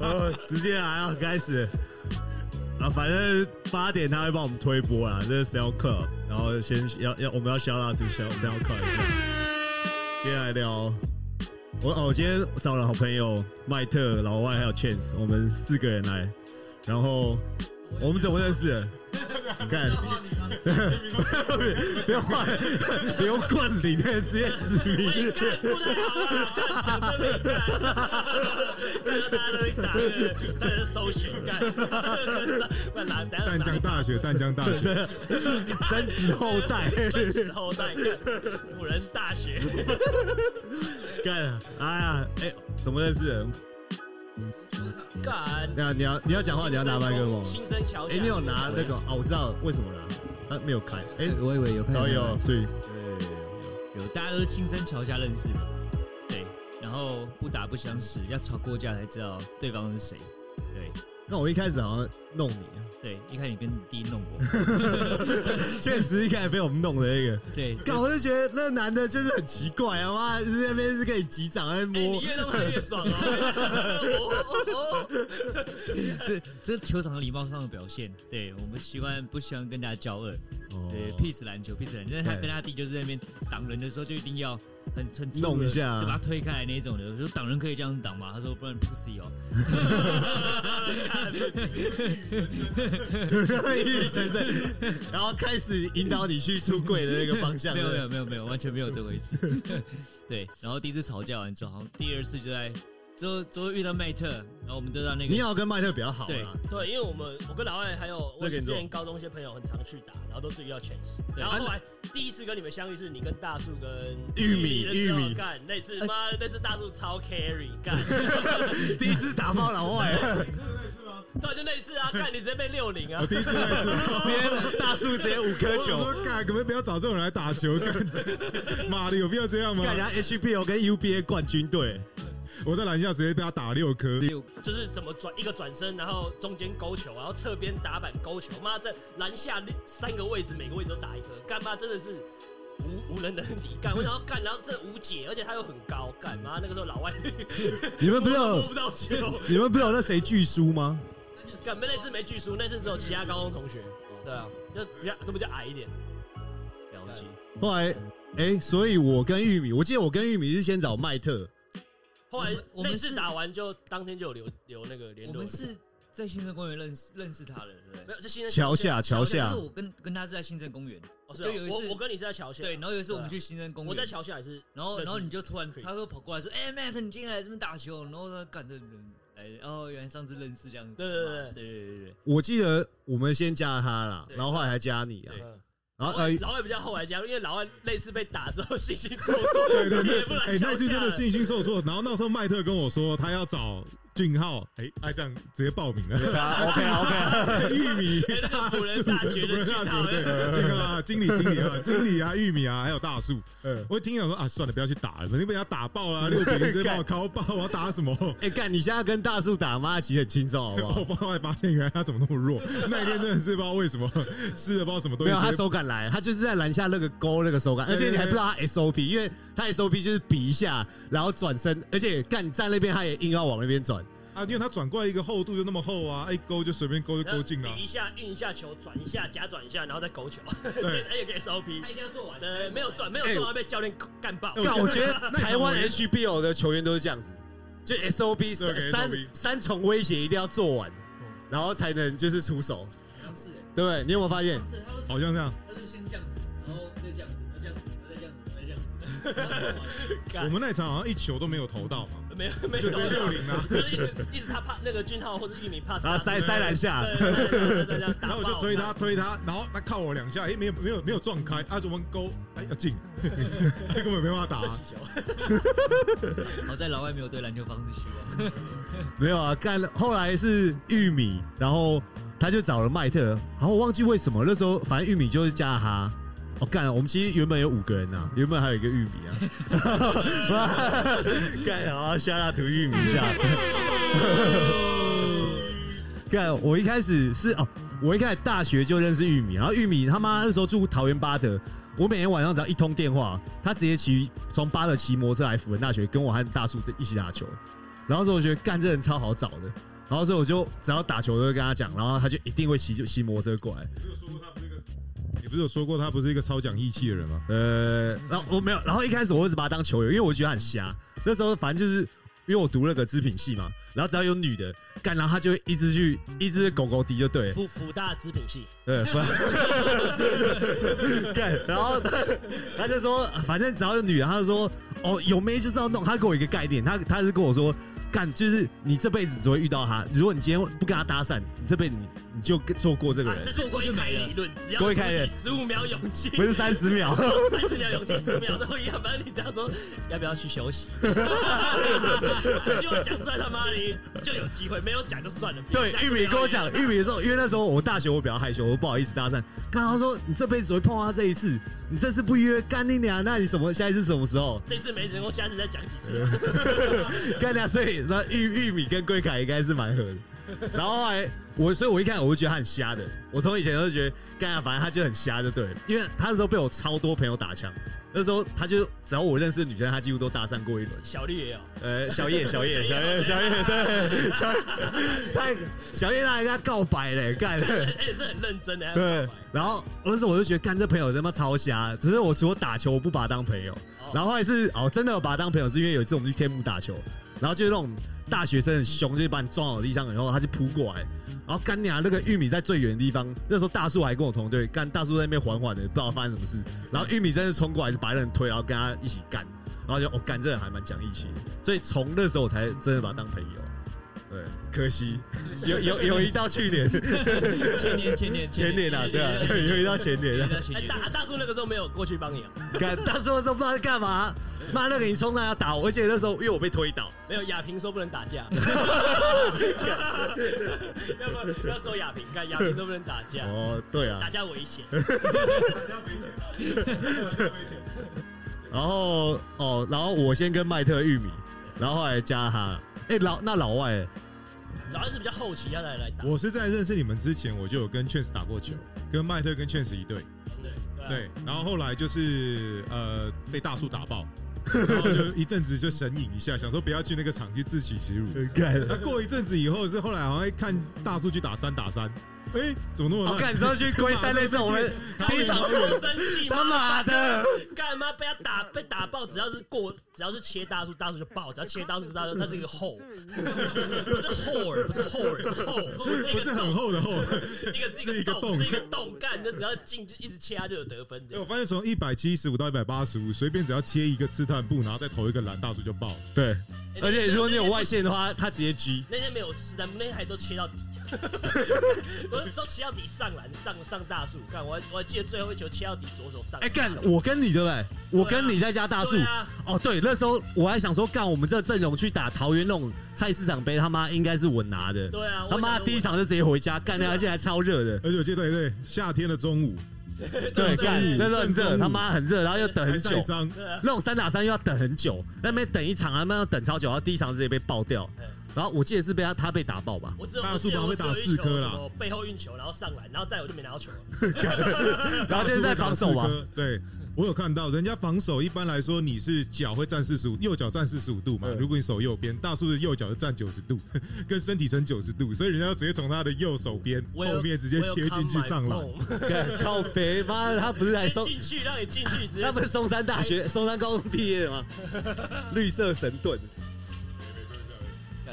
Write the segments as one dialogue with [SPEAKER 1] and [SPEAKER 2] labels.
[SPEAKER 1] 哦，直接来啊，开始。啊，反正八点他会帮我们推播啦，这是 Sell Club，然后先要要我们要 shout out to Sell Sell Club 一下。接下来聊，我哦，我今天找了好朋友麦特、老外还有 Chance，我们四个人来，然后我们怎么认识 的？你看，不要换刘冠霖，直接指名。
[SPEAKER 2] 不太好啊！讲真的，干大家都会打那个在那搜寻干，不然等下
[SPEAKER 3] 淡江大学，淡江大学，
[SPEAKER 1] 三子后代，
[SPEAKER 2] 之后再干辅仁大学，
[SPEAKER 1] 干！哎呀，哎，怎么认识的？
[SPEAKER 2] 干。
[SPEAKER 1] 那你要你要讲话，你要拿麦克风。
[SPEAKER 2] 新生桥
[SPEAKER 1] 哎，你有拿那个？哦，我知道为什么了，他没有开。哎，
[SPEAKER 4] 我以为有看
[SPEAKER 1] 然后有，所以
[SPEAKER 4] 有，大家都是亲身桥下认识的，对，然后不打不相识，要吵过架才知道对方是谁，对
[SPEAKER 1] 那我一开始好像弄你，啊
[SPEAKER 4] 对，一开始跟你弟弄过，
[SPEAKER 1] 确实一开始被我们弄的那个。
[SPEAKER 4] 对，
[SPEAKER 1] 干，我就觉得那个男的就是很奇怪啊，妈，那边是可以击掌，在
[SPEAKER 2] 哎，你
[SPEAKER 1] 摸。
[SPEAKER 2] 越弄他 越爽啊哦！
[SPEAKER 4] 这这是球场礼貌上的表现，对我们习惯不喜欢跟大家交恶，
[SPEAKER 1] 哦
[SPEAKER 4] 对，peace 篮球，peace 篮球，但是他
[SPEAKER 1] 对
[SPEAKER 4] 跟他弟就是在那边挡人的时候就一定要很很粗鲁
[SPEAKER 1] 弄一下
[SPEAKER 4] 就把他推开来那种的，我说挡人可以这样挡吗？他说不然 pussy 哦，
[SPEAKER 1] 一语成谶，然后开始引导你去出柜的那个方 向。
[SPEAKER 4] 没有没
[SPEAKER 1] 对
[SPEAKER 4] 有没有没有，完全没有这回事。 对，然后第一次吵架完之后，好像第二次就在之后之后遇到麦特，然后我们就到那个
[SPEAKER 1] 你好，跟麦特比较好
[SPEAKER 4] 对
[SPEAKER 1] 啦。
[SPEAKER 2] 对，因为我们我跟老外还有我
[SPEAKER 1] 这个
[SPEAKER 2] 之
[SPEAKER 1] 你做啊
[SPEAKER 2] 前高中一些朋友很常去打，然后都是遇到 chance。
[SPEAKER 4] 对
[SPEAKER 2] 然后后来第一次跟你们相遇是你跟大树跟
[SPEAKER 1] 玉米
[SPEAKER 2] 的时候
[SPEAKER 1] 玉米呃
[SPEAKER 2] 干那次，妈的那次大树超 carry 干，
[SPEAKER 1] 第一次打爆老外，啊
[SPEAKER 2] 对，就那一次啊，干你直接被六 零啊，
[SPEAKER 3] 第一次认识。
[SPEAKER 1] 直接大树直接五颗
[SPEAKER 3] 我想
[SPEAKER 1] 球，
[SPEAKER 3] 说，干，可不可以不要找这种人来打球？干，妈的，有必要这样吗？
[SPEAKER 1] 干人家 HBO 跟 UBA 冠军队，
[SPEAKER 3] 我在篮下直接被他打六颗，
[SPEAKER 4] 六
[SPEAKER 2] 就是怎么转一个转身，然后中间勾球，然后侧边打板勾球，妈在篮下那三个位置每个位置都打一颗，干妈真的是无无人能敌，干我想要干，然后这无解，而且他又很高，干妈那个时候老外
[SPEAKER 1] 你们不是
[SPEAKER 2] 摸
[SPEAKER 1] 有
[SPEAKER 2] 不到球，
[SPEAKER 1] 你们不是有那谁巨输吗？
[SPEAKER 2] 干没那次没巨输，那次只有其他高中同学，对啊，就比较都比较矮一点，了解，
[SPEAKER 1] 后来，哎、所以我跟玉米，我记得我跟玉米是先找麦特，
[SPEAKER 2] 后来
[SPEAKER 4] 我们我们
[SPEAKER 2] 那
[SPEAKER 4] 是
[SPEAKER 2] 次打完就当天就有留留那个联
[SPEAKER 4] 我
[SPEAKER 2] 络
[SPEAKER 4] 们，是在新生公园认识认识他的，对不
[SPEAKER 2] 没
[SPEAKER 4] 对？
[SPEAKER 2] 有是新的
[SPEAKER 1] 桥下桥
[SPEAKER 4] 但
[SPEAKER 1] 下
[SPEAKER 4] 是，我跟跟他是在新生公园，
[SPEAKER 2] 哦是啊
[SPEAKER 4] 就有一次
[SPEAKER 2] 我我跟你是在桥下，
[SPEAKER 4] 对，然后有一次我们
[SPEAKER 2] 对
[SPEAKER 4] 去新生公
[SPEAKER 2] 啊
[SPEAKER 4] 园，
[SPEAKER 2] 我在，桥下也是，
[SPEAKER 4] 然后然后你就突然
[SPEAKER 2] Chris
[SPEAKER 4] 他说跑过来说，哎，Matt，你今天来这边打球，然后他说干这这。哎，哦，原来上次认识这样子嘛，
[SPEAKER 2] 对对对
[SPEAKER 4] 对对对对
[SPEAKER 1] 我记得我们先加他啦，
[SPEAKER 4] 对
[SPEAKER 1] 然后后来还加你啊，
[SPEAKER 2] 嗯
[SPEAKER 1] 然
[SPEAKER 2] 老
[SPEAKER 1] 后呃
[SPEAKER 2] 外，老外比较后来加入，因为老外类似被打之后信心受挫，对对对，不来
[SPEAKER 3] 哎、那
[SPEAKER 2] 敲
[SPEAKER 3] 次真
[SPEAKER 2] 架
[SPEAKER 3] 的
[SPEAKER 2] 了。
[SPEAKER 3] 信心受挫。然后那时候麦特跟我说他要找俊浩，哎、哎、这样直接报名了。
[SPEAKER 2] 啊
[SPEAKER 1] OK 啊 OK，
[SPEAKER 3] 玉米
[SPEAKER 2] 哎那个辅仁大学的
[SPEAKER 3] 大
[SPEAKER 2] 俊
[SPEAKER 3] 树
[SPEAKER 2] 浩
[SPEAKER 3] 对
[SPEAKER 2] 哎
[SPEAKER 3] 这个啊经理经理啊经理啊玉米啊还有大树，
[SPEAKER 1] 嗯
[SPEAKER 3] 我一听想说啊算了不要去打了，反正被人家打爆了、六比零直接把我敲爆，我要打什么？
[SPEAKER 1] 哎干，你现在跟大树打妈其实很轻松，好不
[SPEAKER 3] 我
[SPEAKER 1] 好？
[SPEAKER 3] 后来发现原来他怎么那么弱，那一天真的是不知道为什么吃了不知道什么东
[SPEAKER 1] 没
[SPEAKER 3] 西，
[SPEAKER 1] 有，他
[SPEAKER 3] 直接
[SPEAKER 1] 手感来，他就是在篮下那个勾那个手感，而
[SPEAKER 3] 对
[SPEAKER 1] 且你还不
[SPEAKER 3] 对
[SPEAKER 1] 知道他 SOP，因为他 SOP 就是比一下，然后转身，而且干站那边他也硬要往那边转，
[SPEAKER 3] 啊，因为他转过来一个厚度就那么厚啊，一勾就随便勾就勾进了啊
[SPEAKER 2] 比。一下，运一下球，转一下，假转一下，然后再勾球， 哎
[SPEAKER 3] 对
[SPEAKER 2] 还有个 SOP，
[SPEAKER 4] 他一定要做完
[SPEAKER 2] 对，没有转，没有
[SPEAKER 1] 哎
[SPEAKER 2] 转，会被教练干爆。
[SPEAKER 3] 哎我
[SPEAKER 1] 干，我觉得
[SPEAKER 3] 那那
[SPEAKER 1] 台湾
[SPEAKER 3] 那
[SPEAKER 1] HBO 的球员都是这样子，就 SOP
[SPEAKER 3] 对
[SPEAKER 1] 三三
[SPEAKER 3] SOP
[SPEAKER 1] 三重威胁一定要做完，
[SPEAKER 3] 嗯
[SPEAKER 1] 然后才能就是出手，
[SPEAKER 4] 好像是哎，
[SPEAKER 1] 对不对？你有没有发现？
[SPEAKER 4] 是他都
[SPEAKER 3] 好像这样，
[SPEAKER 4] 他是先这样子，然后再这样子，然后这样子，然后再这样子，然后再这样子然后做完了。
[SPEAKER 2] 干
[SPEAKER 3] 我们那一场好像一球都没有投到嘛，
[SPEAKER 2] 没有没
[SPEAKER 3] 就
[SPEAKER 2] 有
[SPEAKER 3] 直接六零啊。
[SPEAKER 2] 就是一直一直他怕那个俊浩或者玉米怕
[SPEAKER 1] 啊，塞塞篮下，
[SPEAKER 2] 然
[SPEAKER 3] 然后我就推他，推他，然后他靠我两下，哎，没有没有没有撞开，啊，我们勾，哎，要进，哎根本没办法打啊
[SPEAKER 2] 这。洗球，
[SPEAKER 4] 好在老外没有对篮球方式希望。
[SPEAKER 1] 没有啊，干了。后来是玉米，然后他就找了麦特，然后我忘记为什么那时候，反正玉米就是加他。哦，干了，我们其实原本有五个人啊，原 本还有一个玉米啊。干，然后下大图玉米一下。 干，我一开始是哦，我一开始大学就认识玉米，然后玉米他妈那时候住桃园八德，我每天晚上只要一通电话，他直接骑从巴德骑摩托车来辅仁大学，跟我和大叔一起打球。然后所以我觉得干这人超好找的。然后所以我就只要打球都会跟他讲，然后他就一定会骑骑摩托车过来。
[SPEAKER 3] 不是有说过他不是一个，你不是有说过他不是一个超讲义气的人吗？
[SPEAKER 1] 呃，然后我没有，然后一开始我一直把他当球友，因为我觉得他很瞎。那时候反正就是因为我读那个织品系嘛，然后只要有女的干，然后他就会一直去一直狗狗敌就对了，
[SPEAKER 2] 辅辅大织品系，
[SPEAKER 1] 对，反干，然后他他就说，反正只要有女的，他就说哦有妹就是要弄，他给我一个概念，他他是跟我说。干就是你这辈子只会遇到他，如果你今天不跟他搭讪，你这辈子你你就跟错过这个
[SPEAKER 2] 啊
[SPEAKER 1] 人，，
[SPEAKER 2] 这是龟开理论，只要
[SPEAKER 1] 龟开的
[SPEAKER 2] 十五秒勇气，
[SPEAKER 1] 不是三十秒。
[SPEAKER 2] 三十秒勇气，十秒都一样。反正你只 要说要不要去休息， 这句话讲出来他妈的就有机会，没有讲就算了。
[SPEAKER 1] 对，玉米跟我讲，玉米的时候，因为那时候我大学我比较害羞，我不好意思搭讪。刚他说你这辈子只会碰到他这一次，你这次不约干你娘，那你什么下一次什么时候？
[SPEAKER 2] 这次没成功，下次再讲几次。
[SPEAKER 1] 干娘，所以那玉玉米跟龟凯应该是蛮合的。然后后来我，所以我一看我就觉得他很瞎的。我从以前就觉得干娘，反正他就很瞎就对了，因为他那时候被我超多朋友打枪。那时候他就只要我认识的女生，他几乎都搭讪过一轮。
[SPEAKER 2] 小绿也有，
[SPEAKER 1] 呃，小叶，小叶，
[SPEAKER 2] 小
[SPEAKER 1] 小
[SPEAKER 2] 叶
[SPEAKER 1] 叶，小叶，对，小叶，他小叶让人家告白嘞，干。
[SPEAKER 2] 而且是哎很认真的。
[SPEAKER 1] 对，然后那时候我就觉得干这朋友他妈超瞎，只是我除了打球，我不把他当朋友。
[SPEAKER 2] 哦
[SPEAKER 1] 然后后来是哦，真的有把他当朋友，是因为有一次我们去天母打球，然后就是那种大学生很凶，就是把你撞到地上，然后他就扑过来，然后干娘那个玉米在最远的地方，那时候大树还跟我同队，干大树在那边缓缓的，不知道发生什么事，然后玉米真的冲过来就把那人推，然后跟他一起干，然后就我、哦、干这人还蛮讲义气的，所以从那时候我才真的把他当朋友。对，可惜有有有一到去年。
[SPEAKER 4] 前年前年
[SPEAKER 1] 前年啊，对啊，
[SPEAKER 4] 前
[SPEAKER 1] 有一到前年啊，
[SPEAKER 4] 年前
[SPEAKER 2] 哎，
[SPEAKER 4] 年，
[SPEAKER 2] 大大叔那个时候没有过去帮你啊，
[SPEAKER 1] 干那时候都不知道在干嘛，妈那个你冲上来要打我，而且那时候因为我被推倒，
[SPEAKER 2] 没有亚萍说不能打架，要不要说亚萍？看亚萍说不能打架，
[SPEAKER 1] 哦，对啊
[SPEAKER 2] 打，架危险。
[SPEAKER 3] 大家没钱，大家没钱。
[SPEAKER 1] 然后哦，然后我先跟麦特玉米，然后后来加他，哎老那老外，
[SPEAKER 2] 老二是比较后期要来来打，
[SPEAKER 3] 我是在认识你们之前，我就有跟 Chance 打过球，跟麦特跟 Chance 一队。
[SPEAKER 2] 对啊
[SPEAKER 3] 对，然后后来就是呃被大树打爆，然后就一阵子就神隐一下，想说不要去那个场去自取其辱。
[SPEAKER 1] 干，
[SPEAKER 3] 那过一阵子以后是后来好像看大树去打三打三，哎，怎么那么
[SPEAKER 1] 我
[SPEAKER 3] 烂？
[SPEAKER 1] 哦干，你知道去龟山那次我们
[SPEAKER 2] 他
[SPEAKER 1] 第
[SPEAKER 2] 为
[SPEAKER 1] 一
[SPEAKER 2] 什
[SPEAKER 1] 场
[SPEAKER 2] 么这么生气
[SPEAKER 1] 他
[SPEAKER 2] 吗？
[SPEAKER 1] 妈的，
[SPEAKER 2] 干嘛被他打被打爆？只要是过，只要是切大树，大树就爆；只要切大树，大树它是一个后，不是后儿，不是后儿，是后，
[SPEAKER 3] 不是很厚 的哎厚。
[SPEAKER 2] 一个洞
[SPEAKER 3] 是
[SPEAKER 2] 一
[SPEAKER 3] 一
[SPEAKER 2] 个
[SPEAKER 3] 个
[SPEAKER 2] 洞，
[SPEAKER 3] 洞
[SPEAKER 2] 是一个洞。干，那只要进就一直切它就有得分
[SPEAKER 3] 哎我
[SPEAKER 2] 的。
[SPEAKER 3] 发现从一百七十五到一百八十五，随便只要切一个刺探步，然后再投一个篮，大树就爆。
[SPEAKER 1] 对，
[SPEAKER 2] 哎
[SPEAKER 1] 而且如果你有外，线的话，他直接 G，
[SPEAKER 2] 那天那天没有试但那天还都切到 底。我是说切到底上篮，上上大树。干，我还我还记得最后一球切到底，左手上。
[SPEAKER 1] 哎干，我跟你对不对？我跟你在加大树
[SPEAKER 2] 对，啊，
[SPEAKER 1] 哦，对，那时候我还想说，干我们这阵容去打桃园那种菜市场杯，他妈应该是稳拿的。
[SPEAKER 2] 对啊，我
[SPEAKER 1] 他
[SPEAKER 2] 想
[SPEAKER 1] 妈
[SPEAKER 2] 说
[SPEAKER 1] 第一场就直接回家，干掉，而且还超热的。
[SPEAKER 3] 而且我记得对对，夏天的中午
[SPEAKER 1] 对，干
[SPEAKER 3] 中午
[SPEAKER 1] 那时候很
[SPEAKER 3] 正中
[SPEAKER 1] 热，
[SPEAKER 3] 午
[SPEAKER 1] 他妈很热，然后又等
[SPEAKER 3] 还
[SPEAKER 1] 很久
[SPEAKER 3] 晒。伤，
[SPEAKER 2] 对啊，
[SPEAKER 1] 那种三打三又要等很久，那边等一场，啊他妈要等超久，然后第一场直接被爆掉
[SPEAKER 2] 嗯。
[SPEAKER 1] 然后我记得是被他他被打爆 吧，
[SPEAKER 2] 我只有
[SPEAKER 3] 大
[SPEAKER 2] 我记
[SPEAKER 3] 树
[SPEAKER 2] 得
[SPEAKER 3] 膀
[SPEAKER 2] 我
[SPEAKER 3] 会
[SPEAKER 2] 只
[SPEAKER 3] 打
[SPEAKER 2] 有一
[SPEAKER 3] 四
[SPEAKER 2] 球
[SPEAKER 3] 颗
[SPEAKER 2] 什
[SPEAKER 3] 啦
[SPEAKER 2] 么背后运球，然后上篮，然后再我就没拿到球了。
[SPEAKER 1] 然后就是在防守啊嘛
[SPEAKER 3] 大树。会打四颗。对，我有看到，人家防守一般来说你是脚会站四十五，右脚站四十五度嘛
[SPEAKER 1] 对。
[SPEAKER 3] 如果你守右边，大树的右脚就站九十度， 跟身体成九十度，所以人家要直接从他的右手边
[SPEAKER 2] 我有
[SPEAKER 3] 后面直接切进去上篮。，
[SPEAKER 1] 干靠北妈的，他不是来
[SPEAKER 2] 直接
[SPEAKER 1] 松，
[SPEAKER 2] 哎进去让你进去，直接
[SPEAKER 1] 他哎不是松山大学、松山高中毕业的 吗？绿色神盾。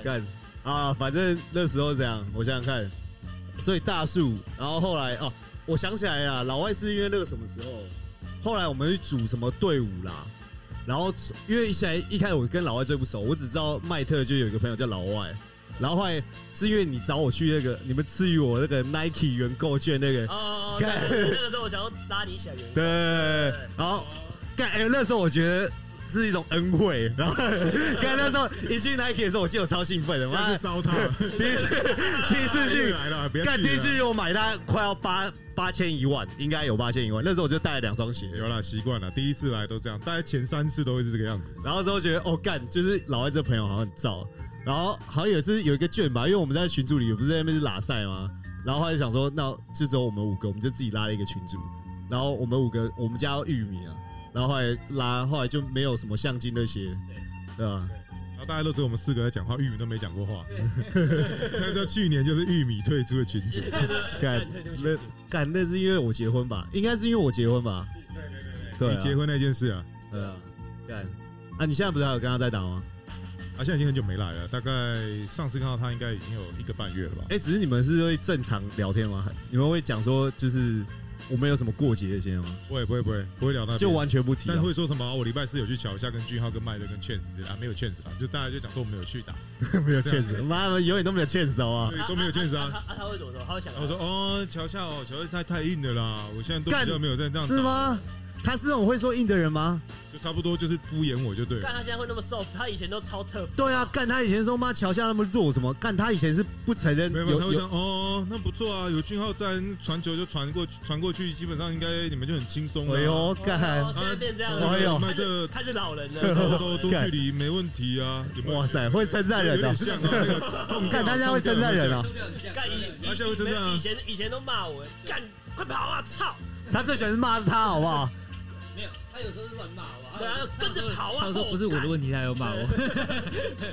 [SPEAKER 1] 干啊，反正那时候这样，我想想看，所以大树，然后后来哦，我想起来了，老外是因为那个什么时候，后来我们去组什么队伍啦，然后因为现在一开始我跟老外最不熟，我只知道麦特就有一个朋友叫老外，然后后来是因为你找我去那个，你们赐予我那个 Nike 原购券那个，
[SPEAKER 2] 哦，对那个时候我想要拉你一起来原因
[SPEAKER 1] 对，然后干哎、那时候我觉得。是一种恩惠，然后干那时候一去 Nike 的时候，我记得我超兴奋的，
[SPEAKER 3] 下
[SPEAKER 1] 妈
[SPEAKER 3] 次糟蹋，
[SPEAKER 1] 第一次 第一次
[SPEAKER 3] 去
[SPEAKER 1] 去啊
[SPEAKER 3] 来了，不要
[SPEAKER 1] 干
[SPEAKER 3] 去
[SPEAKER 1] 第一次
[SPEAKER 3] 了。
[SPEAKER 1] 去我买它快要八八千一万，应该有八千一万。那时候我就带了两双鞋，
[SPEAKER 3] 有啦，习惯了，第一次来都这样，大概前三次都会是这个样子。
[SPEAKER 1] 然后之后觉得哦干，就是老外这朋友好像很燥，然后好像也是有一个券吧，因为我们在群组里不是在那边是拉赛吗？然后后来想说，那就只有我们五个，我们就自己拉了一个群组，然后我们五个，我们家有玉米啊，然后后来拉，后来就没有什么橡筋那些，对吧？
[SPEAKER 3] 然后大家都只有我们四个在讲话，玉米都没讲过话。那时候去年就是玉米退出的群组，
[SPEAKER 1] 干那干那是因为我结婚吧？应该是因为我结婚吧？对
[SPEAKER 3] 你结
[SPEAKER 1] 婚
[SPEAKER 3] 婚那件事啊，
[SPEAKER 1] 对啊，干啊！你现在不是还有跟他在打吗？
[SPEAKER 3] 啊，现在已经很久没来了，大概上次看到他应该已经有一个半月了吧？
[SPEAKER 1] 哎，只是你们是会正常聊天吗？你们会讲说就是我们有什么过节这些吗？
[SPEAKER 3] 不会不会不会不会聊那边
[SPEAKER 1] 就完全不提啊
[SPEAKER 3] 但。会说什么？我礼拜四有去瞧一下，跟俊浩、跟麦德、跟倩子啊，没有倩子啦，就大家就讲说我们有去打，
[SPEAKER 1] 没有
[SPEAKER 3] 这
[SPEAKER 1] 欠
[SPEAKER 3] 样
[SPEAKER 1] 子，妈的，永远都没有欠手啊！
[SPEAKER 3] 对，都没有倩子啊。
[SPEAKER 2] 啊，他会怎么说？他会想
[SPEAKER 3] 然后我说哦，瞧一下哦，瞧一下太太硬了啦，我现在都
[SPEAKER 1] 干
[SPEAKER 3] 比较没有在这样打
[SPEAKER 1] 是吗？？他是那种会说硬的人吗？
[SPEAKER 3] 就差不多就是敷衍我就对
[SPEAKER 2] 干
[SPEAKER 3] 了。
[SPEAKER 2] 他现在会那么 soft，他以前都超 tough。
[SPEAKER 1] 对啊，干他以前说妈桥下那么弱什么？干他以前是不承认
[SPEAKER 3] 没有，他
[SPEAKER 1] 有
[SPEAKER 3] 会
[SPEAKER 1] 有
[SPEAKER 3] 讲哦，那不错啊，有俊浩在，传球就传过去，传过去，基本上应该你们就很轻松了。
[SPEAKER 1] 哎呦干
[SPEAKER 2] 哦，现在变这样
[SPEAKER 1] 哎呦
[SPEAKER 2] 了，
[SPEAKER 3] 麦
[SPEAKER 2] 他
[SPEAKER 3] 德
[SPEAKER 2] 是他是老人
[SPEAKER 3] 都
[SPEAKER 2] 了，
[SPEAKER 3] 都中距离没问题啊，有没有？
[SPEAKER 1] 哇塞会称赞人
[SPEAKER 3] 有
[SPEAKER 1] 的
[SPEAKER 3] 点，像啊，那个动
[SPEAKER 1] 干
[SPEAKER 3] 调
[SPEAKER 1] 他现在会称赞人啊！
[SPEAKER 2] 干以以
[SPEAKER 3] 他现在会这样啊
[SPEAKER 2] 以前以前都骂我，干快跑啊，操！
[SPEAKER 1] 他最喜欢是骂是他好不好？
[SPEAKER 5] 没有，他有时候是乱骂我，
[SPEAKER 2] 对啊，跟着跑啊！
[SPEAKER 4] 他说不是我的问题，他有骂我。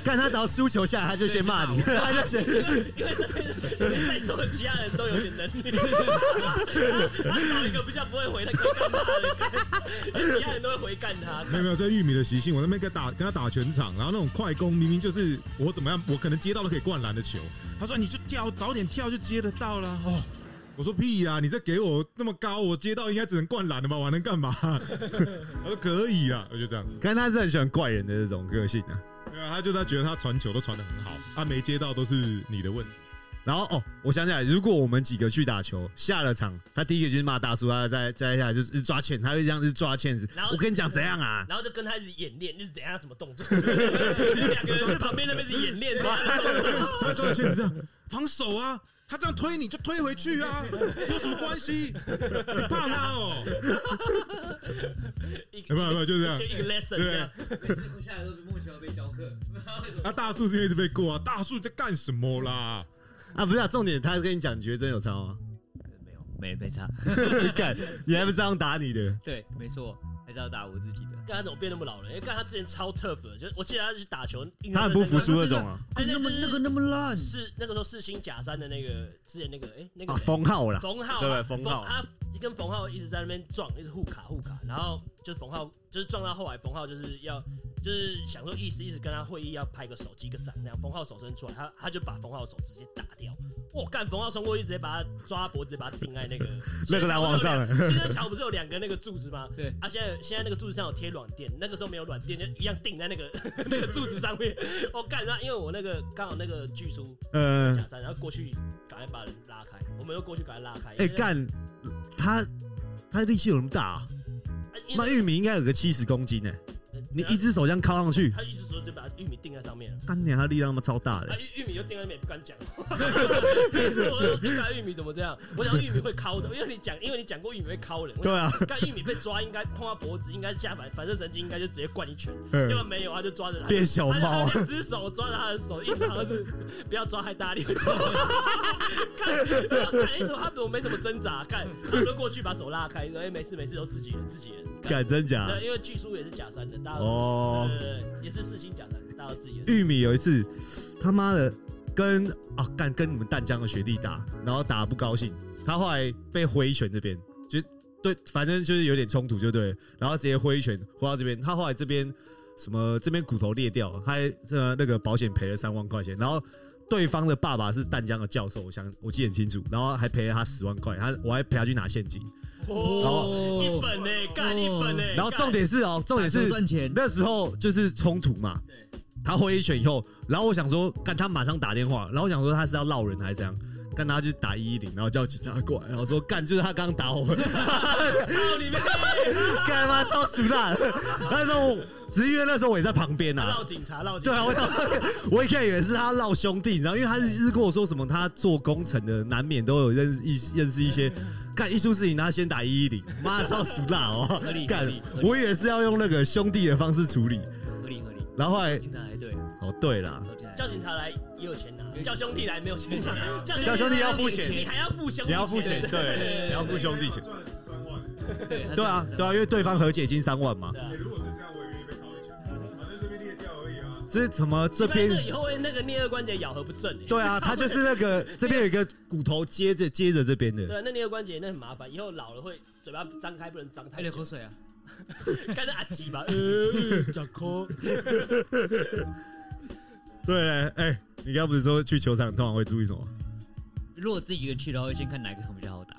[SPEAKER 1] 干他只要输球下来他就先骂你，他就先
[SPEAKER 2] 因为因为在座的其他人都有点能力，他找一个比较不会回的干他的干，因为其他人都会回干他。
[SPEAKER 3] 没有没有，这玉米的习性，我那边跟打跟他打全场，然后那种快攻明明就是我怎么样，我可能接到了可以灌篮的球，他说你就跳早点跳就接得到了哦。我说屁呀、你再给我那么高，我接到应该只能灌篮了吧？我还能干嘛？他说可以啊，我就这样。
[SPEAKER 1] 干他是很喜欢怪人的这种个性啊。
[SPEAKER 3] 对啊，他就他觉得他传球都传的很好，他没接到都是你的问题。
[SPEAKER 1] 然后哦，我想起来，如果我们几个去打球，下了场，他第一个就是骂大叔，他再再下来就是抓欠，他会这样子抓欠子
[SPEAKER 2] 然。后
[SPEAKER 1] 我跟你讲怎样 啊？
[SPEAKER 2] 然后就跟他一直演练，就是等一下怎么动作，两个人在旁边那边是演练，
[SPEAKER 3] 他抓的确实这样，防守啊，他这样推你就推回去 啊，有什么关系？你怕他哦？
[SPEAKER 2] 一个
[SPEAKER 3] 没有没有，就这样
[SPEAKER 2] 就。一个 lesson 这
[SPEAKER 3] 对
[SPEAKER 2] 样，，
[SPEAKER 5] 每次下来都莫小被教 课，
[SPEAKER 3] 啊，大树是因为一直被过啊，大树在干什么啦？
[SPEAKER 1] 啊，不是啊，重点他跟你讲，你觉得真有差 吗？
[SPEAKER 4] 没有，没被差。
[SPEAKER 1] 干，你还不是这样打你的？
[SPEAKER 4] 对，没错，还是要打我自己
[SPEAKER 1] 啊
[SPEAKER 4] 的。
[SPEAKER 2] 干他怎么变那么老了？因为干他之前超 tough 的，就是我记得他去打球，印
[SPEAKER 1] 他
[SPEAKER 2] 象
[SPEAKER 1] 很不服输
[SPEAKER 2] 深
[SPEAKER 1] 那 种啊，
[SPEAKER 2] 刻。那是
[SPEAKER 4] 那么烂
[SPEAKER 2] 是那个时候世新假山的那个之前那个哎那个
[SPEAKER 1] 啊，
[SPEAKER 2] 谁
[SPEAKER 1] 封 号啦，
[SPEAKER 2] 冯浩啊，
[SPEAKER 1] 对不对冯浩
[SPEAKER 2] 他跟冯浩一直在那边撞，一直互卡互卡，然后就是冯浩就是撞到后来，冯浩就是要就是想说意思一直跟他会议要拍个手机个掌那样，冯浩手伸出来，他他就把冯浩的手直接打掉，我干冯浩冲过去直接把他抓脖子，直接把他钉在那个
[SPEAKER 1] 那个篮网上了。
[SPEAKER 2] 现在桥不是有两个那个柱子吗？
[SPEAKER 4] 对
[SPEAKER 2] 啊，现在现在那个柱子上有贴软垫，那个时候没有软垫，就一样钉在那个 那个柱子上面。我、干，然后因为我那个刚好那个巨叔
[SPEAKER 1] 呃，
[SPEAKER 2] 假山，然后过去赶快把人拉开，我们又过去赶快拉开。
[SPEAKER 1] 哎、
[SPEAKER 2] 因为
[SPEAKER 1] 干，他他力气有那么大、啊？
[SPEAKER 2] 啊因
[SPEAKER 1] 那
[SPEAKER 2] 为
[SPEAKER 1] 玉米应该有个七十公斤呢、
[SPEAKER 2] 呃
[SPEAKER 1] 你一只手这样靠上去，
[SPEAKER 2] 他一直说就把玉米钉在上面了，
[SPEAKER 1] 干娘他力量他妈超大的、
[SPEAKER 2] 啊玉玉米就钉在那边也不敢讲， 但是我说你干玉米怎么这样？我想玉米会敲的，因为你讲，因为你讲过玉米会敲人，我
[SPEAKER 1] 对啊，
[SPEAKER 2] 想干玉米被抓应该碰到脖子，应该下反反射神经应该就直接灌一拳，
[SPEAKER 1] 嗯
[SPEAKER 2] 结果没有，他就抓着他
[SPEAKER 1] 变小
[SPEAKER 2] 他
[SPEAKER 1] 猫
[SPEAKER 2] 他
[SPEAKER 1] 啊，
[SPEAKER 2] 两只手抓着他的手，一直好像是 不要抓太大力。看，然后看，哎，怎么他我没怎么挣扎？看，他就过去把手拉开，说哎，没事没事，都自己人自己人。干
[SPEAKER 1] 干真假？
[SPEAKER 2] 对，因为啊巨叔也是假山的，大家都
[SPEAKER 1] 哦，
[SPEAKER 2] 对对对，也是四星假山，大家都自己人。
[SPEAKER 1] 玉米有一次他妈的跟啊干跟你们淡江的学弟打，然后打得不高兴，他后来被挥一拳这边，就对，反正就是有点冲突就对了，然后直接挥一拳挥到这边，他后来这边什么这边骨头裂掉，他还呃那个保险赔了三万块钱，然后。对方的爸爸是淡江的教授，我想我记得很清楚，然后还赔了他十万块，他我还陪他去拿现金，
[SPEAKER 2] 哦，一本呢，干一本呢。
[SPEAKER 1] 然后重点是哦，重点
[SPEAKER 4] 打球
[SPEAKER 1] 是
[SPEAKER 4] 赚钱，
[SPEAKER 1] 那时候就是冲突嘛，他挥一拳以后，然后我想说，干他马上打电话，然后我想说他是要闹人还是怎样，干他就打一一零，然后叫警察过来，然后说干就是他刚刚打我们，
[SPEAKER 2] 干操你妹！
[SPEAKER 1] 干他妈超俗烂。那时候只是因为那时候我也在旁边啊
[SPEAKER 2] 闹，警察，闹警
[SPEAKER 1] 对
[SPEAKER 2] 察。
[SPEAKER 1] 啊，我想我一开始以为是他闹兄弟，然后因为他是一直跟我说什么他做工程的，难免都有认识一认识一些。干一出事情，他先打一一零，妈超俗辣哦
[SPEAKER 4] 合！理合
[SPEAKER 1] 干
[SPEAKER 4] 理，合理
[SPEAKER 1] 我以为是要用那个兄弟的方式处理，
[SPEAKER 4] 合理合理。
[SPEAKER 1] 然后后来
[SPEAKER 4] 经常还对，
[SPEAKER 1] 哦，对啦，
[SPEAKER 4] 到现在
[SPEAKER 2] 叫警察来也有钱拿，叫兄弟来没有钱拿，
[SPEAKER 1] 叫兄弟要付钱
[SPEAKER 2] 你还要付兄弟，
[SPEAKER 1] 你要付钱，对，
[SPEAKER 2] 对
[SPEAKER 1] 你要付兄弟钱。
[SPEAKER 3] 赚了十三万，
[SPEAKER 2] 对
[SPEAKER 1] 对啊，对啊，因为对方和解金三万嘛，
[SPEAKER 2] 对啊
[SPEAKER 3] 欸如果是这样，我也愿意被考一拳，反正这边裂掉而已啊。
[SPEAKER 1] 这怎么这
[SPEAKER 2] 这边这
[SPEAKER 1] 边？
[SPEAKER 2] 以后会那个颞颌关节咬合不正哎。
[SPEAKER 1] 对啊，他就是那个这边有一个骨头接着接着这边的，
[SPEAKER 2] 对，啊那颞颌关节那很麻烦，以后老了会嘴巴张开不能张
[SPEAKER 4] 还
[SPEAKER 2] 太
[SPEAKER 4] 流
[SPEAKER 2] 久，
[SPEAKER 4] 口水啊！
[SPEAKER 2] 干那阿吉 吧，
[SPEAKER 4] 哎
[SPEAKER 2] 呃，讲抠，
[SPEAKER 1] 对，哎、你刚不是说去球场通常会注意什么？
[SPEAKER 4] 如果自己一个人去的话，会先看哪个桶比较好 打。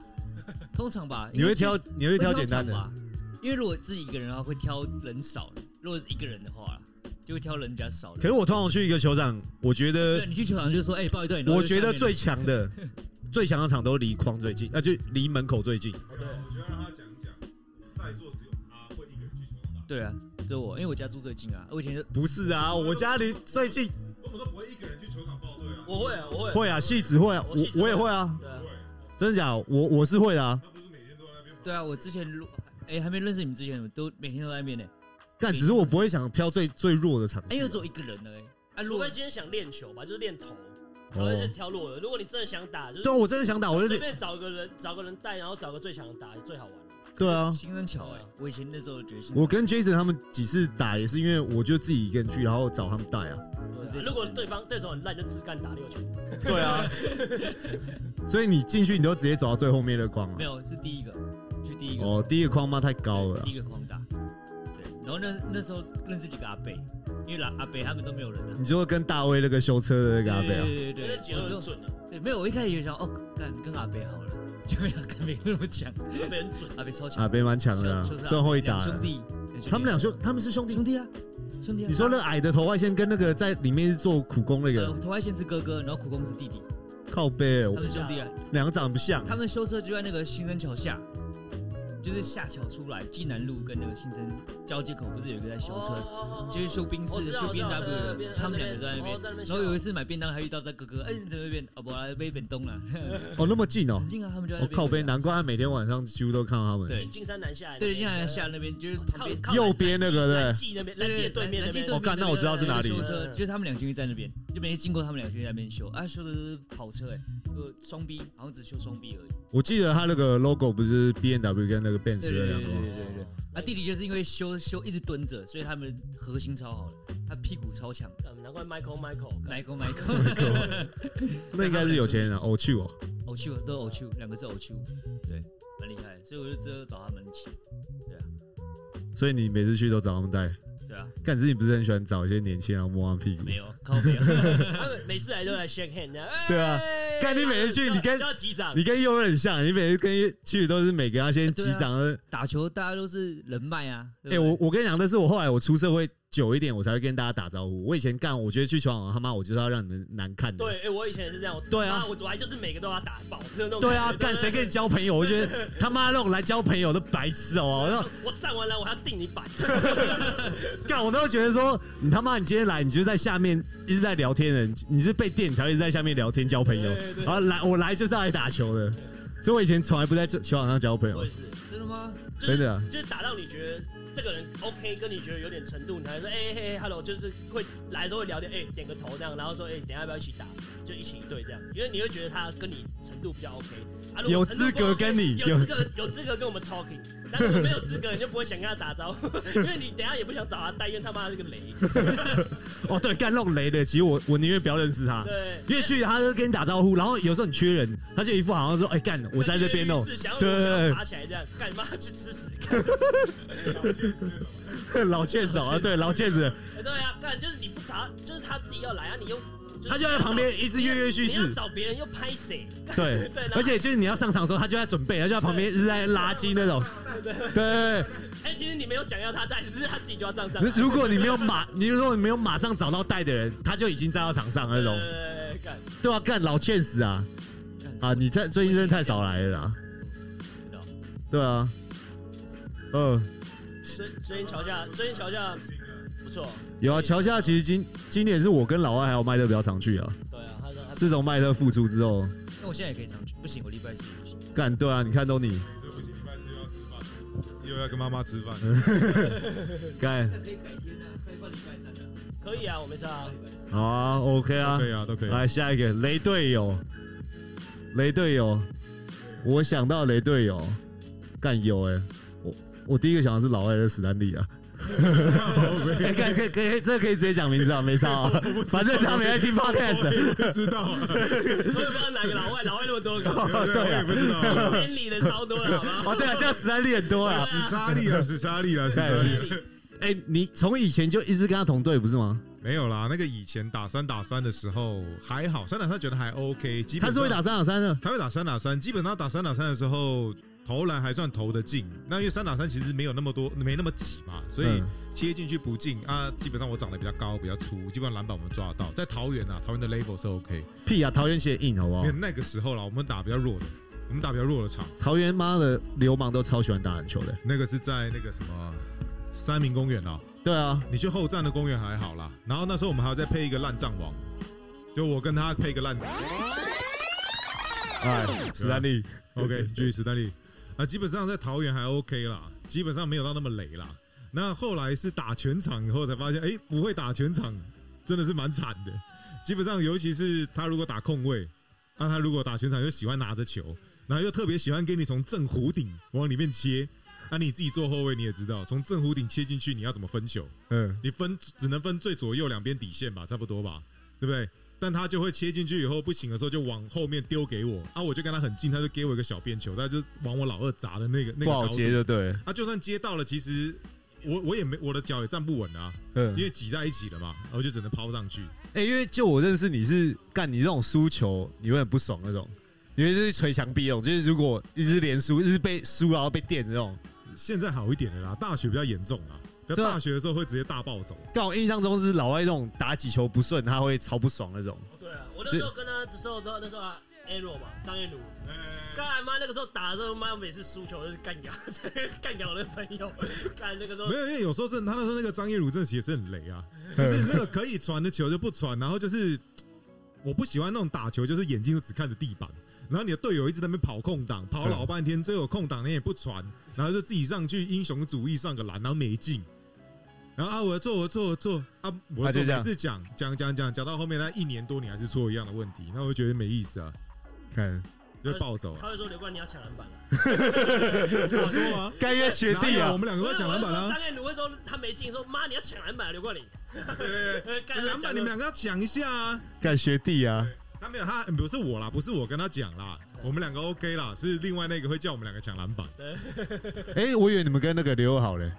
[SPEAKER 4] 通常吧，
[SPEAKER 1] 你
[SPEAKER 4] 因
[SPEAKER 1] 会
[SPEAKER 4] 为去
[SPEAKER 1] 挑你会挑简单
[SPEAKER 4] 会
[SPEAKER 1] 的
[SPEAKER 4] 挑场吧，因为如果自己一个人的话，会挑人少的；如果是一个人的话，就会挑人比较少的。
[SPEAKER 1] 可是我通常去一个球场，我觉
[SPEAKER 4] 对
[SPEAKER 1] 得
[SPEAKER 4] 你去球场就说，哎，报一段，
[SPEAKER 1] 我觉得最强的最强的场都离框最近，啊那、就离门口最近。
[SPEAKER 2] 哦对
[SPEAKER 3] 我觉得让他讲一讲，在座只有他会一个人去球场打，
[SPEAKER 4] 对啊，就我，因为我家住最近啊，我以前就
[SPEAKER 1] 不是啊，我家离最近
[SPEAKER 3] 我们都不会一个人去球场报队啊。
[SPEAKER 2] 我会啊，我会啊，
[SPEAKER 1] 会啊，戏子会啊，
[SPEAKER 2] 我戏子
[SPEAKER 1] 我我也会啊，
[SPEAKER 2] 对啊
[SPEAKER 3] 不，会，
[SPEAKER 1] 真的假的？我我是会的啊，
[SPEAKER 3] 他不是每天都在那边跑。
[SPEAKER 4] 对啊，我之前如哎还没认识你们之前，我都每天都在那边呢，
[SPEAKER 1] 但只是我不会想挑最最弱的场地。
[SPEAKER 4] 哎，又只有一个人了哎，啊，如
[SPEAKER 2] 除
[SPEAKER 4] 果
[SPEAKER 2] 非今天想练球吧，就是练头，才会去
[SPEAKER 1] 哦，
[SPEAKER 2] 挑弱的。如果你真的想打，就
[SPEAKER 1] 对啊，
[SPEAKER 2] 是
[SPEAKER 1] 我真的想打，我就
[SPEAKER 2] 随
[SPEAKER 1] 是
[SPEAKER 2] 便找个人找个人带，然后找个最强的打最好玩了。
[SPEAKER 1] 对啊。
[SPEAKER 4] 新生桥哎，我以前那时候觉得新
[SPEAKER 1] 我跟 Jason 他们几次打也是因为我就自己一个人去，然后找他们带啊。
[SPEAKER 2] 对啊如果对方对手很烂，就只干打六球。
[SPEAKER 1] 对啊，所以你进去你都直接走到最后面的框啊
[SPEAKER 4] 没。有是第一个，去第一个
[SPEAKER 1] 哦，第一个框嘛太高了啊
[SPEAKER 4] 第。一个狂打，对，然后那那时候认识几个阿贝，因为老阿贝他们都没有人啊。
[SPEAKER 1] 你就会跟大卫那个修车的那个阿贝啊，
[SPEAKER 4] 对对
[SPEAKER 2] 因
[SPEAKER 4] 对
[SPEAKER 2] 为节奏
[SPEAKER 4] 对，我
[SPEAKER 2] 很
[SPEAKER 4] 就
[SPEAKER 2] 准的，啊
[SPEAKER 4] 对没有，我一开始也想哦，干跟阿贝好了，结果阿贝跟我讲，
[SPEAKER 2] 被人准。
[SPEAKER 4] 阿贝超强
[SPEAKER 1] 阿，贝蛮强的啊
[SPEAKER 4] 就，是
[SPEAKER 1] 算会打啊。
[SPEAKER 4] 兄弟，
[SPEAKER 1] 他们俩兄，他们是兄弟
[SPEAKER 4] 兄弟啊，兄弟啊。
[SPEAKER 1] 你说那个矮的头外线跟那个在里面是做苦工那
[SPEAKER 4] 呃
[SPEAKER 1] 个，
[SPEAKER 4] 头外线是哥哥，然后苦工是弟弟，
[SPEAKER 1] 靠背，哦
[SPEAKER 4] 他们兄弟啊，
[SPEAKER 1] 两个长得不像。
[SPEAKER 4] 他们修车就在那个新生桥下。就是下桥出来，济南路跟那个新生交接口，不是有一个在修车，
[SPEAKER 2] 哦
[SPEAKER 4] 就是修宾士、修 B N W 的，他们两个都在那边。
[SPEAKER 2] 边
[SPEAKER 4] 然后有一次买便当，还遇到他哥哥，哎，你怎么变？哦，不啦，被本东了，
[SPEAKER 1] 哦，那么近哦
[SPEAKER 4] 很，近啊，他们就在
[SPEAKER 1] 我
[SPEAKER 4] 那边。
[SPEAKER 1] 靠背，难怪他每天晚上几乎都看到他们。
[SPEAKER 4] 对
[SPEAKER 2] 进山南下，
[SPEAKER 4] 对，经常下那边就是旁
[SPEAKER 2] 靠
[SPEAKER 4] 边。
[SPEAKER 2] 靠
[SPEAKER 1] 右边那个对不对
[SPEAKER 2] 南记那边，南记的对面那边
[SPEAKER 4] 南基对面
[SPEAKER 1] 哦干那我知道是哪里
[SPEAKER 4] 修
[SPEAKER 2] 了
[SPEAKER 4] 车就是他们两兄弟在那边，就每天经过他们两兄弟在那边修啊，修的是跑车哎，呃，双 B 好像只修双 B 而已。
[SPEAKER 1] 我记得他那个 logo 不是 B N W 跟那个 Benz 的两个吗
[SPEAKER 4] 对对对啊，弟弟就是因为修修一直蹲着，所以他们核心超好的，他屁股超强。
[SPEAKER 2] 嗯难怪 Michael Michael 干
[SPEAKER 4] Michael Michael，
[SPEAKER 1] 那应该是有钱人啊，哦，去哦。
[SPEAKER 4] 偶球都偶球，两个是偶球，对，蛮厉害的，所以我就只有找他们一起。
[SPEAKER 1] 所以你每次去都找他们带。
[SPEAKER 4] 对啊，
[SPEAKER 1] 干，可是你不是很喜欢找一些年轻人然后摸他们屁股？
[SPEAKER 4] 没有靠背啊，
[SPEAKER 2] 他们每次来都来 shake hand，这样
[SPEAKER 1] 对啊，
[SPEAKER 2] 哎
[SPEAKER 1] 干你每次去
[SPEAKER 2] 就
[SPEAKER 1] 你跟
[SPEAKER 2] 就要击掌，
[SPEAKER 1] 你跟右任很像，你每次跟去都是每个要先
[SPEAKER 2] 啊
[SPEAKER 1] 击掌。哎、
[SPEAKER 4] 打球大家都是人脉啊。对不对
[SPEAKER 1] 我我跟你讲，但是我后来我出社会久一点，我才会跟大家打招呼。我以前干，我觉得去球场他妈我就是要让你们难看的。
[SPEAKER 2] 对，哎，我以前也是这样，我
[SPEAKER 1] 对啊
[SPEAKER 2] 妈我来就是每个都要打爆，只有那种
[SPEAKER 1] 对
[SPEAKER 2] 感
[SPEAKER 1] 啊，
[SPEAKER 2] 觉
[SPEAKER 1] 干谁跟你？交朋友？我觉得他妈那种来交朋友的白痴哦、我说
[SPEAKER 2] 我上完篮我还要定你板，
[SPEAKER 1] 干，我都觉得说你他妈你今天来，你就是在下面一直在聊天的，你你是被电，你才会一直在下面聊天交 朋友。
[SPEAKER 2] 对对
[SPEAKER 1] 然后来我来就是要来打球的，所以我以前从来不在球球场上交朋友
[SPEAKER 2] 我也。是，
[SPEAKER 4] 真的吗？
[SPEAKER 2] 就是
[SPEAKER 1] 真的啊、
[SPEAKER 2] 就是打到你觉得这个人 OK，跟你觉得有点程度，你还说哎、嘿嘿，hello，就是会来的时候会聊点哎、点个头这样，然后说哎、等一下要不要一起打，就一起一队这样，因为你会觉得他跟你程度比较 OK，啊，如果
[SPEAKER 1] 有
[SPEAKER 2] 程度
[SPEAKER 1] 资
[SPEAKER 2] 不
[SPEAKER 1] 格
[SPEAKER 2] OK，
[SPEAKER 1] 跟你
[SPEAKER 2] 有资格有资格跟我们 talking，但是没有资格你就不会想跟他打招 呼，因为你等一下也不想找他代言，他妈是个雷，
[SPEAKER 1] 哦，对，干弄雷的，其实我我宁愿不要认识他，
[SPEAKER 2] 对，
[SPEAKER 1] 因为去他就跟你打招呼，然后有时候你缺人，他就一副好像说，哎、干， 我在这边哦，
[SPEAKER 2] 是想要
[SPEAKER 1] 对对对
[SPEAKER 2] 想要爬起来这样，干嘛去吃屎？ 干
[SPEAKER 1] 老欠手 啊，对，老欠子，
[SPEAKER 2] 哎对啊，干就是你不查，就是他自己要来啊，你又是
[SPEAKER 1] 他就在旁边一直跃跃欲
[SPEAKER 2] 你要
[SPEAKER 1] 试，
[SPEAKER 2] 找别人又拍谁？
[SPEAKER 1] 对，
[SPEAKER 2] 对，然后
[SPEAKER 1] 而且就是你要上场的时候，他就在准备，他就在旁边一直在拉筋那种，对对对
[SPEAKER 2] 哎、其实你没有讲要他带，只是他自己就要这样上
[SPEAKER 1] 如
[SPEAKER 2] 来。
[SPEAKER 1] 如果你没有马，你如果你没有马上找到带的人，他就已经站到场上了那种，
[SPEAKER 2] 呃，干
[SPEAKER 1] 对啊，干老欠死啊啊！你在最近真的太少来了啦，对啊，嗯。
[SPEAKER 2] 最最近桥下，最近桥下不错。
[SPEAKER 1] 有啊，桥下其实今今年是我跟老外还有麦特比较常去啊。
[SPEAKER 2] 对啊，他说他
[SPEAKER 1] 自从麦特复出之后，
[SPEAKER 4] 那我现在也可以上去，不行，我礼拜四也不行。
[SPEAKER 1] 干对啊，你看都你
[SPEAKER 3] 所以不行，礼拜四又要吃饭，又要跟妈妈吃饭。
[SPEAKER 1] 嗯干
[SPEAKER 6] 那可以改天啊，可以换礼拜三啊，
[SPEAKER 2] 可以啊，我没事啊。
[SPEAKER 1] 好啊，OK 啊
[SPEAKER 3] 可。以啊，都可以。
[SPEAKER 1] 来下一个雷队友，雷队友，我想到雷队友，干有哎、
[SPEAKER 7] 我第一个想的是老外的史丹利 啊。
[SPEAKER 1] 哎，可以可以可以，这可以直接讲名字啊，没差 啊，反正他没在听 podcast。
[SPEAKER 3] 不知道啊，
[SPEAKER 2] 我也不知道哪个老外，老外那么多个，
[SPEAKER 3] 对，我也不知 道啊。
[SPEAKER 2] 年里的超多了，好吗？
[SPEAKER 1] 哦，对啊，这样史丹利很多啊。
[SPEAKER 3] 史查利啊，史查利啊，史查利啊，
[SPEAKER 1] 哎，你从以前就一直跟他同队不是吗？
[SPEAKER 3] 没有啦。那个以前打三打三的时候还好，三打三觉得还 OK，基本
[SPEAKER 1] 他
[SPEAKER 3] 上
[SPEAKER 1] 是会打三打三的。
[SPEAKER 3] 他会打三打三，基本上打三打三的时候投篮还算投得进。那因为三打三其实没有那么多，没那么挤嘛，所以
[SPEAKER 1] 嗯
[SPEAKER 3] 切进去不进啊。基本上我长得比较高，比较粗，基本上篮板我们抓得到。在桃园啊，桃园的 level 是 OK。
[SPEAKER 1] 屁啊，桃园写硬好不好
[SPEAKER 3] 因为？那个时候啦，我们打比较弱的，我们打比较弱的场，
[SPEAKER 1] 桃园妈的流氓都超喜欢打篮球的。
[SPEAKER 3] 那个是在那个什么三明公园啊。
[SPEAKER 1] 对啊，
[SPEAKER 3] 你去后站的公园还好啦。然后那时候我们还要再配一个烂藏王，就我跟他配一个烂。
[SPEAKER 1] 哎，史丹利，
[SPEAKER 3] OK，继续 史丹利。啊，基本上在桃园还 OK 啦，基本上没有到那么雷啦。那后来是打全场以后才发现，哎、不会打全场真的是蛮惨的。基本上，尤其是他如果打空位，那、他如果打全场又喜欢拿着球，然后又特别喜欢给你从正弧顶往里面切。那、你自己做后卫你也知道，从正弧顶切进去，你要怎么分球？
[SPEAKER 1] 嗯，
[SPEAKER 3] 你分只能分最左右两边底线吧，差不多吧，对不对？但他就会切进去以后不行的时候，就往后面丢给我啊，我就跟他很近，他就给我一个小便球，他就往我老二砸的那个那个
[SPEAKER 1] 不好
[SPEAKER 3] 高
[SPEAKER 1] 接
[SPEAKER 3] 度。
[SPEAKER 1] 就对了，
[SPEAKER 3] 他、就算接到了，其实我我也没我的脚也站不稳啊，
[SPEAKER 1] 嗯
[SPEAKER 3] 因，为挤在一起了嘛，然后就只能抛上去。
[SPEAKER 1] 哎、因为就我认识你是干你这种输球，你会很不爽那种，你会就是捶墙壁那种，就是如果一直连输，一直被输然后被电的那种。
[SPEAKER 3] 现在好一点了啦，大学比较严重啊，在
[SPEAKER 1] 对啊
[SPEAKER 3] 大学的时候会直接大暴走。
[SPEAKER 1] 但我印象中是老外那种打几球不顺，他会超不爽那种。
[SPEAKER 2] 对啊，我那时候跟他的时候，那时候啊，Arrow 嘛，张彦儒，干妈那个时候打的时候，妈每次输球就是干掉， 干掉我的朋友，干那个时候
[SPEAKER 3] 没有，因为有时候真的，他那时候那个张叶儒真的也是很雷啊，就是那个可以传的球就不传，然后就是我不喜欢那种打球，就是眼睛只看着地板，然后你的队友一直在那边跑空档，跑老半天，最后空档你也不传，然后就自己上去英雄主义上个篮，然后没进。然后啊，我要做，我要做，我要做啊！我要
[SPEAKER 1] 啊
[SPEAKER 3] 做
[SPEAKER 1] 就这样
[SPEAKER 3] 每次讲讲讲讲讲到后面，那一年多你还是错一样的问题，那我就觉得没意思啊，
[SPEAKER 1] 看，
[SPEAKER 3] 就暴走啊！
[SPEAKER 2] 他会说刘冠你要抢篮 板了，啊
[SPEAKER 3] 我说啊，
[SPEAKER 1] 该约学
[SPEAKER 3] 哪
[SPEAKER 1] 弟
[SPEAKER 3] 有
[SPEAKER 1] 啊
[SPEAKER 3] 我，们两个都抢篮板啊
[SPEAKER 2] 张，彦儒会说他没进，说妈你要抢篮板，啊刘冠霖，干
[SPEAKER 3] 篮板你们两个要抢一下啊！
[SPEAKER 1] 干学弟啊，
[SPEAKER 3] 他没有，他嗯不是我啦，不是我跟他讲啦，我们两个 OK 啦，是另外那个会叫我们两个抢篮板，
[SPEAKER 1] 哎、我以为你们跟那个刘好嘞，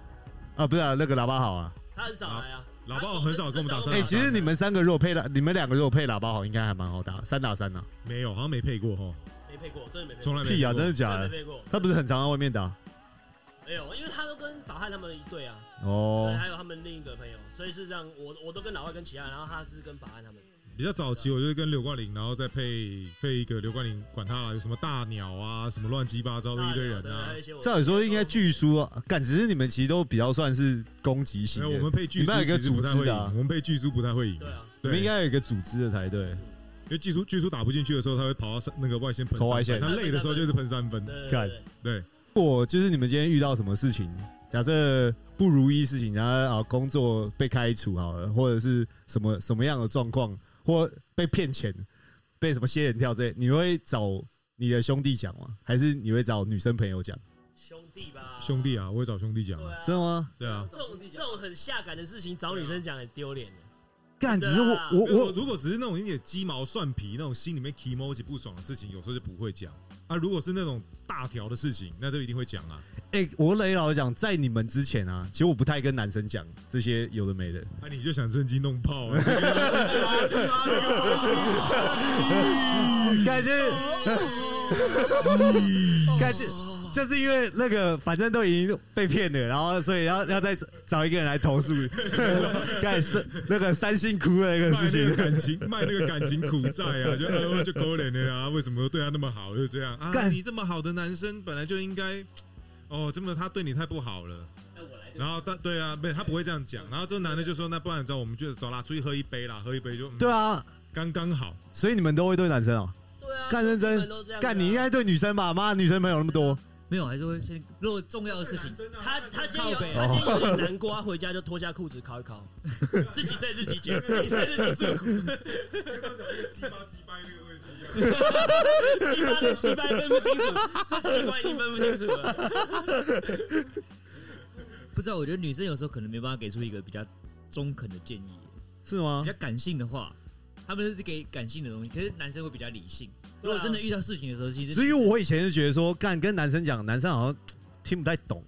[SPEAKER 1] 啊，不是啊，那个喇叭好啊。
[SPEAKER 2] 他很少来啊，
[SPEAKER 3] 老爸很少跟我们打啊三
[SPEAKER 1] 哎、
[SPEAKER 3] 打
[SPEAKER 1] 其
[SPEAKER 3] 三，
[SPEAKER 1] 实你们三个如果配喇，你们两个如果配喇叭好，应该还蛮好打，三打三呢、啊
[SPEAKER 3] 没有，好像没配过吼，
[SPEAKER 2] 没配过，真的没配
[SPEAKER 3] 从
[SPEAKER 2] 过，
[SPEAKER 3] 来没
[SPEAKER 1] 屁啊，
[SPEAKER 3] 配过
[SPEAKER 1] 真的假
[SPEAKER 2] 没
[SPEAKER 1] 的？
[SPEAKER 2] 配过，
[SPEAKER 1] 他不是很常在外面打
[SPEAKER 2] 没有，因为他都跟法汉他们一队啊，
[SPEAKER 1] 哦
[SPEAKER 2] 对，。还有他们另一个朋友，所以是这样，我我都跟老外跟其他人，然后他是跟法汉他们。
[SPEAKER 3] 比较早期，我就是跟刘冠霖，然后再配配一个刘冠霖，管他啦，有什么大鸟啊，什么乱七八糟的一堆人啊，
[SPEAKER 1] 照理说应该巨输啊，干，只是你们其实都比较算是攻击型
[SPEAKER 3] 没
[SPEAKER 1] 的，
[SPEAKER 3] 有，我们配巨
[SPEAKER 1] 你
[SPEAKER 3] 叔
[SPEAKER 1] 们有一个
[SPEAKER 3] 其实不太
[SPEAKER 1] 组织
[SPEAKER 3] 会赢
[SPEAKER 1] 的啊，
[SPEAKER 3] 我们配巨叔不太会赢
[SPEAKER 2] 对，啊，
[SPEAKER 1] 你
[SPEAKER 3] 对，
[SPEAKER 1] 们应该有一个组织的才对。
[SPEAKER 3] 因为巨叔巨叔打不进去的时候，他会跑到三那个外线喷
[SPEAKER 1] 投外线
[SPEAKER 3] 三分他累的时候就是喷三分，
[SPEAKER 2] 对
[SPEAKER 1] 干
[SPEAKER 2] 对
[SPEAKER 3] 对，
[SPEAKER 1] 如果就是你们今天遇到什么事情，假设不如意事情，然后啊工作被开除好了，或者是什么什么样的状况，或被骗钱，被什么仙人跳之类，你会找你的兄弟讲吗？还是你会找女生朋友讲？
[SPEAKER 2] 兄弟吧，
[SPEAKER 3] 兄弟啊，我会找兄弟讲
[SPEAKER 2] 对
[SPEAKER 3] 啊，
[SPEAKER 2] 啊，
[SPEAKER 1] 真的吗？
[SPEAKER 3] 对啊，
[SPEAKER 2] 这种这种很下感的事情找女生讲很丢 脸的，
[SPEAKER 1] 干，只
[SPEAKER 2] 真
[SPEAKER 1] 是
[SPEAKER 2] 的
[SPEAKER 1] 我
[SPEAKER 2] 啊
[SPEAKER 1] 我
[SPEAKER 3] 如果
[SPEAKER 1] 我
[SPEAKER 3] 如果只是那种有点鸡毛蒜皮那种心里面 e m o j 不爽的事情，有时候就不会讲啊。如果是那种大条的事情，那就一定会讲啊。
[SPEAKER 1] 哎、我雷老实讲，在你们之前啊，其实我不太跟男生讲这些有的没的。
[SPEAKER 3] 那、哎你就想趁机弄炮、 啊，
[SPEAKER 1] 感觉，哦 感觉就是因为那个，反正都已经被骗了，然后所以要要再找找一个人来投诉， 干是那个三星哭的那个
[SPEAKER 3] 卖
[SPEAKER 1] 事
[SPEAKER 3] 那
[SPEAKER 1] 情。
[SPEAKER 3] 个感情，卖那个感情苦债啊，就呃就勾脸的啊，为什么对他那么好，就这样啊？
[SPEAKER 1] 干
[SPEAKER 3] 你这么好的男生，本来就应该。哦，这么他对你太不好了，
[SPEAKER 2] 那我来
[SPEAKER 3] 然后但对啊，没他不会这样讲，然后这男的就说，那不然走，我们就走啦，出去喝一杯啦，喝一杯就嗯
[SPEAKER 1] 对啊，
[SPEAKER 3] 刚刚好，
[SPEAKER 1] 所以你们都会对男生哦、
[SPEAKER 2] 对啊，
[SPEAKER 1] 干认真
[SPEAKER 2] 兄弟们都这样子啊
[SPEAKER 1] 干你应该对女生吧？妈，女生朋友那么多，
[SPEAKER 4] 没有，还是会先。如果重要的事情，
[SPEAKER 3] 啊
[SPEAKER 2] 他他今天
[SPEAKER 4] 靠
[SPEAKER 2] 有
[SPEAKER 4] 北哦
[SPEAKER 2] 他今天有点南瓜，回家就脱下裤子烤一烤， 自己对自己讲，自己对自己诉苦，
[SPEAKER 3] 跟他讲那个鸡巴鸡掰那个会是一样。
[SPEAKER 2] 鸡巴跟鸡巴分不清楚，这奇怪已经分不清楚了。
[SPEAKER 4] 不知道，我觉得女生有时候可能没办法给出一个比较中肯的建议，
[SPEAKER 1] 是吗
[SPEAKER 4] 比？较感性的话，他们是给感性的东西，可是男生会比较理性。如
[SPEAKER 2] 对啊
[SPEAKER 4] 果真的遇到事情的时候，其实
[SPEAKER 1] 至于我以前是觉得说，干跟男生讲，男生好像嘖听不太懂，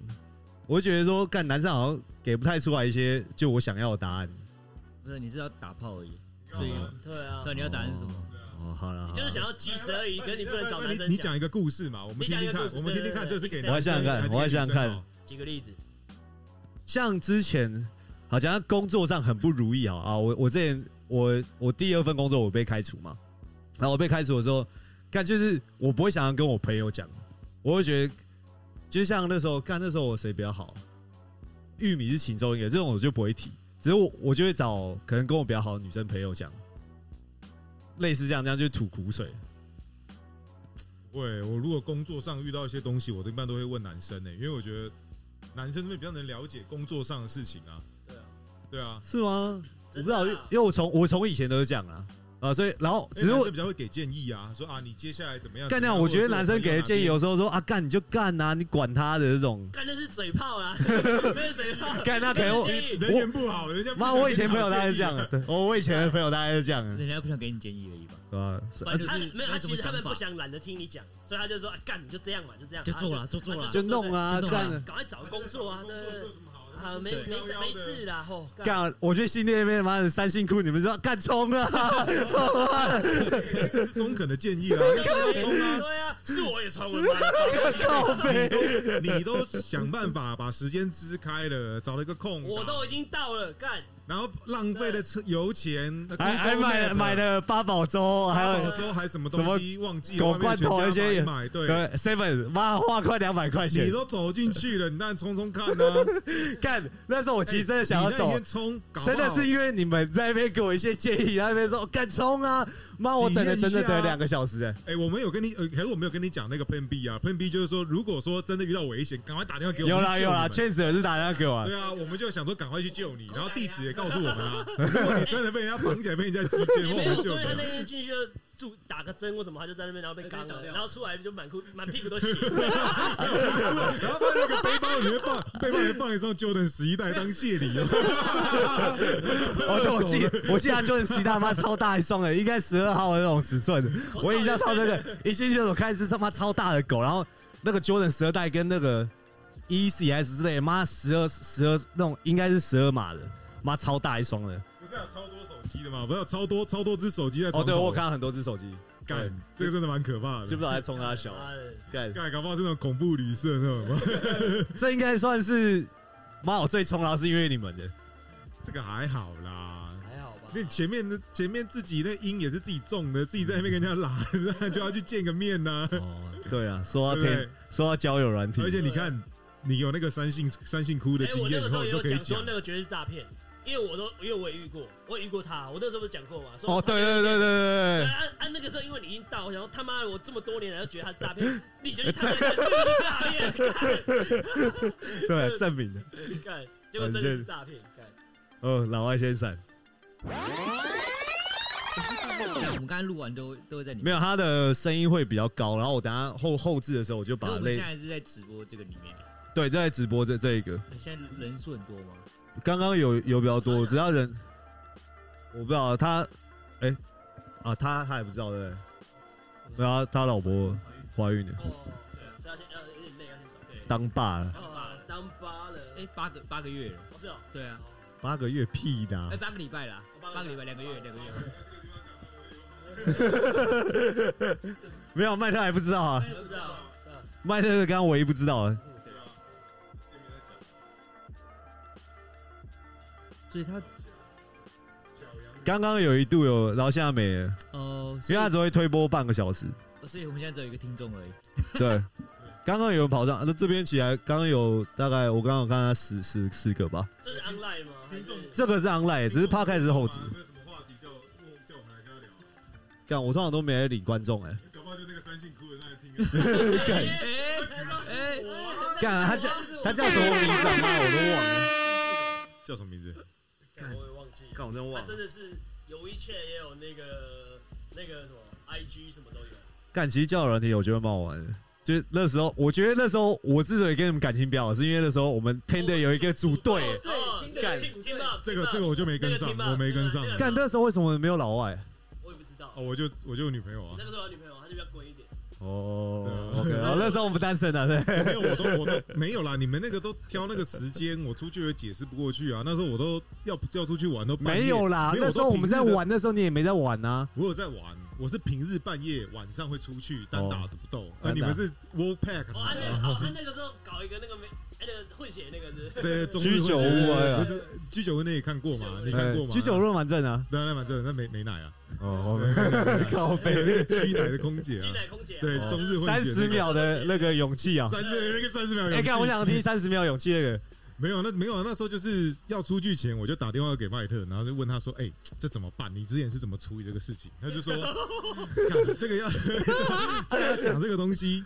[SPEAKER 1] 我就觉得说，干男生好像给不太出来一些就我想要的答案。
[SPEAKER 4] 不是你是要打炮而已，所以
[SPEAKER 1] 哦
[SPEAKER 2] 对啊
[SPEAKER 4] 所以，你要答案是什么？
[SPEAKER 1] 哦，好了，
[SPEAKER 2] 你就是想要及时而已，可是你不能找男生
[SPEAKER 3] 你讲一个故事嘛，我们听
[SPEAKER 2] 你
[SPEAKER 3] 听看
[SPEAKER 2] 讲一个故，事
[SPEAKER 3] 我们听听看，这
[SPEAKER 2] 对
[SPEAKER 3] 是给
[SPEAKER 2] 对对
[SPEAKER 3] 男生
[SPEAKER 1] 我还想
[SPEAKER 3] 哦
[SPEAKER 1] 想看我还想想看，
[SPEAKER 2] 举个例子，
[SPEAKER 1] 像之前，好讲到工作上很不如意啊啊！我我之前我我第二份工作我被开除嘛，然后我被开除的时候，看就是我不会想要跟我朋友讲，我会觉得就像那时候看那时候我谁比较好，玉米是其中一个，这种我就不会提，只是我我就会找可能跟我比较好的女生朋友讲，类似这样这样就吐苦水，
[SPEAKER 3] 喂，我如果工作上遇到一些东西，我一般都会问男生呢、欸因为我觉得男生这边比较能了解工作上的事情啊。
[SPEAKER 2] 对啊，
[SPEAKER 3] 对啊，
[SPEAKER 1] 是吗？我不
[SPEAKER 2] 真
[SPEAKER 1] 知
[SPEAKER 2] 的啊
[SPEAKER 1] 道，因为我从我从以前都是这样啊啊，所以然后只
[SPEAKER 3] 只
[SPEAKER 1] 是我
[SPEAKER 3] 是比较会给建议啊，说啊，你接下来怎么样？
[SPEAKER 1] 干
[SPEAKER 3] 怎
[SPEAKER 1] 掉，
[SPEAKER 3] 么样
[SPEAKER 1] 我觉得男生给的建议，
[SPEAKER 3] 或
[SPEAKER 1] 有
[SPEAKER 3] 者
[SPEAKER 1] 时候说啊干你就干啊，你管他的这种。
[SPEAKER 2] 干那是嘴炮 啦，那是嘴炮。
[SPEAKER 1] 干那可能我
[SPEAKER 2] 建议
[SPEAKER 3] 是朋友哪边人缘不好，人家 不
[SPEAKER 1] 妈，
[SPEAKER 3] 想
[SPEAKER 1] 我以前朋
[SPEAKER 3] 给你好
[SPEAKER 1] 友大概是
[SPEAKER 3] 建议
[SPEAKER 1] 这 样的，对，我我以前的朋友大概是这样的，
[SPEAKER 4] 人家不想给你建议而已吧？
[SPEAKER 1] 对吧？是
[SPEAKER 4] 反正
[SPEAKER 2] 他
[SPEAKER 4] 就是
[SPEAKER 2] 没有，他
[SPEAKER 4] 没什
[SPEAKER 2] 其
[SPEAKER 4] 么
[SPEAKER 2] 实他
[SPEAKER 4] 想
[SPEAKER 2] 们不
[SPEAKER 4] 法，
[SPEAKER 2] 想懒得听你讲，所以他就说啊，干你就这样嘛，就这样，
[SPEAKER 4] 就
[SPEAKER 2] 啊
[SPEAKER 4] 做啦，做做
[SPEAKER 2] 啊
[SPEAKER 4] 啦。
[SPEAKER 1] 就弄啊，
[SPEAKER 4] 就弄啊
[SPEAKER 1] 干
[SPEAKER 2] 赶快找工作啊，对对对，啊
[SPEAKER 3] 啊，
[SPEAKER 2] 没没
[SPEAKER 3] 对
[SPEAKER 2] 没事啦，吼，干
[SPEAKER 1] 干，我去新店那边，妈的三星窟，你们知道干冲啊，
[SPEAKER 3] 这是中肯的建 议啊。
[SPEAKER 2] 冲啊，对啊，是我也冲了嘛，
[SPEAKER 1] 靠背，
[SPEAKER 3] 你都想办法把时间支开了，找了一个空档，
[SPEAKER 2] 我都已经到了，干
[SPEAKER 3] 然后浪费了车油钱，
[SPEAKER 1] 还还买了买了八宝粥，还
[SPEAKER 3] 澳
[SPEAKER 1] 有
[SPEAKER 3] 洲还什么东西忘记了，
[SPEAKER 1] 狗
[SPEAKER 3] 外面
[SPEAKER 1] 罐头
[SPEAKER 3] 全家
[SPEAKER 1] 那些
[SPEAKER 3] 买一买对，
[SPEAKER 1] 对 seven，妈花快两百块
[SPEAKER 3] 你
[SPEAKER 1] 钱，
[SPEAKER 3] 都走进去了，你当然冲 冲看啊！
[SPEAKER 1] 干，那时候我其实真的想要
[SPEAKER 3] 你那
[SPEAKER 1] 走
[SPEAKER 3] 天，冲，搞不好
[SPEAKER 1] 真的是因为你们在那边给我一些建议，在那边说干冲啊，妈，我等了真的等了两个小时，哎，
[SPEAKER 3] 哎、我们有跟你，呃，可是我没有跟你讲那个 Plan B 啊，Plan B 就是说，如果说真的遇到危险，赶快打电话给我们。
[SPEAKER 1] 有
[SPEAKER 3] 去
[SPEAKER 1] 啦
[SPEAKER 3] 救
[SPEAKER 1] 有啦，
[SPEAKER 3] 你们
[SPEAKER 1] 确实有是打电话给我啊，
[SPEAKER 3] 对啊，我们就想说赶快去救 你，然后地址也告诉我们啊。如果你真的被人家绑起来，被人家击剑，
[SPEAKER 2] 也
[SPEAKER 3] 或
[SPEAKER 2] 没
[SPEAKER 3] 我
[SPEAKER 2] 有，
[SPEAKER 3] 们救
[SPEAKER 2] 所以他
[SPEAKER 3] 你
[SPEAKER 2] 那
[SPEAKER 3] 啊。
[SPEAKER 2] 天进去就住打个针或什么，他就在那边然后被刚
[SPEAKER 8] 被打
[SPEAKER 2] 了，
[SPEAKER 8] 掉
[SPEAKER 2] 然后出来就满裤满屁股都血，
[SPEAKER 3] 然后把那个背包里面 放，背包里面放一双 Jordan 十一代当谢礼。
[SPEAKER 1] 哦， 对，我记得我记得他就是西大妈超大一双的，应该十二号的那种尺寸的，我印象超深的。一进去的时候看一只他妈超大的狗，然后那个 Jordan 十二代跟那个 E C S 之类的，妈十二十二那种应该是十二码的，妈超大一双的。
[SPEAKER 3] 不是有超多手机的嘛？不是有超多超多只手机在
[SPEAKER 1] 哦，
[SPEAKER 3] 床头
[SPEAKER 1] 对我有看到很多只手机，
[SPEAKER 3] 干，这个真的蛮可怕的。
[SPEAKER 1] 就不知道在冲他小，
[SPEAKER 2] 妈的
[SPEAKER 1] 干，
[SPEAKER 3] 干，搞不好是那种恐怖旅社那种。
[SPEAKER 1] 这应该算是妈我最冲，然后是因为你们的，
[SPEAKER 3] 这个还好啦。
[SPEAKER 2] 还好吧？
[SPEAKER 3] 那前面的前面自己那音也是自己种的，自己在那边跟人家拉，那就要去见个面呐、
[SPEAKER 1] 哦，对啊，说到
[SPEAKER 3] 对不
[SPEAKER 1] 天
[SPEAKER 3] 对，？
[SPEAKER 1] 说到交友软体，
[SPEAKER 3] 而且你看，你有那个三性三性窟的
[SPEAKER 2] 哎，
[SPEAKER 3] 经
[SPEAKER 2] 我那
[SPEAKER 3] 验
[SPEAKER 2] 个
[SPEAKER 3] 以
[SPEAKER 2] 时
[SPEAKER 3] 后，
[SPEAKER 2] 候
[SPEAKER 3] 你
[SPEAKER 2] 也
[SPEAKER 3] 就
[SPEAKER 2] 有
[SPEAKER 3] 可以
[SPEAKER 2] 讲说
[SPEAKER 3] 讲
[SPEAKER 2] 那。个绝对是诈骗，因为我都因为我也遇过，我也遇过他，我那时候不是讲过嘛？说
[SPEAKER 1] 哦，
[SPEAKER 2] 他
[SPEAKER 1] 对对对对对对
[SPEAKER 2] 啊啊！那个时候因为你已经到，我想说他妈的，我这么多年来都觉得他是诈骗，你觉得他是诈骗？
[SPEAKER 1] 对， 对证明的。
[SPEAKER 2] 干干，结果真的是诈骗，干。
[SPEAKER 1] 哦，老外先闪，
[SPEAKER 4] 我们刚才录完都都会在里
[SPEAKER 1] 没
[SPEAKER 4] 面，
[SPEAKER 1] 有他的声音会比较高，然后我等下后后置的时候我就
[SPEAKER 4] 可是
[SPEAKER 1] 把
[SPEAKER 4] 我们
[SPEAKER 1] 类
[SPEAKER 4] 现在是在直播这个里面，
[SPEAKER 1] 对在直播这这一个，
[SPEAKER 4] 现在人数很多吗？
[SPEAKER 1] 刚刚有有比较
[SPEAKER 4] 啊
[SPEAKER 1] 多，只要人我不知道他，哎、啊他他也不知道对不对，
[SPEAKER 4] 嗯
[SPEAKER 1] 对啊他老婆怀孕了，
[SPEAKER 2] 哦，对，所以要先要有点累，要先走。对，
[SPEAKER 1] 当爸了，
[SPEAKER 2] 当爸当爸了，
[SPEAKER 4] 哎，八个八个月了，
[SPEAKER 2] 不是哦，
[SPEAKER 4] 对啊，
[SPEAKER 1] 八个月屁的啊、
[SPEAKER 4] 哎，八个礼拜啦，八个礼拜，哦两个月，两个月。
[SPEAKER 1] 没有麦特还不知道啊，
[SPEAKER 4] 哎
[SPEAKER 2] 不知道。
[SPEAKER 1] 麦特刚刚唯一不知道啊，
[SPEAKER 4] 嗯所以他
[SPEAKER 1] 刚刚有一度有，然后现在没了，
[SPEAKER 4] 哦，所
[SPEAKER 1] 因为他
[SPEAKER 4] 以
[SPEAKER 1] 只会推播半个小时，
[SPEAKER 4] 所以我们现在只有一个听众而已。
[SPEAKER 1] 对。刚刚有人跑上，那这边起来，刚刚有大概我刚刚有看他十十四个吧，
[SPEAKER 2] 这是 online 吗？还是
[SPEAKER 1] 这个是 online，只是 podcast 是后置。
[SPEAKER 3] 啊有没有什么话题叫叫我们来跟他聊啊？
[SPEAKER 1] 干，我通常都没来理观众哎、
[SPEAKER 3] 搞不好就那个三性窟的在听 啊。
[SPEAKER 4] 哎哎，
[SPEAKER 1] 干，他叫他叫什么名字啊？妈，我都忘了。
[SPEAKER 3] 叫什么名字？
[SPEAKER 2] 干我也忘记了。
[SPEAKER 1] 干，我真
[SPEAKER 2] 他
[SPEAKER 1] 忘
[SPEAKER 2] 真
[SPEAKER 1] 了。
[SPEAKER 2] 的是有一切也有那个那个什么 IG 什么都有。
[SPEAKER 1] 干，其实交友软体我觉得蛮好玩的，就是那时候，我觉得那时候我之所以跟你们感情比较好，是因为那时候我们 Tender 有一个组队，
[SPEAKER 2] 哦
[SPEAKER 8] 对，
[SPEAKER 1] 干
[SPEAKER 2] 听听到
[SPEAKER 3] 这个这个我就没跟上，我没跟上。
[SPEAKER 1] 干那时候为什么没有老外？
[SPEAKER 2] 我也不知道
[SPEAKER 3] 哦，。我就我就有女朋友啊
[SPEAKER 2] 那，个时候有女朋友，她就比较贵一点。
[SPEAKER 1] 哦
[SPEAKER 3] 对啊
[SPEAKER 1] ，OK，哦那时候我们单身啊，对，
[SPEAKER 3] 没有我都我都没有啦。你们那个都挑那个时间，我出去也解释不过去啊。那时候我都要要出去玩都半夜
[SPEAKER 1] 没有啦，
[SPEAKER 3] 没有
[SPEAKER 1] 那时候我们在，
[SPEAKER 3] 都平日的
[SPEAKER 1] 玩的时候你也没在玩啊，
[SPEAKER 3] 我有在玩，我是平日半夜晚上会出去单打独斗，
[SPEAKER 1] 单打
[SPEAKER 3] 而你们是 World Pack，
[SPEAKER 2] 哦，啊那个哦，他那个时候搞一个那个没，哎，那个混血那个是。
[SPEAKER 3] 对，总是
[SPEAKER 1] 居酒屋啊
[SPEAKER 3] 不是居酒屋那也看过嘛？你
[SPEAKER 2] 你
[SPEAKER 3] 看过吗？
[SPEAKER 1] 居酒屋论蛮正啊，
[SPEAKER 3] 对啊，那蛮正的，那没没奶啊，
[SPEAKER 1] 哦
[SPEAKER 3] 对没奶啊
[SPEAKER 1] 靠 背
[SPEAKER 3] 那个居奶的空姐
[SPEAKER 2] 鸡
[SPEAKER 3] 啊，
[SPEAKER 2] 奶空姐啊。
[SPEAKER 3] 对
[SPEAKER 2] 哦
[SPEAKER 3] 中日混血
[SPEAKER 1] 三十秒的那个勇气 啊，
[SPEAKER 3] 三十秒那个三十秒勇气，
[SPEAKER 1] 哎，干，我想听三十秒勇气那个，
[SPEAKER 3] 没有，那没有，那时候就是要出去前，我就打电话给麦特，然后就问他说：“哎、这怎么办？你之前是怎么处理这个事情？”他就说：“干这个要这个要讲这个东西，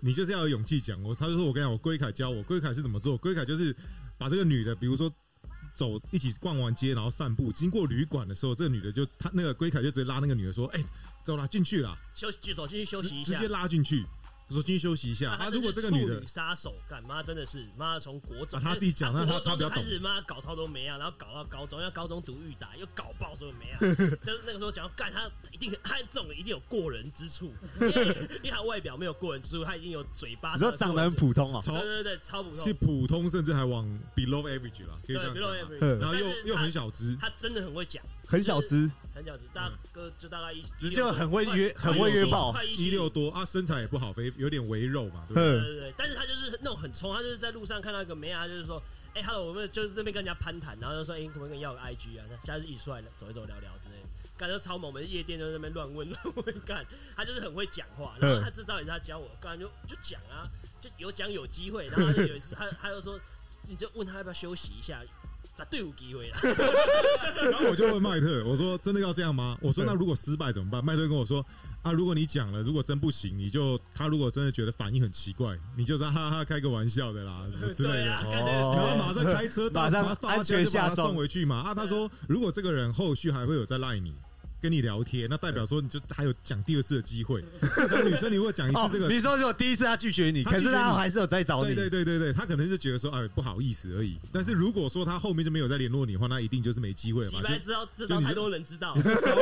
[SPEAKER 3] 你就是要有勇气讲。”我他就说：“我跟你讲，我龟凯教我，龟凯是怎么做？龟凯就是把这个女的，比如说。”走一起逛完街，然后散步，经过旅馆的时候，这个女的就她那个龟凯就直接拉那个女的说：“哎、走啦，进去啦，
[SPEAKER 2] 休息，走进去休
[SPEAKER 3] 直
[SPEAKER 2] 息一
[SPEAKER 3] 直
[SPEAKER 2] 下。
[SPEAKER 3] 接拉进去。”他说：“进去休息一下。
[SPEAKER 2] 啊
[SPEAKER 3] 啊
[SPEAKER 2] 他
[SPEAKER 3] 如果这
[SPEAKER 2] 真
[SPEAKER 3] 个
[SPEAKER 2] 是
[SPEAKER 3] 女
[SPEAKER 2] 处
[SPEAKER 3] 的
[SPEAKER 2] 女杀手，干妈真的是妈从国中
[SPEAKER 3] 啊他自己讲那他
[SPEAKER 2] 国中
[SPEAKER 3] 他比较
[SPEAKER 2] 就
[SPEAKER 3] 懂
[SPEAKER 2] 开始妈搞超多梅啊，然后搞到高中，要高中读育大，又搞爆所有梅啊， 就是那个时候讲要干他一定他这种人一定有过人之 处，因为因为他外表没有过人之处，他已经有嘴巴
[SPEAKER 1] 你说
[SPEAKER 2] 上的过人之处，
[SPEAKER 1] 长得很普通哦，
[SPEAKER 3] 超
[SPEAKER 2] 对对对，超普通，
[SPEAKER 3] 是普通，甚至还往 below average 啦，可
[SPEAKER 2] 对
[SPEAKER 3] 以这样
[SPEAKER 2] ，below
[SPEAKER 3] 讲吗。
[SPEAKER 2] average，
[SPEAKER 3] 然
[SPEAKER 1] 嗯
[SPEAKER 3] 后又
[SPEAKER 2] 但是他
[SPEAKER 3] 又很小只，
[SPEAKER 2] 他真的很会讲，
[SPEAKER 1] 很小只，
[SPEAKER 2] 很小只，大哥就大概一，
[SPEAKER 1] 只就很会约，
[SPEAKER 2] 快
[SPEAKER 1] 很会约炮，
[SPEAKER 2] 快
[SPEAKER 3] 一
[SPEAKER 2] 一
[SPEAKER 3] 六
[SPEAKER 2] 六。
[SPEAKER 3] 多啊，身材也不好，肥有点微肉嘛，对不对？
[SPEAKER 2] 对
[SPEAKER 1] 嗯，
[SPEAKER 2] 对对，但是他就是那种很冲，他就是在路上看到一个妹啊，他就是说，哎、h e l l o 我们就是这边跟人家攀谈，然后就说，哎、你可不可以跟
[SPEAKER 3] 嗯
[SPEAKER 2] 要个 IG 啊？下次一起出来走一走聊聊之类的。干就超猛，我们夜店就在那边乱问乱问干，他就是很会讲话，然后
[SPEAKER 3] 嗯
[SPEAKER 2] 他这招也是他教我，干就就讲啊，就有讲有机会，然后他就有一次他他就说，你就问他要不要休息一下，咋队伍机会啊啦？
[SPEAKER 3] 然后我就问麦特，我说真的要这样吗？我说那如果失败怎么办？麦特跟我说啊，如果你讲了，如果真不行，你就他如果真的觉得反应很奇怪，你就在哈哈开个玩笑的啦，什么 之类
[SPEAKER 2] 对
[SPEAKER 3] 的
[SPEAKER 2] 啊，。干那个
[SPEAKER 1] 哦
[SPEAKER 3] 然后马上开车到，
[SPEAKER 1] 马上
[SPEAKER 3] 到到
[SPEAKER 1] 安全
[SPEAKER 3] 家就把
[SPEAKER 1] 下
[SPEAKER 3] 他
[SPEAKER 1] 装
[SPEAKER 3] 送回去嘛。啊，他说如果这个人后续还会有再赖你。跟你聊天，那代表说你就还有讲第二次的机会。这种女生，你如果讲一
[SPEAKER 1] 哦
[SPEAKER 3] 次这个，
[SPEAKER 1] 你说如果第一次他拒绝你，
[SPEAKER 3] 他
[SPEAKER 1] 可
[SPEAKER 3] 拒绝
[SPEAKER 1] 是
[SPEAKER 3] 你
[SPEAKER 1] 他还是有在找你，
[SPEAKER 3] 对对对对对，他可能就觉得说，哎，不好意思而已。但是如果说他后面就没有再联络你的话，那一定就是没机会
[SPEAKER 2] 洗
[SPEAKER 3] 嘛。
[SPEAKER 2] 白
[SPEAKER 3] 就
[SPEAKER 2] 知道这
[SPEAKER 3] 就
[SPEAKER 2] 招
[SPEAKER 3] 你
[SPEAKER 2] 太多人知道，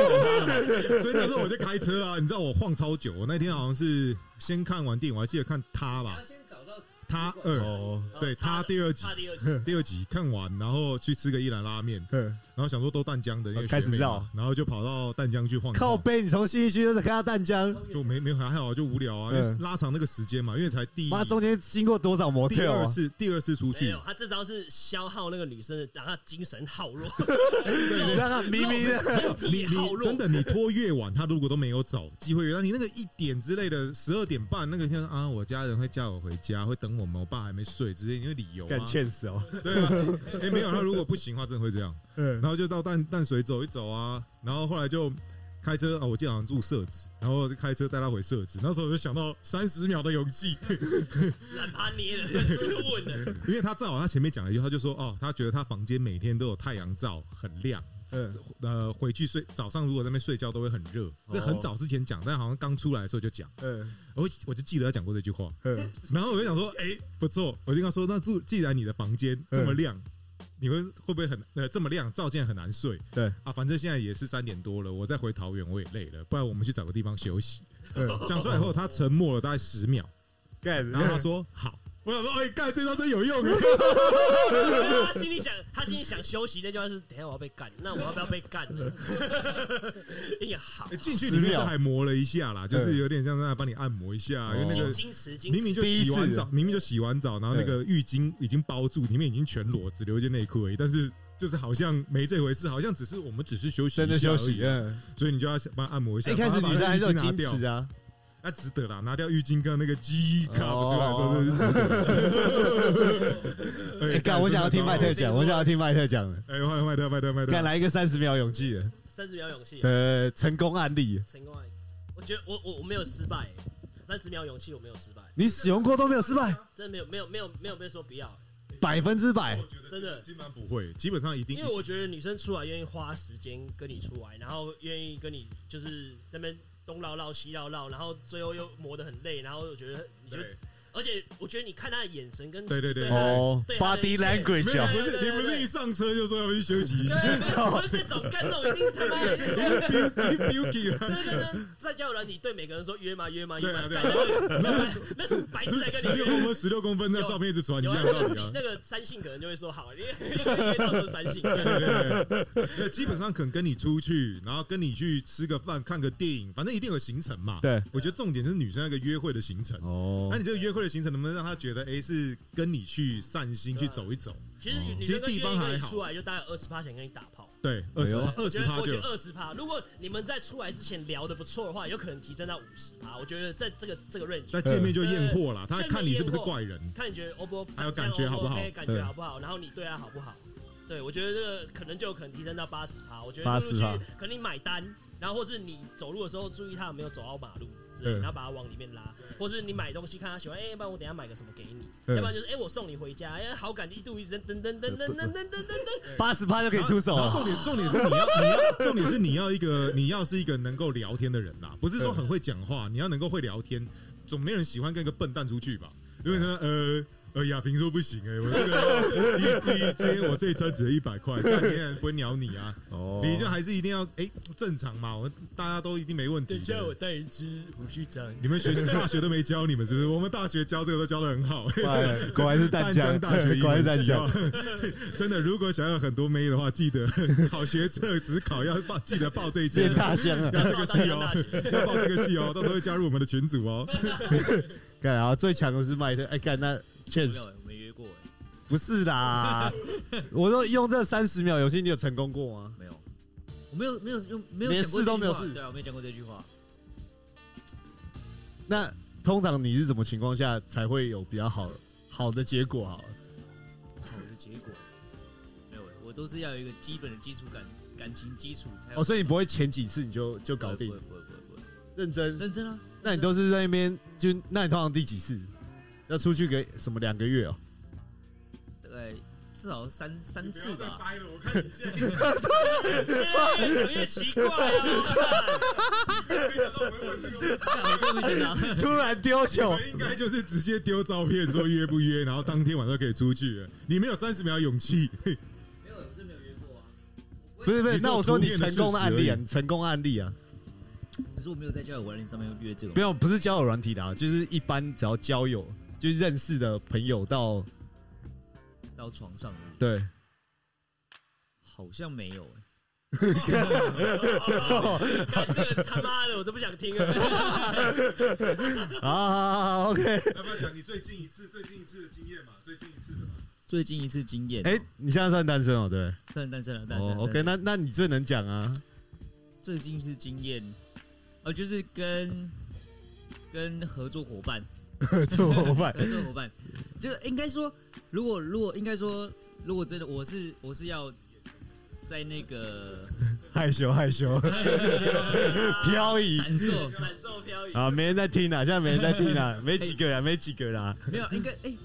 [SPEAKER 3] 所以那时候我就开车啊，你知道我晃超久。我那天好像是先看完电影，我还记得看他
[SPEAKER 8] 你
[SPEAKER 3] 吧
[SPEAKER 8] 要，先找
[SPEAKER 4] 啊
[SPEAKER 8] 到
[SPEAKER 3] 他二，
[SPEAKER 1] 哦，
[SPEAKER 3] 对他第二集
[SPEAKER 2] 他，第二集。
[SPEAKER 3] 第二集看完，然后去吃个一兰拉面，
[SPEAKER 1] 嗯
[SPEAKER 3] 然后想说都淡江的，因为
[SPEAKER 1] 哦开始
[SPEAKER 3] 学妹嘛
[SPEAKER 1] 绕，
[SPEAKER 3] 然后就跑到淡江去晃一晃。
[SPEAKER 1] 靠背，你从新一区就是看到淡江，
[SPEAKER 3] 就没没还好，就无聊啊，因为
[SPEAKER 1] 嗯
[SPEAKER 3] 拉长那个时间嘛，因为才第
[SPEAKER 1] 妈中间经过多少模
[SPEAKER 3] 第
[SPEAKER 1] 特
[SPEAKER 3] 二
[SPEAKER 1] 啊？
[SPEAKER 3] 次第二次出
[SPEAKER 2] 没
[SPEAKER 3] 去
[SPEAKER 2] 有，，他这招是消耗那个女生的，让她精神耗 弱，
[SPEAKER 1] 你让他迷迷 的，
[SPEAKER 2] 身
[SPEAKER 3] 你
[SPEAKER 2] 体耗
[SPEAKER 3] 你
[SPEAKER 2] 弱
[SPEAKER 3] 真。的你拖越晚，他如果都没有走，机会越大。你那个一点之类的，十二点半那个天啊，我家人会叫我回家，会等我们，我爸还没睡之类，因为理由
[SPEAKER 1] 敢
[SPEAKER 3] 嘛。
[SPEAKER 1] 欠死哦，
[SPEAKER 3] 对啊，哎、没有，他如果不行的话，真的会这样。
[SPEAKER 1] 嗯
[SPEAKER 3] 然，后就到淡淡水走一走啊，然后后来就开车啊，我记得好像住社子，然后就开车带他回社子。那时候我就想到三十秒的勇气，
[SPEAKER 2] 懒趴捏 了，问了，
[SPEAKER 3] 因为他正好他前面讲了一句，他就说哦，他觉得他房间每天都有太阳照，很亮。
[SPEAKER 1] 嗯
[SPEAKER 3] 呃，回去睡，早上如果在那边睡觉都会很热。那很早之前讲，但好像刚出来的时候就讲，
[SPEAKER 1] 嗯
[SPEAKER 3] 我我就记得他讲过这句话。
[SPEAKER 1] 嗯，
[SPEAKER 3] 然后我就想说，哎、不错，我就跟他说，那住既然你的房间这么亮，你会会不会很呃这么亮，照见很难睡？
[SPEAKER 1] 对
[SPEAKER 3] 啊，反正现在也是三点多了，我再回桃园我也累了，不然我们去找个地方休息。
[SPEAKER 1] 嗯哦
[SPEAKER 3] 讲出来以后，他沉默了大概十秒，
[SPEAKER 1] 干，
[SPEAKER 3] 然后他说好。我想说，哎、干这招真有用啊！
[SPEAKER 2] 他心里想，他心里想休息，那句话是：等一下我要被干，那我要不要被干呢？ 哎呀，好，
[SPEAKER 3] 进去里面是还磨了一下啦，就是有点像在那帮你按摩一下，因为那
[SPEAKER 2] 金矜
[SPEAKER 3] 个
[SPEAKER 2] 持，矜持
[SPEAKER 3] 明明就洗
[SPEAKER 1] 第
[SPEAKER 3] 完
[SPEAKER 1] 一
[SPEAKER 3] 澡，
[SPEAKER 1] 次
[SPEAKER 3] 明明就洗完澡，然后那个浴巾已经包住，里面已经全裸，只留一件内裤而已。但是就是好像没这回事，好像只是我们只是休息，
[SPEAKER 1] 真的休息，，嗯，
[SPEAKER 3] 所以你就要帮他按摩一下。
[SPEAKER 1] 一开始女生还是有
[SPEAKER 3] 把那个浴
[SPEAKER 1] 矜
[SPEAKER 3] 巾拿
[SPEAKER 1] 持
[SPEAKER 3] 掉，
[SPEAKER 1] 啊，
[SPEAKER 3] 那值得啦，拿掉浴巾跟那个鸡卡不
[SPEAKER 1] 哦
[SPEAKER 3] 出来的时候，真的是值得
[SPEAKER 1] 哎，干，我想要听麦特讲，我想要听麦特讲的，
[SPEAKER 3] 哎，麦特麦特麦特麦
[SPEAKER 1] 干
[SPEAKER 3] 特，
[SPEAKER 1] 来一个三十秒勇气的，
[SPEAKER 2] 三十秒勇气，
[SPEAKER 1] 呃，成功案例，
[SPEAKER 2] 成功啊！我觉得我我我没有失败，三十秒勇气我没有失败，
[SPEAKER 1] 你使用过都没有失败，
[SPEAKER 2] 真的没有没有没有没有被说不要，
[SPEAKER 1] 百分之百，
[SPEAKER 2] 真的。
[SPEAKER 3] 基本上不会，基本上一定
[SPEAKER 2] 因为我觉得女生出来愿意花时间跟你出来，然后愿意跟你就是在那边东绕绕西绕绕，然后最后又磨得很累，然后我觉得你就，
[SPEAKER 3] 对
[SPEAKER 2] 而且我觉得你看他的眼神跟
[SPEAKER 3] 对对对
[SPEAKER 2] 他的
[SPEAKER 1] 哦
[SPEAKER 2] 对他的
[SPEAKER 1] ，body
[SPEAKER 2] 一切
[SPEAKER 1] language
[SPEAKER 3] 没有，
[SPEAKER 1] 啊
[SPEAKER 3] 不是你不是一上车就说要去休息一下，
[SPEAKER 2] 对，没有不是这种干这种一定他妈的，对
[SPEAKER 3] 你 Buki
[SPEAKER 2] 对
[SPEAKER 3] 了，
[SPEAKER 2] 对，在交友软体对每个人说约嘛约嘛约
[SPEAKER 3] 对
[SPEAKER 2] 嘛
[SPEAKER 3] 啊，对啊
[SPEAKER 2] 干那个那是白痴在
[SPEAKER 3] 十
[SPEAKER 2] 跟
[SPEAKER 3] 十
[SPEAKER 2] 你
[SPEAKER 3] 六
[SPEAKER 2] 约
[SPEAKER 3] 公。分十六公分那照片一直传一
[SPEAKER 2] 有啊
[SPEAKER 3] 样
[SPEAKER 2] 那
[SPEAKER 3] 道 理
[SPEAKER 2] 个
[SPEAKER 3] 啊。
[SPEAKER 2] 那个三性可能就会说好，因为因为到时候三性，
[SPEAKER 3] 哦
[SPEAKER 2] 对
[SPEAKER 3] 那基本上可能跟你出去，然后跟你去吃个饭、看个电影，反正一定有行程嘛。
[SPEAKER 1] 对，
[SPEAKER 3] 我觉得重点就是女生那个约会的行程。
[SPEAKER 1] 哦
[SPEAKER 3] 那你这个约会的行程能不能让她觉得，哎，是跟你去散心
[SPEAKER 2] 对
[SPEAKER 3] 去
[SPEAKER 2] 啊
[SPEAKER 3] 走一走？
[SPEAKER 2] 其实女
[SPEAKER 3] 其
[SPEAKER 2] 生
[SPEAKER 3] 实
[SPEAKER 2] 跟
[SPEAKER 3] 地
[SPEAKER 2] 约
[SPEAKER 3] 方
[SPEAKER 2] 一个
[SPEAKER 3] 还
[SPEAKER 2] 人
[SPEAKER 3] 好
[SPEAKER 2] 出来就大概二十趴想跟你打炮。
[SPEAKER 3] 对，二十
[SPEAKER 1] 哎呦
[SPEAKER 3] 二十趴
[SPEAKER 2] 我觉
[SPEAKER 3] 就
[SPEAKER 2] 得二十趴。如果你们在出来之前聊得不错的话，有可能提升到五十趴。我觉得在这个这个 range，
[SPEAKER 3] 那见面就验货了，
[SPEAKER 2] 对
[SPEAKER 3] 她看你是不是怪人。
[SPEAKER 2] 看你觉得 O 不 O，
[SPEAKER 3] 还有感觉好不好
[SPEAKER 2] 这样 OK，感觉好不好？然后你对他好不好？对，我觉得这个可能就有可能提升到八十趴。我觉得陆陆续
[SPEAKER 1] 80%
[SPEAKER 2] 可能你买单，然后或是你走路的时候注意他有没有走到马路之类的，
[SPEAKER 3] 嗯
[SPEAKER 2] 然后把他往里面拉，或是你买东西看他喜欢，哎，要不然我等一下买个什么给你，
[SPEAKER 3] 嗯
[SPEAKER 2] 要不然就是哎我送你回家，哎好感一度一直噔噔噔噔噔噔噔噔噔，
[SPEAKER 1] 八十趴就可以出手
[SPEAKER 3] 然后
[SPEAKER 1] 啊，
[SPEAKER 3] 重点重点是你要你要重点是你要一个你要是一个能够聊天的人啦，不是说很会讲话，你要能够会聊天，总没有人喜欢跟一个笨蛋出去吧？因为呢，呃。呃，亚萍说不行哎、我这个一一今天我这一车只了一百块，但你也不会鸟你啊，
[SPEAKER 1] 哦
[SPEAKER 3] 你就还是一定要哎、正常嘛，我大家都一定没问题的。
[SPEAKER 2] 带一只胡须章。
[SPEAKER 3] 你们学大学都没教你们是不是？我们大学教这个都教的很好、
[SPEAKER 1] 哎果然是淡江，
[SPEAKER 3] 大学英文系哦 哦
[SPEAKER 1] 果然是淡江，。
[SPEAKER 3] 真的，如果想要很多妹的话，记得考学测只考要报，记得报这一届
[SPEAKER 1] 变，大象 啊！
[SPEAKER 3] 要这个系哦，要报这个 系哦，到时候会加入我们的群组哦。
[SPEAKER 1] 干，然后最强的是麦特，哎干，那确
[SPEAKER 4] 没
[SPEAKER 1] 实
[SPEAKER 4] 有，我没约过欸，
[SPEAKER 1] 不是啦。我说用这三十秒游戏，你有成功过吗？
[SPEAKER 4] 没有，我没有没有用没有
[SPEAKER 1] 连
[SPEAKER 4] 讲过
[SPEAKER 1] 试都
[SPEAKER 4] 这句
[SPEAKER 1] 没有
[SPEAKER 4] 话
[SPEAKER 1] 试
[SPEAKER 4] 对啊，我没有讲过这句话。
[SPEAKER 1] 那通常你是什么情况下才会有比较好好的结果？好了，
[SPEAKER 4] 好的结果没有欸，我都是要有一个基本的基础感感情基础才有
[SPEAKER 1] 哦，所以你不会前几次你就就搞
[SPEAKER 4] 不
[SPEAKER 1] 定
[SPEAKER 4] 会，不会不会不会，
[SPEAKER 1] 认真？
[SPEAKER 4] 认真啊，
[SPEAKER 1] 那你都是在那边就，那你通常第几次？要出去个什么两个月哦？
[SPEAKER 4] 大概至少三三次 吧。
[SPEAKER 1] 啊
[SPEAKER 3] 掰了，我看你现在
[SPEAKER 2] 越讲越奇怪啊！
[SPEAKER 4] 干我真的没啊想 到
[SPEAKER 1] 突然丢球，
[SPEAKER 3] 应该就是直接丢照片说约不约，然后当天晚上可以 出去了。你没有三十秒勇气，
[SPEAKER 8] 没有，我是没有约过啊。
[SPEAKER 1] 不是不是，
[SPEAKER 3] 你是有
[SPEAKER 1] 那我说
[SPEAKER 3] 图
[SPEAKER 1] 你
[SPEAKER 3] 片的
[SPEAKER 1] 成功的案例
[SPEAKER 3] 事实
[SPEAKER 1] 啊，
[SPEAKER 3] 而已
[SPEAKER 1] 你成功案例啊，
[SPEAKER 4] 可是我没有在交友软件上面约这种
[SPEAKER 1] 没。有不是交友软体的、啊，就是一般只要交友，就是认识的朋友到
[SPEAKER 4] 到床上而已，
[SPEAKER 1] 对，
[SPEAKER 4] 好像没有、欸。
[SPEAKER 2] 看这个他妈的，我都不想听了。
[SPEAKER 1] 好好好好，OK，啊
[SPEAKER 3] 要不要讲你最近一次、最近一次的经验嘛？最近一次的嘛？
[SPEAKER 4] 最近一次经验、
[SPEAKER 1] 哎、
[SPEAKER 4] 哎、
[SPEAKER 1] 你现在算单身哦，对，
[SPEAKER 4] 算单身了，单身
[SPEAKER 1] 哦
[SPEAKER 4] 了。
[SPEAKER 1] ，OK，
[SPEAKER 4] 单身了
[SPEAKER 1] 那那你最能讲啊，
[SPEAKER 4] 最近一次经验，呃，就是跟跟合作 伙伴，
[SPEAKER 1] 这么伙伴
[SPEAKER 4] 合作伙伴，这个应该说，如果如果应该说，如果真的我是我是要在 那个
[SPEAKER 1] 害羞害 羞，漂移
[SPEAKER 4] 闪烁，
[SPEAKER 2] 闪烁飘移。
[SPEAKER 1] 啊，没人在听啦，现在没人在听 啦，没几个啦，没几个啦
[SPEAKER 4] 没有，应该哎、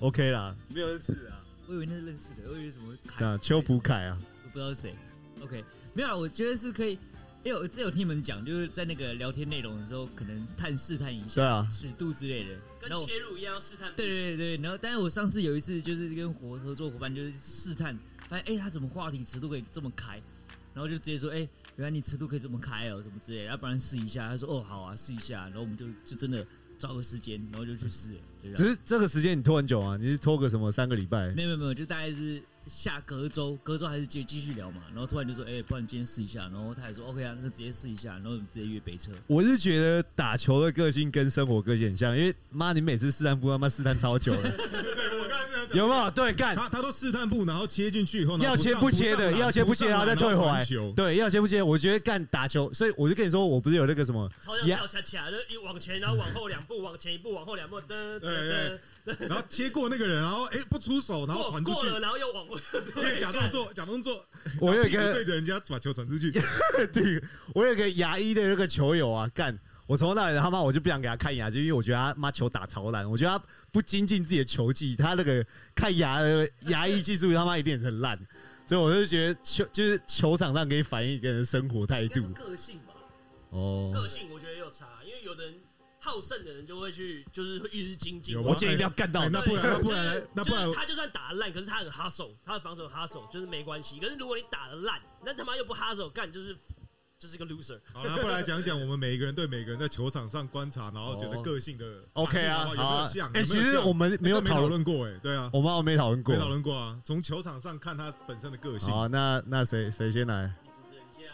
[SPEAKER 1] ，OK 啦，没有人是啊，
[SPEAKER 4] 我以为那是认识的，我以为什么
[SPEAKER 1] 这
[SPEAKER 4] 凯
[SPEAKER 1] 样，邱福凯啊，
[SPEAKER 4] 我不知道是谁。OK，没有啊，我觉得是可以，因为我只有听你们讲，就是在那个聊天内容的时候，可能探试探一
[SPEAKER 1] 对
[SPEAKER 4] 下
[SPEAKER 1] 啊，
[SPEAKER 4] 尺度之类的。
[SPEAKER 2] 跟
[SPEAKER 4] 然后我
[SPEAKER 2] 切入一样要试探。
[SPEAKER 4] 对对对对，然后但是我上次有一次就是跟合合作伙伴就是试探，发现哎、他怎么话题尺度可以这么开，然后就直接说哎、原来你尺度可以这么开哦什么之类的，要不然试一下。他说哦好啊试一下，然后我们就就真的找个时间，然后就去试了，就这
[SPEAKER 1] 只
[SPEAKER 4] 样。
[SPEAKER 1] 是这个时间你拖很久啊，你是拖个什么三个礼拜？
[SPEAKER 4] 没有没有没有，就大概是下隔周，隔周还是继继续聊嘛，然后突然就说哎、不然今天试一下，然后他也说 OK 啊，那直接试一下，然后我们直接约北车。
[SPEAKER 1] 我是觉得打球的个性跟生活个性很像，因为妈，你每次试探不他妈试探超久了，
[SPEAKER 3] 对，我刚才这样讲。
[SPEAKER 1] 有没有？对，干
[SPEAKER 3] 他他都试探步，然后切进去以后，然后
[SPEAKER 1] 要切
[SPEAKER 3] 上
[SPEAKER 1] 不切
[SPEAKER 3] 上
[SPEAKER 1] 的，
[SPEAKER 3] 篮
[SPEAKER 1] 要切不切，
[SPEAKER 3] 上
[SPEAKER 1] 然后
[SPEAKER 3] 篮
[SPEAKER 1] 再退回
[SPEAKER 3] 传
[SPEAKER 1] 来
[SPEAKER 3] 球。
[SPEAKER 1] 对，要切不切？我觉得干打球，所以我就跟你说，我不是有那个什么，
[SPEAKER 2] 超像跳恰恰，就一往前，然后往后两步，往前一步，往后两步，噔噔噔，
[SPEAKER 3] 然后切过那个人，然后哎、不出手，然后
[SPEAKER 2] 过
[SPEAKER 3] 传出
[SPEAKER 2] 过
[SPEAKER 3] 去，
[SPEAKER 2] 了，然后又往后，
[SPEAKER 3] 对，假动作，假动作，
[SPEAKER 1] 我有一
[SPEAKER 3] 然后
[SPEAKER 1] 个
[SPEAKER 3] 对着人家把球传出去，
[SPEAKER 1] 对，我有个牙医的那个球友啊，干，我从头到尾他妈我就不想给他看牙，就因为我觉得他妈球打超烂，我觉得他不精进自己的球技，他那个看牙的牙医技术他妈一定很烂，所以我就觉得球就是球场上可以反映一个人的生活态
[SPEAKER 8] 应该
[SPEAKER 1] 度
[SPEAKER 8] 是。个性吧，
[SPEAKER 1] 哦，
[SPEAKER 2] 个性我觉得也有差，因为有的人好胜的人就会去，就是会一日精进
[SPEAKER 3] 有。
[SPEAKER 1] 我建议一定要干到
[SPEAKER 3] 哎
[SPEAKER 1] 底
[SPEAKER 3] 那不然
[SPEAKER 2] 对
[SPEAKER 3] 那不
[SPEAKER 2] 就
[SPEAKER 3] 然
[SPEAKER 2] 是
[SPEAKER 3] 那不然
[SPEAKER 2] 就是他就算打得烂，可是他很哈手，他的防守很哈手，就是没关系。可是如果你打得烂，那他妈又不哈手，干就是就是个 loser。
[SPEAKER 3] 好了，不然来讲讲我们每一个人对每个人在球场上观察，然后觉得个性的
[SPEAKER 1] 哦 OK 啊，
[SPEAKER 3] 好不
[SPEAKER 1] 好
[SPEAKER 3] 好有没有
[SPEAKER 1] 啊
[SPEAKER 3] 像？
[SPEAKER 1] 哎，其实我
[SPEAKER 3] 们
[SPEAKER 1] 们没有
[SPEAKER 3] 讨
[SPEAKER 1] 讨论，
[SPEAKER 3] 论过，哎，对啊，
[SPEAKER 1] 我们好像没讨论过
[SPEAKER 3] 没。讨论过啊。从球场上看他本身的个性
[SPEAKER 1] 好，啊，那那谁谁先来？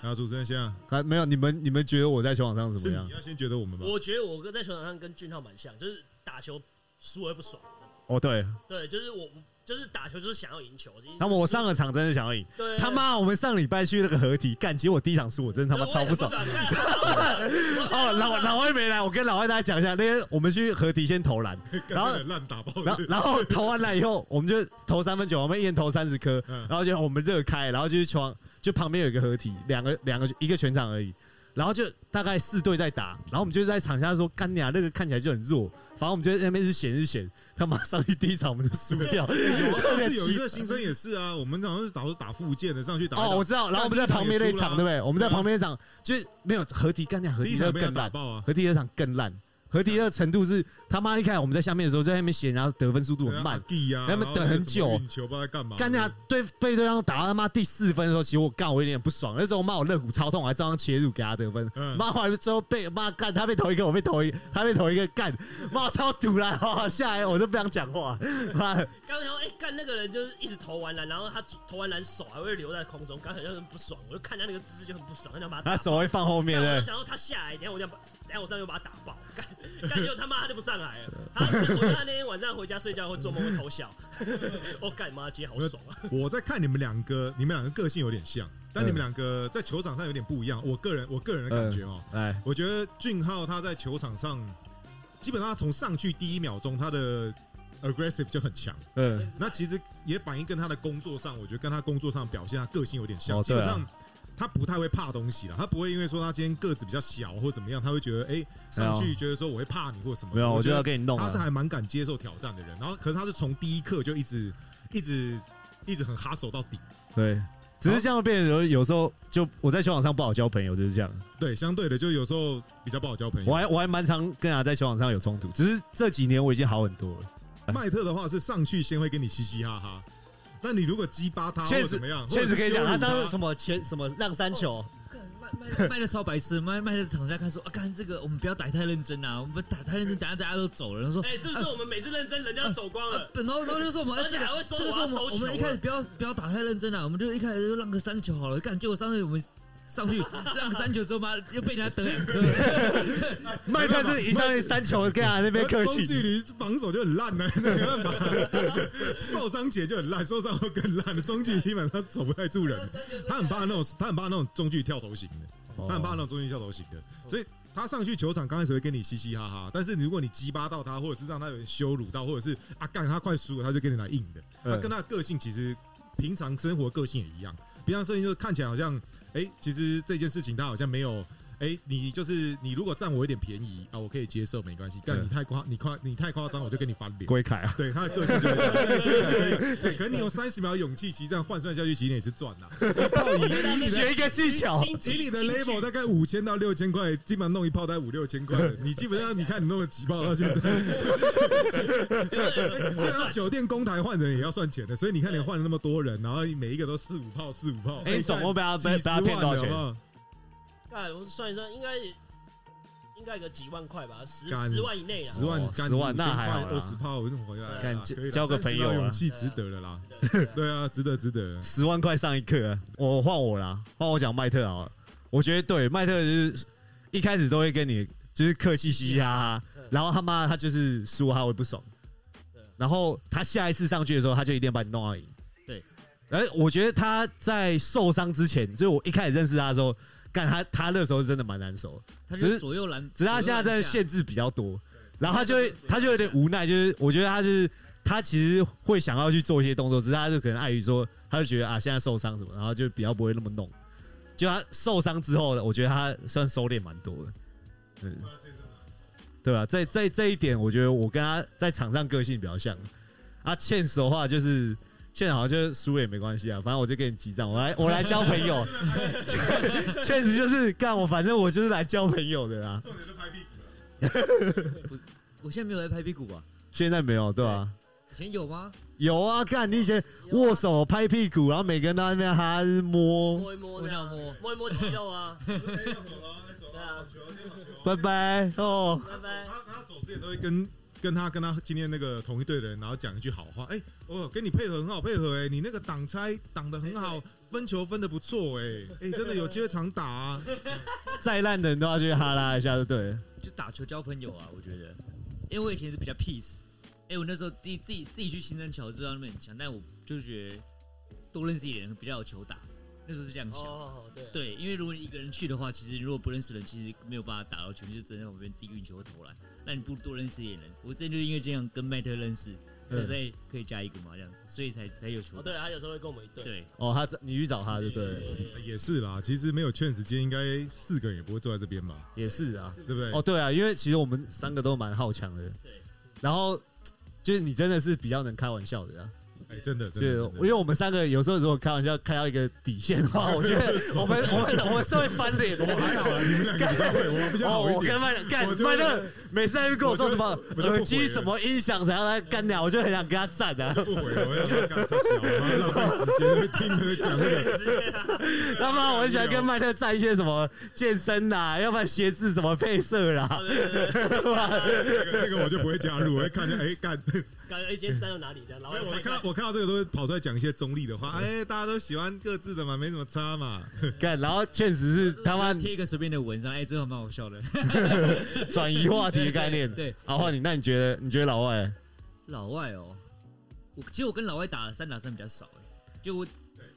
[SPEAKER 3] 然后主持人先啊，
[SPEAKER 1] 啊，没有，你们你们觉得我在球场上
[SPEAKER 3] 是
[SPEAKER 1] 怎么样
[SPEAKER 3] 你？要啊先觉得我们吧。
[SPEAKER 2] 我觉得我哥在球场上跟俊浩蛮像，就是打球输而不爽。
[SPEAKER 1] 哦，对，
[SPEAKER 2] 对，就是我就是打球就是想要赢球。
[SPEAKER 1] 他们我上个场真的想要赢，
[SPEAKER 2] 对
[SPEAKER 1] 他妈，我们上礼拜去那个合体干，结果第一场输，我真的他妈超不爽。哦，
[SPEAKER 2] 哦
[SPEAKER 1] 老老外没来，我跟老外大家讲一下，那天我们去合体先投篮，然后
[SPEAKER 3] 干这个烂打爆
[SPEAKER 1] 然后然后投完篮以后，我们就投三分球，我们一人投三十颗，
[SPEAKER 3] 嗯
[SPEAKER 1] 然后就我们热开，然后就去床，就旁边有一个合体，两个两个一个全场而已，然后就大概四队在打，然后我们就在场下说干你啊，那个看起来就很弱，反正我们就在那边是显是显，他妈上去第一场我们就输掉，
[SPEAKER 3] 有啊，上次有一
[SPEAKER 1] 气
[SPEAKER 3] 个新生也是啊，我们好像是打打附件的上去打一打，
[SPEAKER 1] 哦，我知道，然后我们在旁边那一场对不对？我们在
[SPEAKER 3] 对啊
[SPEAKER 1] 旁边那场就是没有哦合体干掉，合
[SPEAKER 3] 第
[SPEAKER 1] 体
[SPEAKER 3] 一
[SPEAKER 1] 就
[SPEAKER 3] 场被他
[SPEAKER 1] 更
[SPEAKER 3] 打
[SPEAKER 1] 烂，
[SPEAKER 3] 爆啊，
[SPEAKER 1] 合体那场更烂，合体的程度是他妈一开始我们在下面的时候在下面显，然后得分速度很慢，
[SPEAKER 3] 地啊，
[SPEAKER 1] 他们等很久
[SPEAKER 3] 然后那个什么运球不知道在干嘛，
[SPEAKER 1] 干掉对被对方打到他妈第四分的时候，其实我干我有点不爽，那时候骂我肋骨超痛，我还照样切入给他得分。
[SPEAKER 3] 嗯
[SPEAKER 1] 骂完之后被骂干，他被投一个，我被投一，他被投一个干，骂我超堵了，哇下来我都不想讲话，妈的，
[SPEAKER 2] 刚才哎干那个人就是一直投完篮，然后他投完篮手还会留在空中，刚才就很不爽，我就看他那个姿势就很不爽，很想把他
[SPEAKER 1] 他
[SPEAKER 2] 打。
[SPEAKER 1] 手会放后面
[SPEAKER 2] 干我
[SPEAKER 1] 的
[SPEAKER 2] 就，想要他下来，等一下我就把，等一下我上去把他打爆，干 干结果他妈他就不上来了。他 我他那天晚上回家睡觉会做梦会偷笑， 我干妈姐好爽 啊！
[SPEAKER 3] 我在看你们两个，你们两个个性有点像，但你们两
[SPEAKER 1] 嗯
[SPEAKER 3] 个在球场上有点不一样。我个人，我个人的感觉哦，
[SPEAKER 1] 哎，
[SPEAKER 3] 我觉得俊浩他在球场上，基本上他从上去第一秒钟，他的 aggressive 就很强。
[SPEAKER 1] 嗯，
[SPEAKER 3] 那其实也反映跟他的工作上，我觉得跟他工作上表现，他个性有点像。
[SPEAKER 1] 哦
[SPEAKER 3] 基本
[SPEAKER 1] 对啊
[SPEAKER 3] 上他不太会怕东西了，他不会因为说他今天个子比较小或怎么样，他会觉得哎、上
[SPEAKER 1] 没有
[SPEAKER 3] 去觉得说我会怕你或什么。
[SPEAKER 1] 没有，我
[SPEAKER 3] 觉
[SPEAKER 1] 就要
[SPEAKER 3] 得
[SPEAKER 1] 给你弄
[SPEAKER 3] 他是
[SPEAKER 1] 了，
[SPEAKER 3] 还蛮敢接受挑战的人。然后，可是他是从第一刻就一直一直一直很哈手到底。
[SPEAKER 1] 对，只是这样变成有有时候就我在球场上不好交朋友，就是这样。
[SPEAKER 3] 对，相对的就有时候比较不好交朋
[SPEAKER 1] 我
[SPEAKER 3] 友。
[SPEAKER 1] 还我还蛮常跟他在球场上有冲突，只是这几年我已经好很多了。
[SPEAKER 3] 麦特的话是上去先会跟你嘻嘻哈哈，但你如果激巴他
[SPEAKER 1] 确
[SPEAKER 3] 啊或
[SPEAKER 1] 实
[SPEAKER 3] 怎么样，
[SPEAKER 1] 确实可以讲，他上次
[SPEAKER 3] 么
[SPEAKER 1] 什么前什么让三球，
[SPEAKER 4] 卖卖卖的超白痴，卖卖的场下看说啊，干这个我们不要打太认真啊，我们不打太认真，等下大家都走了。然后说，
[SPEAKER 2] 哎，是不是我们每次认真人家都走光
[SPEAKER 4] 呃
[SPEAKER 2] 了？
[SPEAKER 4] 然后然后就说我们，哎
[SPEAKER 2] 而且
[SPEAKER 4] 这个
[SPEAKER 2] 还会说
[SPEAKER 4] 这个是
[SPEAKER 2] 我要
[SPEAKER 4] 我们
[SPEAKER 2] 收
[SPEAKER 4] 我
[SPEAKER 2] 球
[SPEAKER 4] 们一开始不要不要打太认真啊了，我们就一开始就让个三球好了，干结果上去我们上去 让个三球之后妈又被人家得两颗，
[SPEAKER 1] 麦特是一上去三球跟他那边客
[SPEAKER 3] 中距
[SPEAKER 1] 气，
[SPEAKER 3] 离防守就很烂了， 没办法，受伤姐就很烂，受伤后更烂，中距离基本上守不太住人。他很怕那种，他很怕那种中距跳投型的，
[SPEAKER 1] 哦
[SPEAKER 3] 他很怕那种中距跳投型的，所以他上去球场刚开始会跟你嘻嘻哈哈，但是如果你激巴到他，或者是让他有点羞辱到，或者是啊干他快输了，他就跟你来硬的。
[SPEAKER 1] 嗯
[SPEAKER 3] 他
[SPEAKER 1] 呃
[SPEAKER 3] 跟他的个性其实平常生活个性也一样，平常生活就是看起来好像，哎、其实这件事情他好像没有。哎、你就是你，如果占我一点便宜啊，我可以接受，没关系。但
[SPEAKER 1] 对
[SPEAKER 3] 你太夸，你夸，你太夸张，我就跟你翻脸。
[SPEAKER 1] 龟凯啊，
[SPEAKER 3] 对他的个性就是这样对对，对可是你有三十秒勇气，其实这样换算下去，其实你也是赚啊啦。到以以
[SPEAKER 1] 学一个技巧，
[SPEAKER 3] 以你的 level 大概五千到六千块，基本上弄一炮大概五六 千块了。你基本上你看你弄了几炮到现在，基本上酒店公台换人也要算钱的，所以你看你换了那么多人，然后每一个都四五炮四五炮，
[SPEAKER 1] 哎，你总共被他
[SPEAKER 3] 几
[SPEAKER 1] 被被
[SPEAKER 3] 十
[SPEAKER 1] 他
[SPEAKER 3] 万
[SPEAKER 1] 骗多少
[SPEAKER 3] 的好不
[SPEAKER 1] 钱？
[SPEAKER 3] 好？
[SPEAKER 2] 干，我算一算，应该也应该有个几万块吧，十
[SPEAKER 3] 干
[SPEAKER 2] 十万以内啊。
[SPEAKER 3] 十万
[SPEAKER 1] 哦
[SPEAKER 3] 干
[SPEAKER 1] 十万那还好啦
[SPEAKER 3] 二十炮我就回来了啦，
[SPEAKER 1] 干
[SPEAKER 3] 可以啦
[SPEAKER 1] 交个
[SPEAKER 3] 30
[SPEAKER 1] 朋友啊哎
[SPEAKER 3] 秒勇气值得了啦。对啊，值得值得。
[SPEAKER 1] 十万块上一课啊，我换我啦，换我讲麦特好了。我觉得对麦特就是一开始都会跟你就是客气嘻嘻哈哈
[SPEAKER 3] 嗯
[SPEAKER 2] 对，
[SPEAKER 1] 然后他妈他就是输他会不爽
[SPEAKER 2] 对，
[SPEAKER 1] 然后他下一次上去的时候他就一定要把你弄到赢。
[SPEAKER 4] 对，
[SPEAKER 1] 而我觉得他在受伤之前，就是我一开始认识他的时候，干他他那时候是真的蛮难受的，
[SPEAKER 4] 他
[SPEAKER 1] 只
[SPEAKER 4] 就是左右拦，
[SPEAKER 1] 只是他现在
[SPEAKER 4] 左右
[SPEAKER 1] 在
[SPEAKER 4] 拦下
[SPEAKER 1] 限制比较多，然后他就会他就有点无奈，就是我觉得他就是他其实会想要去做一些动作，只是他就可能碍于说，他就觉得啊现在受伤什么，然后就比较不会那么弄。就他受伤之后，我觉得他算收敛蛮多的，嗯，对吧？在啊在这一点，我觉得我跟他在场上个性比较像。啊，欠手的话就是现在好像就是输了也没关系啊，反正我就跟你记账，我来我来交朋友， 确实就是干我，反正我就是来交朋友的啦。
[SPEAKER 3] 重点是拍屁股。
[SPEAKER 4] 我现在没有在拍屁股啊吧？
[SPEAKER 1] 现在没有对吧、啊？
[SPEAKER 4] 以前有吗？
[SPEAKER 1] 有啊，干你以前握手拍屁股，然后每个人都在那边哈摸，
[SPEAKER 2] 摸一摸
[SPEAKER 4] 我
[SPEAKER 2] 这
[SPEAKER 4] 要
[SPEAKER 2] 样，
[SPEAKER 4] 摸，
[SPEAKER 2] 摸一摸肌肉啊，
[SPEAKER 3] 哎要走了，要走
[SPEAKER 2] 对啊
[SPEAKER 3] 了，球，先把球。
[SPEAKER 1] 拜拜哦。
[SPEAKER 2] 拜拜。
[SPEAKER 3] 他他走之前都会跟跟他跟他今天那个同一队的人，然后讲一句好话。哎、我跟你配合很好，配合哎、你那个挡拆挡的很
[SPEAKER 1] 哎
[SPEAKER 3] 好，分球分的不错哎、哎、真的有机会常打啊。
[SPEAKER 1] 再烂的人都要去哈拉一下，就对了。
[SPEAKER 4] 就打球交朋友啊，我觉得，因为我以前是比较 peace，哎、我那时候自己自己自己去新山桥知道那边很强，但我就觉得多认识一点人比较有球打，那时候是这样想。
[SPEAKER 2] 哦，对，
[SPEAKER 4] 对，因为如果你一个人去的话，其实如果不认识人，其实没有办法打到球，你就只能在旁边自己运球投篮。那你不如多认识一点人，我之前就是因为这样跟麦特认识，所以才可以加一个嘛这样子，所以才才有球
[SPEAKER 2] 嗯哦，
[SPEAKER 4] 打。
[SPEAKER 2] 对，他有时候会跟我们一对。
[SPEAKER 4] 对，
[SPEAKER 1] 哦，他这你去找他就对了，
[SPEAKER 2] 对
[SPEAKER 3] 哎也是啦，其实没有劝时间，应该四个人也不会坐在这边吧，
[SPEAKER 1] 也是啊。
[SPEAKER 3] 对不对？
[SPEAKER 1] 哦，对啊，因为其实我们三个都蛮好强的，
[SPEAKER 4] 对。
[SPEAKER 1] 然后就是你真的是比较能开玩笑的啊，
[SPEAKER 3] 哎、真的，
[SPEAKER 1] 就
[SPEAKER 3] 真
[SPEAKER 1] 是
[SPEAKER 3] 的
[SPEAKER 1] 因
[SPEAKER 3] 真的。
[SPEAKER 1] 为我们三个有时候如果开玩笑开到一个底线的话，我觉 得我们我们我们啊是会翻脸的。
[SPEAKER 3] 我还好啦，你们两个比较会，我比较
[SPEAKER 1] 哦，
[SPEAKER 3] 好一
[SPEAKER 1] 我
[SPEAKER 3] 点。
[SPEAKER 1] 跟麦乐
[SPEAKER 3] 我
[SPEAKER 1] 干
[SPEAKER 3] 就
[SPEAKER 1] 麦乐，每次在那边跟我说什么
[SPEAKER 3] 我就我就
[SPEAKER 1] 耳机
[SPEAKER 3] 不回了
[SPEAKER 1] 什么音响怎样来干掉，我就很想跟他战 啊。
[SPEAKER 3] 不回了，我要把他干小，然后浪费时间，会听你们讲那个。
[SPEAKER 1] 要不然我很喜欢跟麦特战一些什么健身呐，要不然鞋子什么配色啊 啦。
[SPEAKER 3] 这个这个我就不会加入，我会看见哎干，
[SPEAKER 2] 感觉哎，今天站到哪里的，然后
[SPEAKER 3] 没有我
[SPEAKER 2] 看
[SPEAKER 3] 看到
[SPEAKER 2] 看
[SPEAKER 3] 我看到这个都会跑出来讲一些中立的话，哎，大家都喜欢各自的嘛，没什么差嘛。
[SPEAKER 1] 干，然后确实是他妈
[SPEAKER 4] 贴一个随便的文章，哎、这个蛮好笑的。
[SPEAKER 1] 转移话题的概念。
[SPEAKER 4] 对，
[SPEAKER 1] 阿换你，那你觉得你觉得老外
[SPEAKER 4] 老外哦，我其实我跟老外打三打三比较少，哎，就我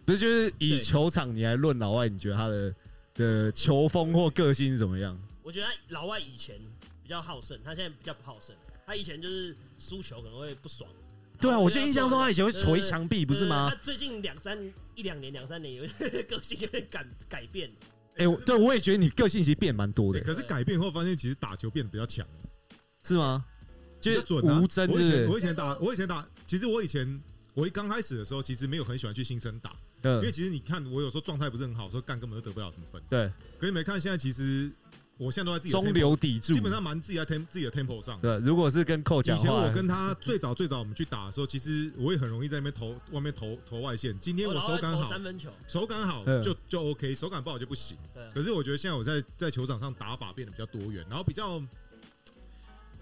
[SPEAKER 1] 不是就是以
[SPEAKER 4] 对
[SPEAKER 1] 球场你来论老外，你觉得他的的球风或个性是怎么样？
[SPEAKER 2] 我觉得他老外以前比较好胜，他现在比较不好胜。他以前就是输球可能会不爽。
[SPEAKER 1] 对啊，
[SPEAKER 2] 然后
[SPEAKER 1] 我就印象中他以前会
[SPEAKER 2] 对对对
[SPEAKER 1] 捶墙壁，不是吗
[SPEAKER 2] 对？他最近两三一两年、两三年有点个性有点改改变，
[SPEAKER 1] 哎，我对我也觉得你个性其实变蛮多
[SPEAKER 3] 对，
[SPEAKER 1] 的，
[SPEAKER 3] 可是改变后发现，其实打球变得比较强，
[SPEAKER 1] 是吗？就
[SPEAKER 3] 比较
[SPEAKER 1] 是
[SPEAKER 3] 准啊。
[SPEAKER 1] 无争，
[SPEAKER 3] 我
[SPEAKER 1] 就
[SPEAKER 3] 以
[SPEAKER 1] 是
[SPEAKER 3] 前我以前打，我以前打，其实我以前我一刚开始的时候，其实没有很喜欢去新生打，因为
[SPEAKER 1] 嗯，
[SPEAKER 3] 其实你看我有时候状态不是很好，说干根本就得不了什么分。
[SPEAKER 1] 对，
[SPEAKER 3] 可是你没看现在，其实我现在都在自己的
[SPEAKER 1] 中
[SPEAKER 3] tempo，
[SPEAKER 1] 流砥柱
[SPEAKER 3] 基。本上蛮自己在 tempo 自己的 tempo 上。
[SPEAKER 1] 对，如果是跟寇讲
[SPEAKER 3] 以前
[SPEAKER 1] 话，
[SPEAKER 3] 我跟他最早最早我们去打的时候，其实我也很容易在那边投外面投投外线。今天我
[SPEAKER 2] 哦然后
[SPEAKER 3] 手感
[SPEAKER 2] 投
[SPEAKER 3] 好，
[SPEAKER 2] 三分球，
[SPEAKER 3] 手感好
[SPEAKER 1] 嗯
[SPEAKER 3] 就就 OK，手感不好就不行。
[SPEAKER 2] 对啊
[SPEAKER 3] 可是我觉得现在我在在球场上打法变得比较多元，然后比较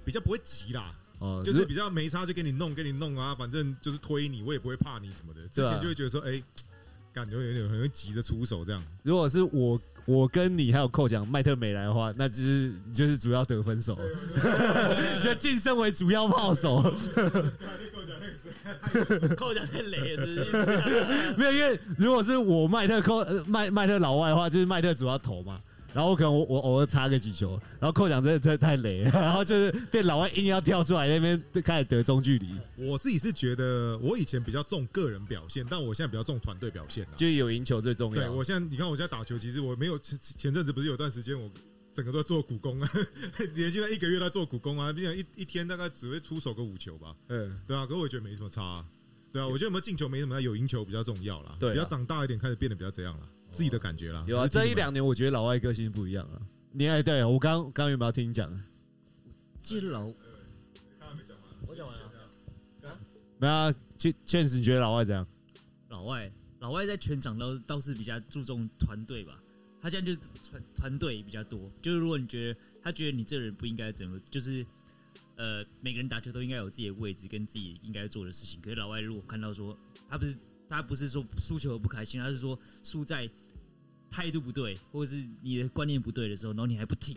[SPEAKER 3] 比较不会急啦，
[SPEAKER 1] 哦，
[SPEAKER 3] 就是比较没差就给你弄给你弄啊，反正就是推你，我也不会怕你什么的。之
[SPEAKER 1] 对啊
[SPEAKER 3] 前就会觉得说，哎、感觉有点很会急着出手这样。
[SPEAKER 1] 如果是我，我跟你还有寇讲麦特美来的话，那就是就是主要得分 手，就晋升为主要炮手。
[SPEAKER 2] 扣奖太雷了是不是
[SPEAKER 1] 没有，因为如果是我麦特寇呃麦麦特老外的话，就是麦特主要投嘛。然后我可能我我偶尔插个几球，然后寇奖真的太太雷了，然后就是被老外硬要跳出来那边开始得中距离，
[SPEAKER 3] 我自己是觉得，我以前比较重个人表现，但我现在比较重团队表现啦。啊
[SPEAKER 1] 就是有赢球最重
[SPEAKER 3] 对
[SPEAKER 1] 要。
[SPEAKER 3] 我现在，你看我现在打球，其实我没有前前阵子不是有段时间我整个都在做苦工啊， 连续在一个月在做苦工啊，毕竟一一天大概只会出手个五球吧，
[SPEAKER 1] 嗯，
[SPEAKER 3] 对啊，可我觉得没什么差、啊，对啊，我觉得有没有进球没什么，有赢球比较重要啦，
[SPEAKER 1] 对啊
[SPEAKER 3] 比较长大一点开始变得比较这样了，自己的感觉啦，
[SPEAKER 1] 有啊，
[SPEAKER 3] 还是听
[SPEAKER 1] 这
[SPEAKER 3] 你
[SPEAKER 1] 一
[SPEAKER 3] 们
[SPEAKER 1] 两年我觉得老外个性不一样了。你哎，对我刚刚有没有听你讲？
[SPEAKER 4] 记得老
[SPEAKER 2] 我讲完了，
[SPEAKER 1] 那确确实你觉得老外怎样？
[SPEAKER 4] 老外，老外在全场都倒是比较注重团队吧。他现在就是团团队比较多，就是如果你觉得他觉得你这个人不应该怎么，就是呃，每个人打球都应该有自己的位置跟自己应该做的事情。可是老外如果看到说他不是他不是说输球不开心，他是说输在态度不对，或者是你的观念不对的时候，然后你还不听，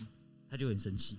[SPEAKER 4] 他就很生气。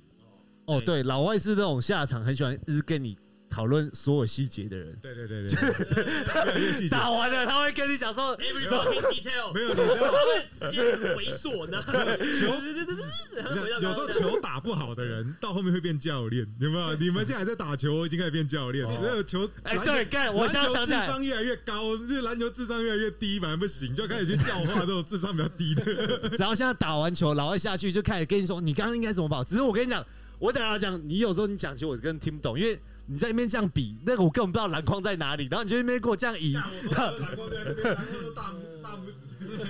[SPEAKER 1] 哦，
[SPEAKER 4] 对
[SPEAKER 1] 对，老外是那种下场很喜欢一直跟你讨论所有细节的人。
[SPEAKER 3] 对对对对， 越来越细节，
[SPEAKER 1] 打完了，他会跟你讲 说，
[SPEAKER 2] every fucking detail，
[SPEAKER 3] 没有你知
[SPEAKER 2] 他
[SPEAKER 3] 道。
[SPEAKER 2] 会直接猥琐呢，球， 然后回到
[SPEAKER 3] 有时候
[SPEAKER 2] 刚刚
[SPEAKER 3] 球打不好的人，到后面会变教练，有没有？你们现在还在打球，我已经开始变教练了。那个球，
[SPEAKER 1] 哎、
[SPEAKER 3] 篮球
[SPEAKER 1] 对，干，我现在想
[SPEAKER 3] 篮球
[SPEAKER 1] 起
[SPEAKER 3] 智
[SPEAKER 1] 来，
[SPEAKER 3] 商越来越高，这篮球智商越来越低，反正不行，就开始去教化这种智商比较低的。
[SPEAKER 1] 只要现在打完球，老外下去就开始跟你说，你刚刚应该怎么跑。只是我跟你讲，我等下讲，你有时候你讲，其实我真的听不懂，因为你在那边这样比，那个我根本不知道篮筐在哪里，然后你就在那边给我这样移，
[SPEAKER 3] 蓝光在那边，蓝光都大拇指，大拇 指。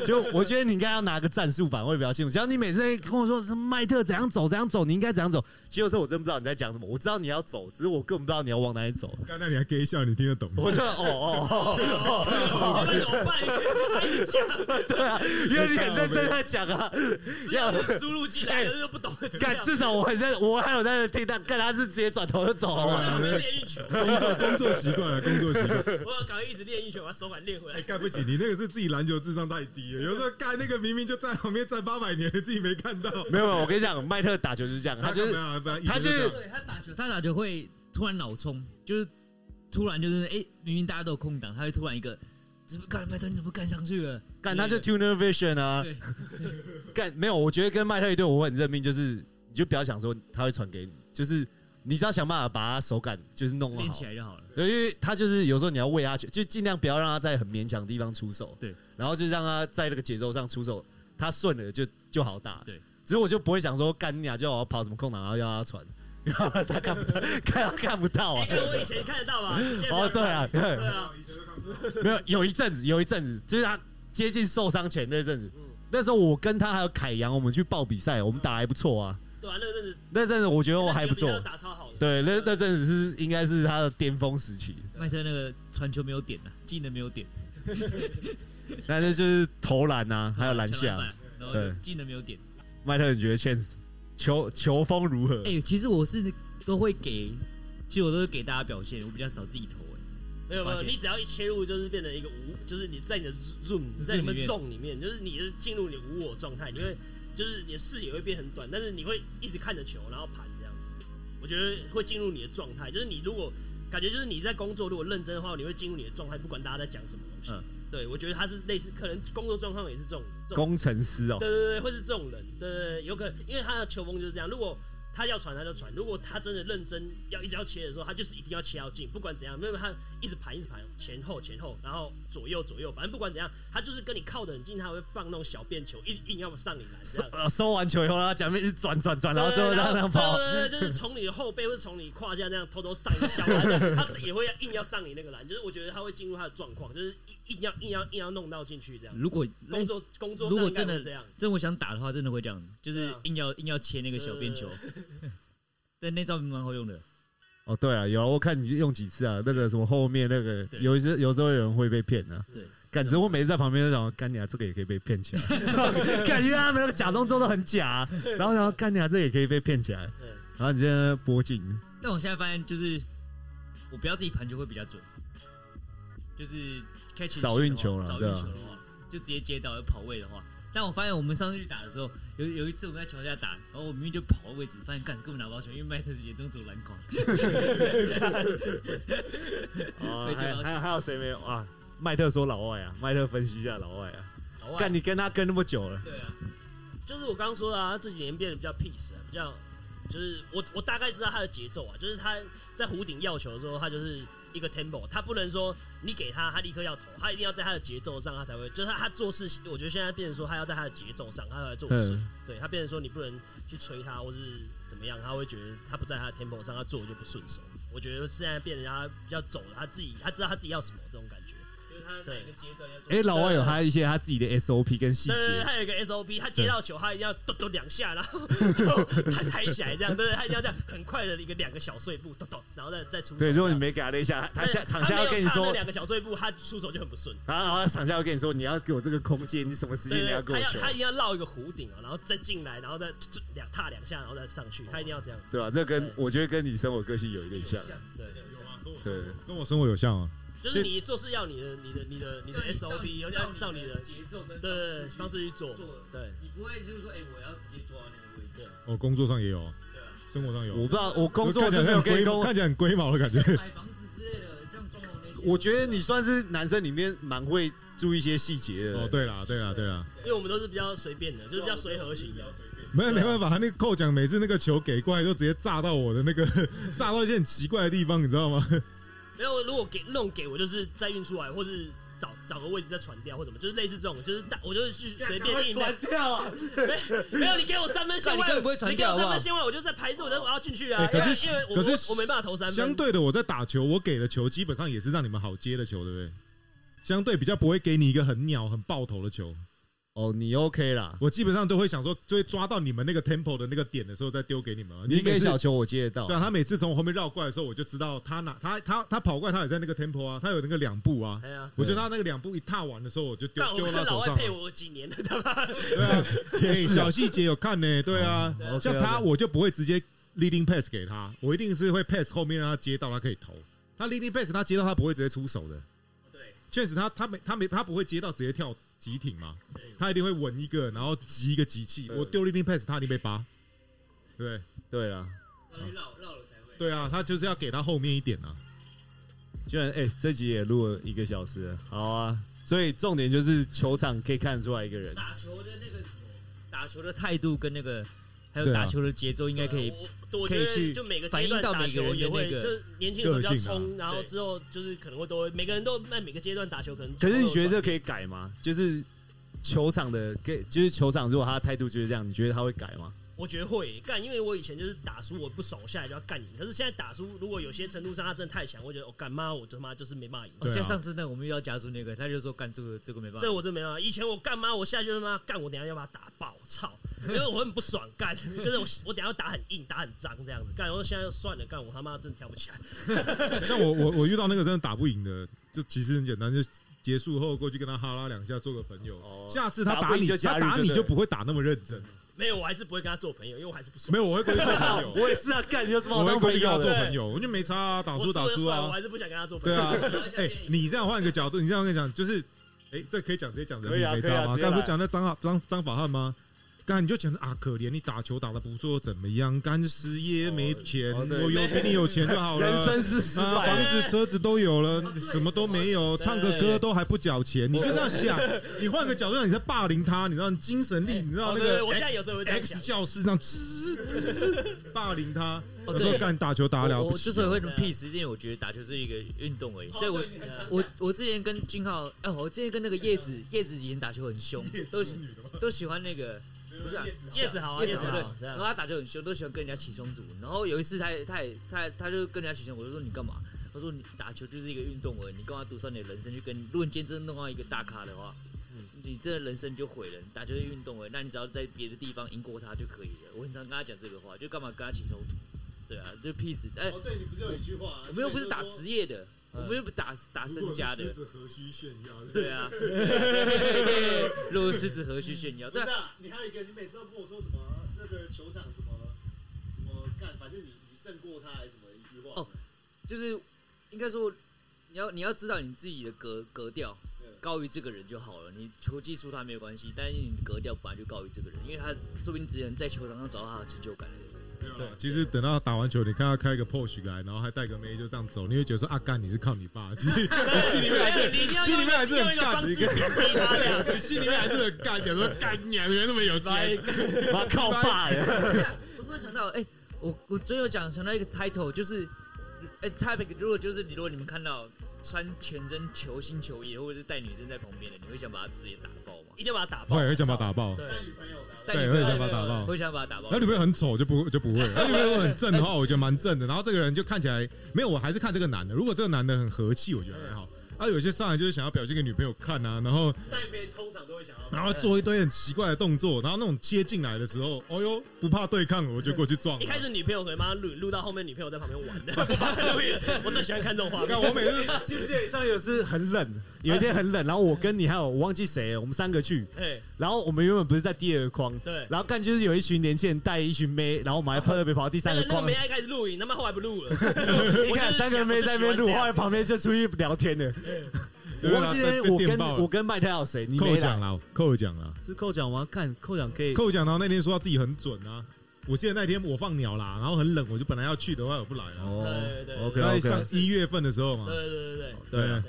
[SPEAKER 1] 就我觉得你应该要拿个战术版会比较清楚。像你每次在跟我说什么麦特怎样走怎样走，你应该怎样走，结果是我真不知道你在讲什么。我知道你要走，只是我根本不知道你要往哪里走。
[SPEAKER 3] 刚才你还 gay 笑，你听得懂吗？
[SPEAKER 1] 我就哦哦哦哦，
[SPEAKER 2] 你们怎么办？
[SPEAKER 1] 对啊，因为你很认真在讲啊，要
[SPEAKER 2] 要输入进来，但是又不懂得 这
[SPEAKER 1] 干
[SPEAKER 2] 样。
[SPEAKER 1] 至少我很认，我还有在听到，干他是直接转头就走
[SPEAKER 3] 好
[SPEAKER 1] 了。
[SPEAKER 3] 啦
[SPEAKER 2] 我们练运球，
[SPEAKER 3] 工作工作习惯啊了，工作习惯。
[SPEAKER 2] 我要赶快一直练运球，把手感练回
[SPEAKER 3] 哎，
[SPEAKER 2] 来。
[SPEAKER 3] 干不起，你那个是自己篮球智商太低了。有时候干那个明明就站旁边站八百年，自己没看到。啊
[SPEAKER 1] 没有没有，我跟你讲，麦特打球就是这样，他就是 他
[SPEAKER 3] 他
[SPEAKER 1] 就是
[SPEAKER 4] 对他打球，他打球会突然脑冲，就是突然就是哎、明明大家都有空档，他会突然一个，怎么干麦特你怎么干上去了？
[SPEAKER 1] 干他就 tuner vision 啊
[SPEAKER 4] 对，
[SPEAKER 1] 干没有，我觉得跟麦特一队我很认命，就是你就不要想说他会传给你，就是你只要想办法把他手感就是弄
[SPEAKER 4] 练
[SPEAKER 1] 好
[SPEAKER 4] 起。来就好了。
[SPEAKER 1] 对，因为他就是有时候你要喂他球，就尽量不要让他在很勉强的地方出手。
[SPEAKER 4] 对，
[SPEAKER 1] 然后就让他在那个节奏上出手，他顺了就就好打。
[SPEAKER 4] 对，
[SPEAKER 1] 只是我就不会想说干你啊，就要跑什么空档，然后要他传， 他看不到， 看他看不到啊
[SPEAKER 2] 你。
[SPEAKER 4] 哎
[SPEAKER 2] 看我以前看得到吧？现在不要
[SPEAKER 1] 哦，对啊，对
[SPEAKER 2] 对，啊，
[SPEAKER 1] 没有，有一阵子，有一阵子，就是他接近受伤前那阵子，那时候我跟他还有凯阳，我们去报比赛，我们打得还不错啊。
[SPEAKER 2] 对啊，那阵子
[SPEAKER 1] 那阵子我觉得我还不
[SPEAKER 2] 那几个比
[SPEAKER 1] 错
[SPEAKER 2] 赛都，打超好的。
[SPEAKER 1] 对，那那阵子是应该是他的巅峰时 期，
[SPEAKER 4] 麦特那个传球没有点啊，技能没有点，
[SPEAKER 1] 但是就是投篮啊，还有篮
[SPEAKER 4] 抢
[SPEAKER 1] 下。
[SPEAKER 4] 板，然后
[SPEAKER 1] 对
[SPEAKER 4] 就技能没有点。
[SPEAKER 1] 麦特，你觉得 Chance 球球风如何？
[SPEAKER 4] 哎、其实我是都会给，其实我都会给大家表现，我比较少自己投、哎
[SPEAKER 2] 没有没
[SPEAKER 4] 发
[SPEAKER 2] 有，
[SPEAKER 4] 现
[SPEAKER 2] 你只要一切入就是变成一个无，就是你在你的 zoom，你在你们
[SPEAKER 4] Zoom 里面
[SPEAKER 2] zone 里面，就是你是进入你的无我状态，你会就是你的视野会变很短，但是你会一直看着球，然后盘这样子。我觉得会进入你的状态，就是你如果感觉就是你在工作，如果认真的话，你会进入你的状态，不管大家在讲什么东西。
[SPEAKER 4] 嗯
[SPEAKER 2] 对，我觉得他是类似，可能工作状况也是这种。这种
[SPEAKER 1] 工程师哦，
[SPEAKER 2] 对对对，会是这种人，对对对，有可能，因为他的球风就是这样。如果他要传，他就传；如果他真的认真要一直要切的时候，他就是一定要切要进，不管怎样，因为他一直盘一直盘，前后前后，然后左右左右，反正不管怎样，他就是跟你靠得很近，他会放那种小便球，硬硬要上你来这
[SPEAKER 1] 收
[SPEAKER 2] 样。
[SPEAKER 1] 呃收完球以后，他前面一直转转转，然后最后
[SPEAKER 2] 对
[SPEAKER 1] 让他跑。
[SPEAKER 2] 对对对，就是从你的后背或者从你胯下那样偷偷上一小篮，这样他也会硬要上你那个篮，就是我觉得他会进入他的状况，就是硬硬要硬要硬要弄到进去这样。
[SPEAKER 4] 如果
[SPEAKER 2] 工
[SPEAKER 4] 哎
[SPEAKER 2] 作工作
[SPEAKER 4] 如
[SPEAKER 2] 上
[SPEAKER 4] 果
[SPEAKER 2] 应该
[SPEAKER 4] 真的
[SPEAKER 2] 会这样，
[SPEAKER 4] 真我想打的话，真的会这样，就
[SPEAKER 2] 对
[SPEAKER 4] 是
[SPEAKER 2] 啊
[SPEAKER 4] 硬要硬要切那个小便球。 但那招蛮好用的，
[SPEAKER 1] 哦，对啊，有啊我看你用几次啊，那个什么后面那个
[SPEAKER 4] 对
[SPEAKER 1] 有一些有时候有人会被骗啊。
[SPEAKER 4] 对，
[SPEAKER 1] 感觉我每次在旁边就想，干你啊，这个也可以被骗 起来。感觉他们那个假动作都很假啊，然后然后干你啊，这个也可以被骗起来。
[SPEAKER 2] 对
[SPEAKER 1] 然后你现在波进，
[SPEAKER 4] 但我现在发现就是我不要自己盘球会比较准，就是 catch
[SPEAKER 1] 少运球啦
[SPEAKER 4] 少
[SPEAKER 1] 对
[SPEAKER 4] 运
[SPEAKER 1] 啊
[SPEAKER 4] 球的话，就直接接到有跑位的话。但我发现我们上次去打的时候，有有一次我们在桥下打，然后我明明就跑到位置，发现干根本拿不到球，因为麦特也都走篮筐。
[SPEAKER 1] 哦
[SPEAKER 2] 哦
[SPEAKER 4] 被接到
[SPEAKER 1] 还还有谁没有啊？麦特说老外啊，麦特分析一下老外啊。
[SPEAKER 4] 老外
[SPEAKER 1] 干你跟他跟那么久了，
[SPEAKER 4] 对啊，
[SPEAKER 2] 就是我刚刚说的啊，他这几年变得比较 peace，、啊、比较就是我我大概知道他的节奏啊，就是他在弧顶要球的时候，他就是一个 tempo，他不能说你给他，他立刻要投，他一定要在他的节奏上，他才会就是他他做事，我觉得现在变成说他要在他的节奏上，他才会做事，
[SPEAKER 1] 嗯
[SPEAKER 2] 对他变成说你不能去催他或是怎么样，他会觉得他不在他的 tempo 上，他做就不顺手。我觉得现在变得他比较走了，他自己他知道他自己要什么这种感觉。
[SPEAKER 4] 就是他哪个阶段要做
[SPEAKER 1] 哎，老外有他一些他自己的 SOP 跟细
[SPEAKER 2] 对对对，
[SPEAKER 1] 节。
[SPEAKER 2] 他有一个 SOP，他接到球，他一定要咚咚两下，然 后然后他抬起来这样，对对，他一定要这样很快的一个两个小碎步，咚咚，然后再再出手这
[SPEAKER 1] 对，
[SPEAKER 2] 样。
[SPEAKER 1] 如果你没给他那一下，他下
[SPEAKER 2] 对
[SPEAKER 1] 场下要跟你
[SPEAKER 2] 他没有踏
[SPEAKER 1] 说
[SPEAKER 2] 那，两个小碎步，他出手就很不顺。
[SPEAKER 1] 然后场下要跟你说，你要给我这个空间，你什么时间
[SPEAKER 2] 对
[SPEAKER 1] 你
[SPEAKER 2] 对，
[SPEAKER 1] 要给
[SPEAKER 2] 他
[SPEAKER 1] 我
[SPEAKER 2] 要
[SPEAKER 1] 球，
[SPEAKER 2] 他一定要绕一个弧顶啊，然后再进来，然后再就两踏两下，然后再上去，他一定要这样子。
[SPEAKER 1] 对吧？啊这跟
[SPEAKER 2] 对
[SPEAKER 1] 我觉得跟你生活个性有一点像，啊
[SPEAKER 2] 对，对
[SPEAKER 1] 对。
[SPEAKER 3] 跟我生活有像啊。
[SPEAKER 2] 就是你做事要你的你的你的你的 SOP，要要照你的
[SPEAKER 4] 节奏跟
[SPEAKER 2] 对对对
[SPEAKER 4] 去
[SPEAKER 2] 方式去做，
[SPEAKER 4] 做，
[SPEAKER 2] 对。
[SPEAKER 4] 你不会就是说，哎，我要直接抓那个位 置。
[SPEAKER 3] 我工作上也有啊，
[SPEAKER 4] 对啊
[SPEAKER 3] 生活上有啊。
[SPEAKER 1] 我不知道，我工作
[SPEAKER 3] 看起
[SPEAKER 1] 是
[SPEAKER 3] 来
[SPEAKER 1] 没有
[SPEAKER 3] 很
[SPEAKER 1] 跟
[SPEAKER 3] 龟
[SPEAKER 1] 工
[SPEAKER 3] 毛，看起来很龟毛的感觉。
[SPEAKER 4] 买房子之类的，像装潢那些。
[SPEAKER 1] 我觉得你算是男生里面蛮会注意一些细节的。
[SPEAKER 3] 哦，，对啦，对啦，对啦，
[SPEAKER 2] 因为我们都是比较随便的，就是比较随和型的。
[SPEAKER 3] 没有没办法，他那个扣奖每次那个球给过来都直接炸到我的那个，炸到一些很奇怪的地方，你知道吗？
[SPEAKER 2] 没有，如果给那种给我，就是再运出来，或是找找个位置再传掉或什么，就是类似这种，就是大我就是去随便 硬的
[SPEAKER 1] 甩掉啊！
[SPEAKER 2] 没没有，你给我三分线外，
[SPEAKER 4] 干你根本不会传
[SPEAKER 2] 你给我
[SPEAKER 4] 掉好不
[SPEAKER 2] 三
[SPEAKER 4] 好
[SPEAKER 2] 分线外，我就在排着，我就我要进去啊。
[SPEAKER 3] 哎可
[SPEAKER 2] 因为
[SPEAKER 3] 是
[SPEAKER 2] 因为我
[SPEAKER 3] 可是
[SPEAKER 2] 我我没办法投三分，
[SPEAKER 3] 相对的，我在打球，我给的球基本上也是让你们好接的球，对不对？相对比较不会给你一个很鸟、很爆头的球，
[SPEAKER 1] 哦，你 OK 啦，
[SPEAKER 3] 我基本上都会想说，就会抓到你们那个 tempo 的那个点的时候再丢给你们啊。
[SPEAKER 1] 你
[SPEAKER 3] 每
[SPEAKER 1] 给
[SPEAKER 3] 次
[SPEAKER 1] 小球我接得到
[SPEAKER 3] 对。啊，他每次从我后面绕过来的时候，我就知道他哪他他他跑过来，他也在那个 tempo 啊，他有那个两步啊。
[SPEAKER 2] 哎呀，
[SPEAKER 3] 我觉得他那个两步一踏完的时候，我就丢
[SPEAKER 2] 干我
[SPEAKER 3] 丢
[SPEAKER 2] 跟
[SPEAKER 3] 到
[SPEAKER 2] 老
[SPEAKER 3] 手
[SPEAKER 2] 外
[SPEAKER 3] 上啊
[SPEAKER 2] 配
[SPEAKER 3] 了。
[SPEAKER 2] 我几年 了，他妈
[SPEAKER 3] 对啊，哎小细节有看呢。对啊，
[SPEAKER 1] 嗯
[SPEAKER 3] 像
[SPEAKER 1] OK，OK
[SPEAKER 3] 他我就不会直接 leading pass 给他，我一定是会 pass 后面让他接到，他可以投。他 leading pass 他接到他不会直接出手的。
[SPEAKER 2] 对，
[SPEAKER 3] 确实他，他没他没他不会接到直接跳急停嘛，他一定会稳一个，然后急一个急气。
[SPEAKER 1] 嗯
[SPEAKER 3] 我丢了一定 pass，他一定被扒，对不
[SPEAKER 1] 对啦，
[SPEAKER 8] 绕绕了才会
[SPEAKER 3] 对？。对啊，他就是要给他后面一点啊。
[SPEAKER 1] 居然哎、这集也录了一个小时了，好啊。所以重点就是球场可以看得出来一个人，
[SPEAKER 4] 打球的那个什么，打球的态度跟那个，还有
[SPEAKER 3] 对啊
[SPEAKER 4] 打球的节奏，应该可以
[SPEAKER 2] 我。啊我我觉
[SPEAKER 4] 可以去
[SPEAKER 2] 得就每个阶段
[SPEAKER 4] 反映到
[SPEAKER 2] 打
[SPEAKER 4] 每个
[SPEAKER 2] 球
[SPEAKER 4] 人的
[SPEAKER 2] 也会，
[SPEAKER 4] 那个
[SPEAKER 2] 就是年轻的时候比较
[SPEAKER 3] 个性啊
[SPEAKER 2] 冲，然后之后就是可能会都会，每个人都在每个阶段打球可能。
[SPEAKER 1] 可是你觉得这可以改吗？就是球场的给，就是球场如果他的态度就是这样，你觉得他会改吗？
[SPEAKER 2] 我觉得会干，因为我以前就是打输我不爽，我下来就要干赢。可是现在打输，如果有些程度上他真的太强，我觉得我干妈我他妈就是没骂赢。
[SPEAKER 4] 哦
[SPEAKER 3] 对啊啊
[SPEAKER 4] 像上次那个我们遇到家族那个，他就说干这个这个没办法
[SPEAKER 2] 这，我真没办法。以前我干妈，我下去就他妈干，我等一下要把他打爆，操！因为我很不爽干，就是我我等一下要打很硬，打很脏这样子干。然后现在就算了，干我他妈真的跳不起来。
[SPEAKER 3] 像我我我遇到那个真的打不赢的，就其实很简单，就结束后过去跟他哈拉两下，做个朋友。
[SPEAKER 1] 哦
[SPEAKER 3] 下次他
[SPEAKER 1] 打
[SPEAKER 3] 打
[SPEAKER 1] 不赢
[SPEAKER 3] 你，
[SPEAKER 1] 就加
[SPEAKER 3] 他
[SPEAKER 1] 入
[SPEAKER 3] 打
[SPEAKER 1] 就
[SPEAKER 3] 你
[SPEAKER 1] 对
[SPEAKER 3] 就
[SPEAKER 1] 了
[SPEAKER 3] 不会打那么认真。
[SPEAKER 2] 没有，我还是不会跟他做朋友，因为我还是不爽。
[SPEAKER 3] 没有，我会过去做朋 友，
[SPEAKER 1] 我也是啊，干你有什么
[SPEAKER 3] 我
[SPEAKER 1] 好
[SPEAKER 3] 会
[SPEAKER 1] 当
[SPEAKER 3] 过
[SPEAKER 1] 朋
[SPEAKER 3] 去跟他
[SPEAKER 1] 友
[SPEAKER 3] 做
[SPEAKER 1] 的？
[SPEAKER 3] 朋友，我就没差啊，打
[SPEAKER 2] 我
[SPEAKER 3] 输
[SPEAKER 2] 输
[SPEAKER 3] 打
[SPEAKER 2] 就
[SPEAKER 3] 输
[SPEAKER 2] 算了，我
[SPEAKER 3] 啊。
[SPEAKER 2] 还是不想跟他做朋
[SPEAKER 3] 对
[SPEAKER 2] 友。
[SPEAKER 3] 啊， 哎、你这样换一个角度，你这样跟你讲，就是，哎、这可以讲直接讲人
[SPEAKER 1] 可以
[SPEAKER 3] 名
[SPEAKER 1] 啊
[SPEAKER 3] 没
[SPEAKER 1] 可以
[SPEAKER 3] 差
[SPEAKER 1] 啊
[SPEAKER 3] 吗？
[SPEAKER 1] 直接
[SPEAKER 3] 刚、
[SPEAKER 1] 来
[SPEAKER 3] 不讲那张好张张法汉吗？刚你就讲啊，可怜你打球打的不错，怎么样？干失业
[SPEAKER 1] 哦
[SPEAKER 3] 没钱，
[SPEAKER 1] 哦对
[SPEAKER 3] 我有比你有钱就好了。
[SPEAKER 1] 人生是失
[SPEAKER 3] 啊，
[SPEAKER 1] 败哦
[SPEAKER 3] 房
[SPEAKER 1] 的，
[SPEAKER 3] 子、车子都有了，你什么都没有，唱个歌都还不缴钱，你就这样想，你换个角度，你在霸凌他，你知道你精神力，你知道
[SPEAKER 2] 哦
[SPEAKER 3] 那
[SPEAKER 2] 对对，
[SPEAKER 3] 个
[SPEAKER 2] 我现
[SPEAKER 3] X,
[SPEAKER 2] 在有时候会这样
[SPEAKER 3] X
[SPEAKER 2] 想。
[SPEAKER 3] 教室上滋滋霸凌他，
[SPEAKER 4] 哦
[SPEAKER 3] 有时候
[SPEAKER 4] 对
[SPEAKER 3] 干打球打得了
[SPEAKER 4] 我
[SPEAKER 3] 不
[SPEAKER 4] 我
[SPEAKER 3] 起
[SPEAKER 4] 之
[SPEAKER 3] 啊，
[SPEAKER 4] 所以会那么
[SPEAKER 2] 对啊
[SPEAKER 4] peace，是因为我觉得打球是一个运动而已，所以
[SPEAKER 8] 对
[SPEAKER 4] 我
[SPEAKER 8] 你很常
[SPEAKER 4] 我我之前跟俊浩，哦，我之前跟那个叶子，叶子以前打球很凶，都喜都喜欢那个，不是啊，
[SPEAKER 2] 叶子
[SPEAKER 1] 哦
[SPEAKER 2] 好啊，叶
[SPEAKER 4] 叶
[SPEAKER 2] 子
[SPEAKER 4] 子
[SPEAKER 2] 好
[SPEAKER 4] 好
[SPEAKER 2] 啊，
[SPEAKER 4] 对，然后他打球很凶，都喜欢跟人家起冲突。然后有一次他也他也他他就跟人家起冲突，我就说你干嘛？他说你打球就是一个运动而已，你干嘛赌上你的人生去跟？如果你今天真的弄到一个大咖的话，你这人生就毁了。你打球是运动而已，那你只要在别的地方赢过他就可以了。我很常跟他讲这个话，就干嘛跟他起冲突？对啊，就 peace。哎、
[SPEAKER 8] 哦，对，你不是有一句话啊？
[SPEAKER 4] 我们又不是打
[SPEAKER 8] 职，
[SPEAKER 4] 职业的，我们又不打打身家的。对啊， 若狮子何须炫耀？
[SPEAKER 8] 啊不
[SPEAKER 4] 对
[SPEAKER 8] 是
[SPEAKER 4] 啊，
[SPEAKER 8] 啊？你还有一个，你每次都跟我说什么那个球场什么什么干，反正你你胜过他还是什么一句话
[SPEAKER 4] 哦？就是应该说，你要你要知道你自己的格格调
[SPEAKER 8] 对
[SPEAKER 4] 高于这个人就好了。你球技输他没有关系，但是你格调本来就高于这个人，因为他说不定只能在球场上找到他的成就感。
[SPEAKER 3] 对，啊其实等到打完球，你看他开个 Porsche 来，然后还带个妹就这样走，你会觉得说啊，干你是靠你爸，其 实
[SPEAKER 2] 对心里面还是
[SPEAKER 3] 心里面还是很
[SPEAKER 2] 用一个
[SPEAKER 3] 干
[SPEAKER 2] 方
[SPEAKER 3] 的
[SPEAKER 2] 式
[SPEAKER 3] 一个
[SPEAKER 2] 贬低他这样。
[SPEAKER 3] 你心里面还是很干，想说干你啊，你们那么有钱，
[SPEAKER 1] 妈靠爸呀！
[SPEAKER 4] 我突然想到，哎、我我最后讲想到一个 title，就是，哎、他那个如果就是你，如果你们看到穿全身球星球衣，或者是带女生在旁边的，你会想把他直接打爆吗？
[SPEAKER 2] 一定要把他打爆。
[SPEAKER 3] 会会想把他打爆，
[SPEAKER 2] 对，
[SPEAKER 8] 带女朋友的啊，
[SPEAKER 4] 带
[SPEAKER 3] 对，
[SPEAKER 4] 女
[SPEAKER 3] 会
[SPEAKER 4] 朋友
[SPEAKER 3] 想把他打爆。
[SPEAKER 4] 会想把他打爆
[SPEAKER 3] 然后。女朋友很丑就不就不会，然后女朋友很正的话，我觉得蛮正的。然后这个人就看起来没有，我还是看这个男的。如果这个男的很和气，我觉得还好。啊，有些上来就是想要表现给女朋友看啊，然后
[SPEAKER 8] 带别人通常都会想要。
[SPEAKER 3] 然后做一堆很奇怪的动作，然后那种切进来的时候，哦呦，不怕对抗，我就过去撞了。
[SPEAKER 2] 一开始女朋友可能帮他录，录到后面女朋友在旁边玩 的，不怕他会我最喜欢看这种画面
[SPEAKER 3] 看。我每次
[SPEAKER 1] 记不记得上有次很冷， 有一天很冷，然后我跟你还有我忘记谁了，我们三个去，
[SPEAKER 2] 哎，
[SPEAKER 1] 然后我们原本不是在第二个框，
[SPEAKER 2] 对
[SPEAKER 1] 然后干就是有一群年轻人带一群妹，然后我们还特别跑到第
[SPEAKER 2] 那
[SPEAKER 1] 三
[SPEAKER 2] 个
[SPEAKER 1] 个
[SPEAKER 2] 那个
[SPEAKER 1] 框
[SPEAKER 2] 梅，爱开始录影，他妈后来不录了。
[SPEAKER 1] 你看三个妹在那边录，后来旁边就出去聊天了。我忘记那天我
[SPEAKER 3] 啊被电
[SPEAKER 1] 跟
[SPEAKER 3] 爆了
[SPEAKER 1] 我跟麦太有谁，你
[SPEAKER 3] 扣
[SPEAKER 1] 没
[SPEAKER 3] 奖
[SPEAKER 1] 来
[SPEAKER 3] 啦，扣奖啦，
[SPEAKER 1] 是扣奖吗？看扣奖可以，
[SPEAKER 3] 扣奖。然后那天说他自己很准啊，我记得那天我放鸟啦，然后很冷，我就本来要去的话我不来了。
[SPEAKER 2] 对对对
[SPEAKER 1] ，OK
[SPEAKER 3] 然后
[SPEAKER 1] OK，
[SPEAKER 3] 上一月份的时候嘛，
[SPEAKER 2] 对对对 对
[SPEAKER 1] 对啊，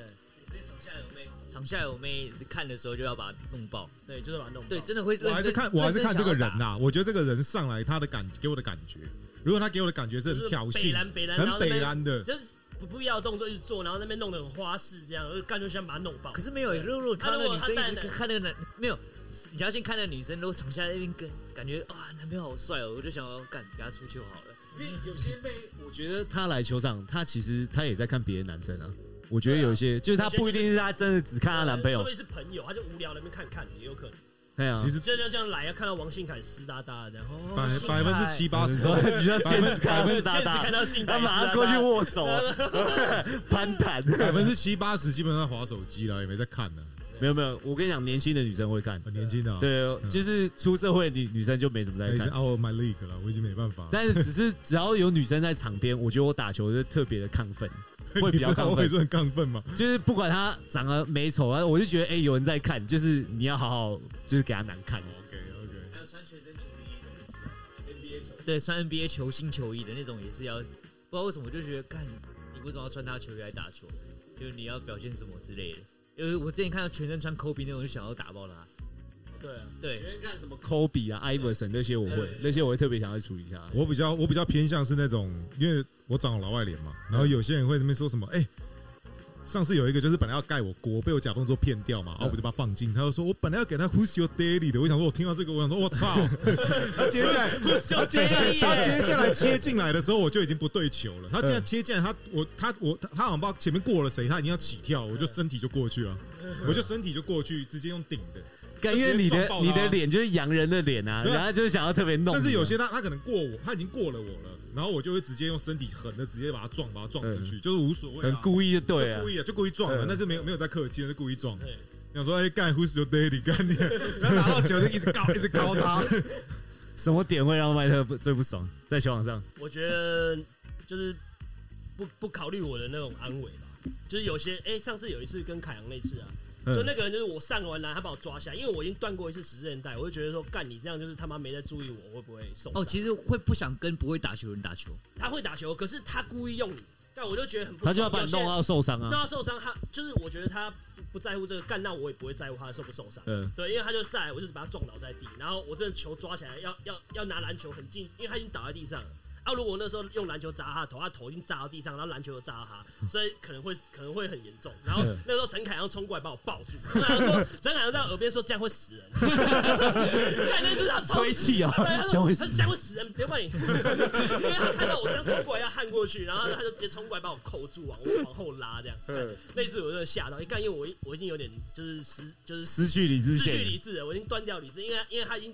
[SPEAKER 2] 对，
[SPEAKER 4] 所以场下有妹，场下有妹看的时候就要把他弄爆。
[SPEAKER 2] 对，就是把它弄爆。
[SPEAKER 4] 对，真的会认真。
[SPEAKER 3] 我还是看，我还是看这个人
[SPEAKER 4] 认真想要打。
[SPEAKER 3] 呐、我觉得这个人上来，他的感给我的感觉，如果他给我的感觉是
[SPEAKER 2] 就
[SPEAKER 3] 很
[SPEAKER 2] 是
[SPEAKER 3] 挑
[SPEAKER 2] 北
[SPEAKER 3] 衅、
[SPEAKER 2] 蓝北蓝，然
[SPEAKER 3] 很
[SPEAKER 2] 后那
[SPEAKER 3] 北
[SPEAKER 2] 边
[SPEAKER 3] 蓝的，
[SPEAKER 2] 就是不不必要的动作一直做，然后那边弄得很花式，这样我就干脆想把它弄爆
[SPEAKER 4] 可。是没有，如果如果看到那个女生
[SPEAKER 2] 啊
[SPEAKER 4] 一
[SPEAKER 2] 如果他
[SPEAKER 4] 直看那个男，没有，你要先看那个女生，如果从下在那边跟，感觉哇男朋友好帅哦，我就想要干给他出球好了。
[SPEAKER 1] 因为有些妹，我觉得她来球场，她其实她也在看别的男生啊。我觉得有一些，就是她不一定是她真的只看她男朋
[SPEAKER 2] 说
[SPEAKER 1] 友
[SPEAKER 2] 不，定是朋友，他就无聊那边看看也有可能。
[SPEAKER 1] 哎呀
[SPEAKER 3] 其，实
[SPEAKER 2] 就就这样来啊，看到王信凯湿哒哒的这样，哦
[SPEAKER 3] 百
[SPEAKER 2] 信凯
[SPEAKER 3] 百分之七八十
[SPEAKER 9] 所以比较现实，看
[SPEAKER 2] 现
[SPEAKER 9] 是
[SPEAKER 2] 实
[SPEAKER 9] 大大
[SPEAKER 2] 看，到信
[SPEAKER 9] 他
[SPEAKER 2] 凯湿哒
[SPEAKER 9] 马上
[SPEAKER 2] 哒
[SPEAKER 9] 过去握 手，攀谈。
[SPEAKER 3] 百分之七八十基本上划手机了，也没在看呢。
[SPEAKER 1] 没有没有，我跟你讲，年轻的女生会看，
[SPEAKER 3] 很年轻的啊，
[SPEAKER 1] 对，就是出社会的女女生就没怎么
[SPEAKER 3] 哎，已
[SPEAKER 1] 在
[SPEAKER 3] 经
[SPEAKER 1] 看。
[SPEAKER 3] out of my league 了，我已经没办法了。
[SPEAKER 1] 但是只是只要有女生在场边，我觉得我打球就特别的亢奋，会比较
[SPEAKER 3] 你不知道
[SPEAKER 1] 亢
[SPEAKER 3] 我
[SPEAKER 1] 奋。
[SPEAKER 3] 也是很亢奋嘛。
[SPEAKER 1] 就是不管她长得美丑啊，我就觉得哎、有人在看，就是你要好好就是给她难看。
[SPEAKER 3] OK OK，
[SPEAKER 4] 还有穿全身球衣那种，NBA 球对，穿 NBA 球星球衣的那种也是要，不知道为什么我就觉得，干你为什么要穿他的球衣来打球？就是你要表现什么之类的。因为我之前看到全身穿 Kobe 那种，我就想要打爆他。
[SPEAKER 2] 对啊，
[SPEAKER 4] 对，
[SPEAKER 1] 前看什么科比啊、艾弗森那些我会，那些我会特别想要处理一下。
[SPEAKER 3] 我比较我比较偏向是那种，因为我长老外脸嘛，然后有些人会那边说什么，哎、上次有一个就是本来要盖我锅，被我假动作骗掉嘛，然后我就把他放进，他就说我本来要给他 Who's your daddy 的，我想说我哦听到这个，我想说我操， 他接下来 他接下来他接下来接进来的时候我就已经不对球了，他这样接进来他我他我他他好像不知道前面过了谁，他已经要起跳，我就身体就过去了，我就身体就过去，直接用顶的。
[SPEAKER 1] 感觉你
[SPEAKER 3] 就直接
[SPEAKER 1] 的
[SPEAKER 3] 撞爆他
[SPEAKER 1] 你的脸就是洋人的脸啊，
[SPEAKER 3] 对啊
[SPEAKER 1] 然后就是想要特别弄你啊，
[SPEAKER 3] 甚至有些他他可能过我，他已经过了我了，然后我就会直接用身体狠的直接把他撞，把他撞出去，就是无所谓、啊，
[SPEAKER 1] 嗯很故意就对
[SPEAKER 3] 就
[SPEAKER 1] 啊
[SPEAKER 3] 故。意啊，就故意撞了，
[SPEAKER 1] 嗯
[SPEAKER 3] 那就没有没有在客气，那是故意撞
[SPEAKER 2] 对。
[SPEAKER 3] 想说哎干 Who's your daddy 干 你，啊然后拿到球就一直高一直高他，
[SPEAKER 1] 什么点会让麦特不最不爽？在球场上，
[SPEAKER 2] 我觉得就是不不考虑我的那种安危吧。就是有些哎、上次有一次跟凯阳那次啊，
[SPEAKER 1] 嗯
[SPEAKER 2] 就那个人就是我上完篮，他把我抓下来，因为我已经断过一次十字韧带，我就觉得说干你这样就是他妈没在注意我会不会受伤。
[SPEAKER 4] 哦，其实会不想跟不会打球的人打球，
[SPEAKER 2] 他会打球，可是他故意用你，但我就觉得很不
[SPEAKER 1] 他
[SPEAKER 2] 爽。
[SPEAKER 1] 就要把你弄到受伤
[SPEAKER 2] 有些人
[SPEAKER 1] 啊。
[SPEAKER 2] 弄到受伤，他就是我觉得他不不在乎这个干，那我也不会在乎他受不受伤。
[SPEAKER 1] 嗯，
[SPEAKER 2] 对，因为他就再来，我就把他撞倒在地，然后我这球抓起来要要要拿篮球很近，因为他已经倒在地上了。啊，如果我那时候用篮球砸他的头，他头已经砸到地上，然后篮球又砸到 他，所以可能会可能会很严重。然
[SPEAKER 1] 嗯
[SPEAKER 2] 后那时候陈凯阳冲过来把我抱住，陈凯阳说， 陈凯阳在我耳边说这样会死人， 看那只他超
[SPEAKER 1] 吹气啊，
[SPEAKER 2] 对，他
[SPEAKER 1] 这样会
[SPEAKER 2] 说
[SPEAKER 1] 死
[SPEAKER 2] 他这样会死人，嗯别怪你， 因为他看到我这样冲过来要焊过去，然后他就直接冲过来把我扣住，往我往后拉这样。
[SPEAKER 1] 嗯
[SPEAKER 2] 对，那次我真的吓到，一哎干，因为我已我已经有点就是失就是
[SPEAKER 1] 失去理智
[SPEAKER 2] 失去
[SPEAKER 1] 线
[SPEAKER 2] 理。智了，我已经断掉理智，因为他因为他已经，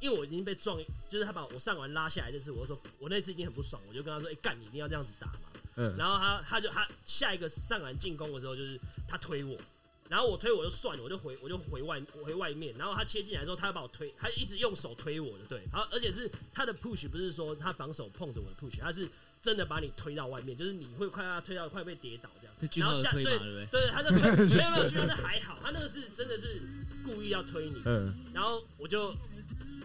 [SPEAKER 2] 因为我已经被撞，就是他把我上完拉下来这次，我就说我那次已经很不爽，我就跟他说，哎、干你一定要这样子打嘛。
[SPEAKER 1] 嗯，
[SPEAKER 2] 然后他他就他下一个上篮进攻的时候，就是他推我，然后我推我就算了，我就回我就回外我回外面，然后他切进来之后，他把我推，他一直用手推我的，对，然后而且是他的 push 不是说他防守碰着我的 push，他是真的把你推到外面，就是你会快要推到快被跌倒这样
[SPEAKER 4] 就，俊
[SPEAKER 2] 然
[SPEAKER 4] 浩
[SPEAKER 2] 后
[SPEAKER 4] 的
[SPEAKER 2] 下
[SPEAKER 4] 推
[SPEAKER 2] 所以
[SPEAKER 4] 嘛，对不对？
[SPEAKER 2] 对，他就推没有没有，居然那还好，他那个是真的是故意要推你，
[SPEAKER 1] 嗯，
[SPEAKER 2] 然后我就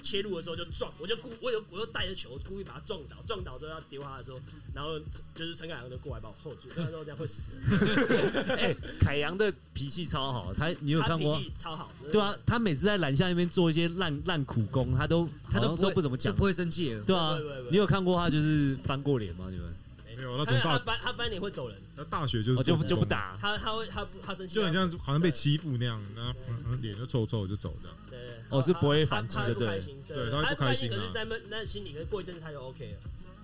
[SPEAKER 2] 切入的时候就撞，我就故我有我又带着球故意把他撞倒，撞倒之后要丢他的时候，然后就是陈凯阳就过来把我 hold 住，他说这样会死人，
[SPEAKER 1] 哎，凯阳的脾气超好，他你有
[SPEAKER 2] 他
[SPEAKER 1] 看
[SPEAKER 2] 脾
[SPEAKER 1] 过？
[SPEAKER 2] 气超好，
[SPEAKER 1] 对啊，他每次在篮下那边做一些烂烂苦工，他都
[SPEAKER 4] 他
[SPEAKER 1] 好像都
[SPEAKER 4] 都不
[SPEAKER 1] 不怎么讲
[SPEAKER 4] 就不。会生气了。
[SPEAKER 1] 对啊
[SPEAKER 2] 不会不会不，会
[SPEAKER 1] 你有看过他就是翻过脸吗？你们？
[SPEAKER 3] 没有，
[SPEAKER 2] 他
[SPEAKER 3] 那种
[SPEAKER 2] 他
[SPEAKER 3] 大
[SPEAKER 2] 翻他翻脸会走人，
[SPEAKER 3] 那大学就是
[SPEAKER 1] 哦，就不
[SPEAKER 3] 做
[SPEAKER 1] 就不
[SPEAKER 3] 工，
[SPEAKER 1] 打。
[SPEAKER 2] 他他会他不他生气，
[SPEAKER 3] 就很像好像被欺负那样，然后嗯脸就臭臭就走 这样。
[SPEAKER 2] 对对对
[SPEAKER 1] 哦是不会反击
[SPEAKER 2] 他他
[SPEAKER 1] 就
[SPEAKER 2] 不
[SPEAKER 1] 对
[SPEAKER 2] 开心，
[SPEAKER 3] 对
[SPEAKER 2] 对，
[SPEAKER 3] 他会
[SPEAKER 2] 他
[SPEAKER 3] 不开心啊
[SPEAKER 2] 可是在那那心里，可是过一阵子他就 OK 了，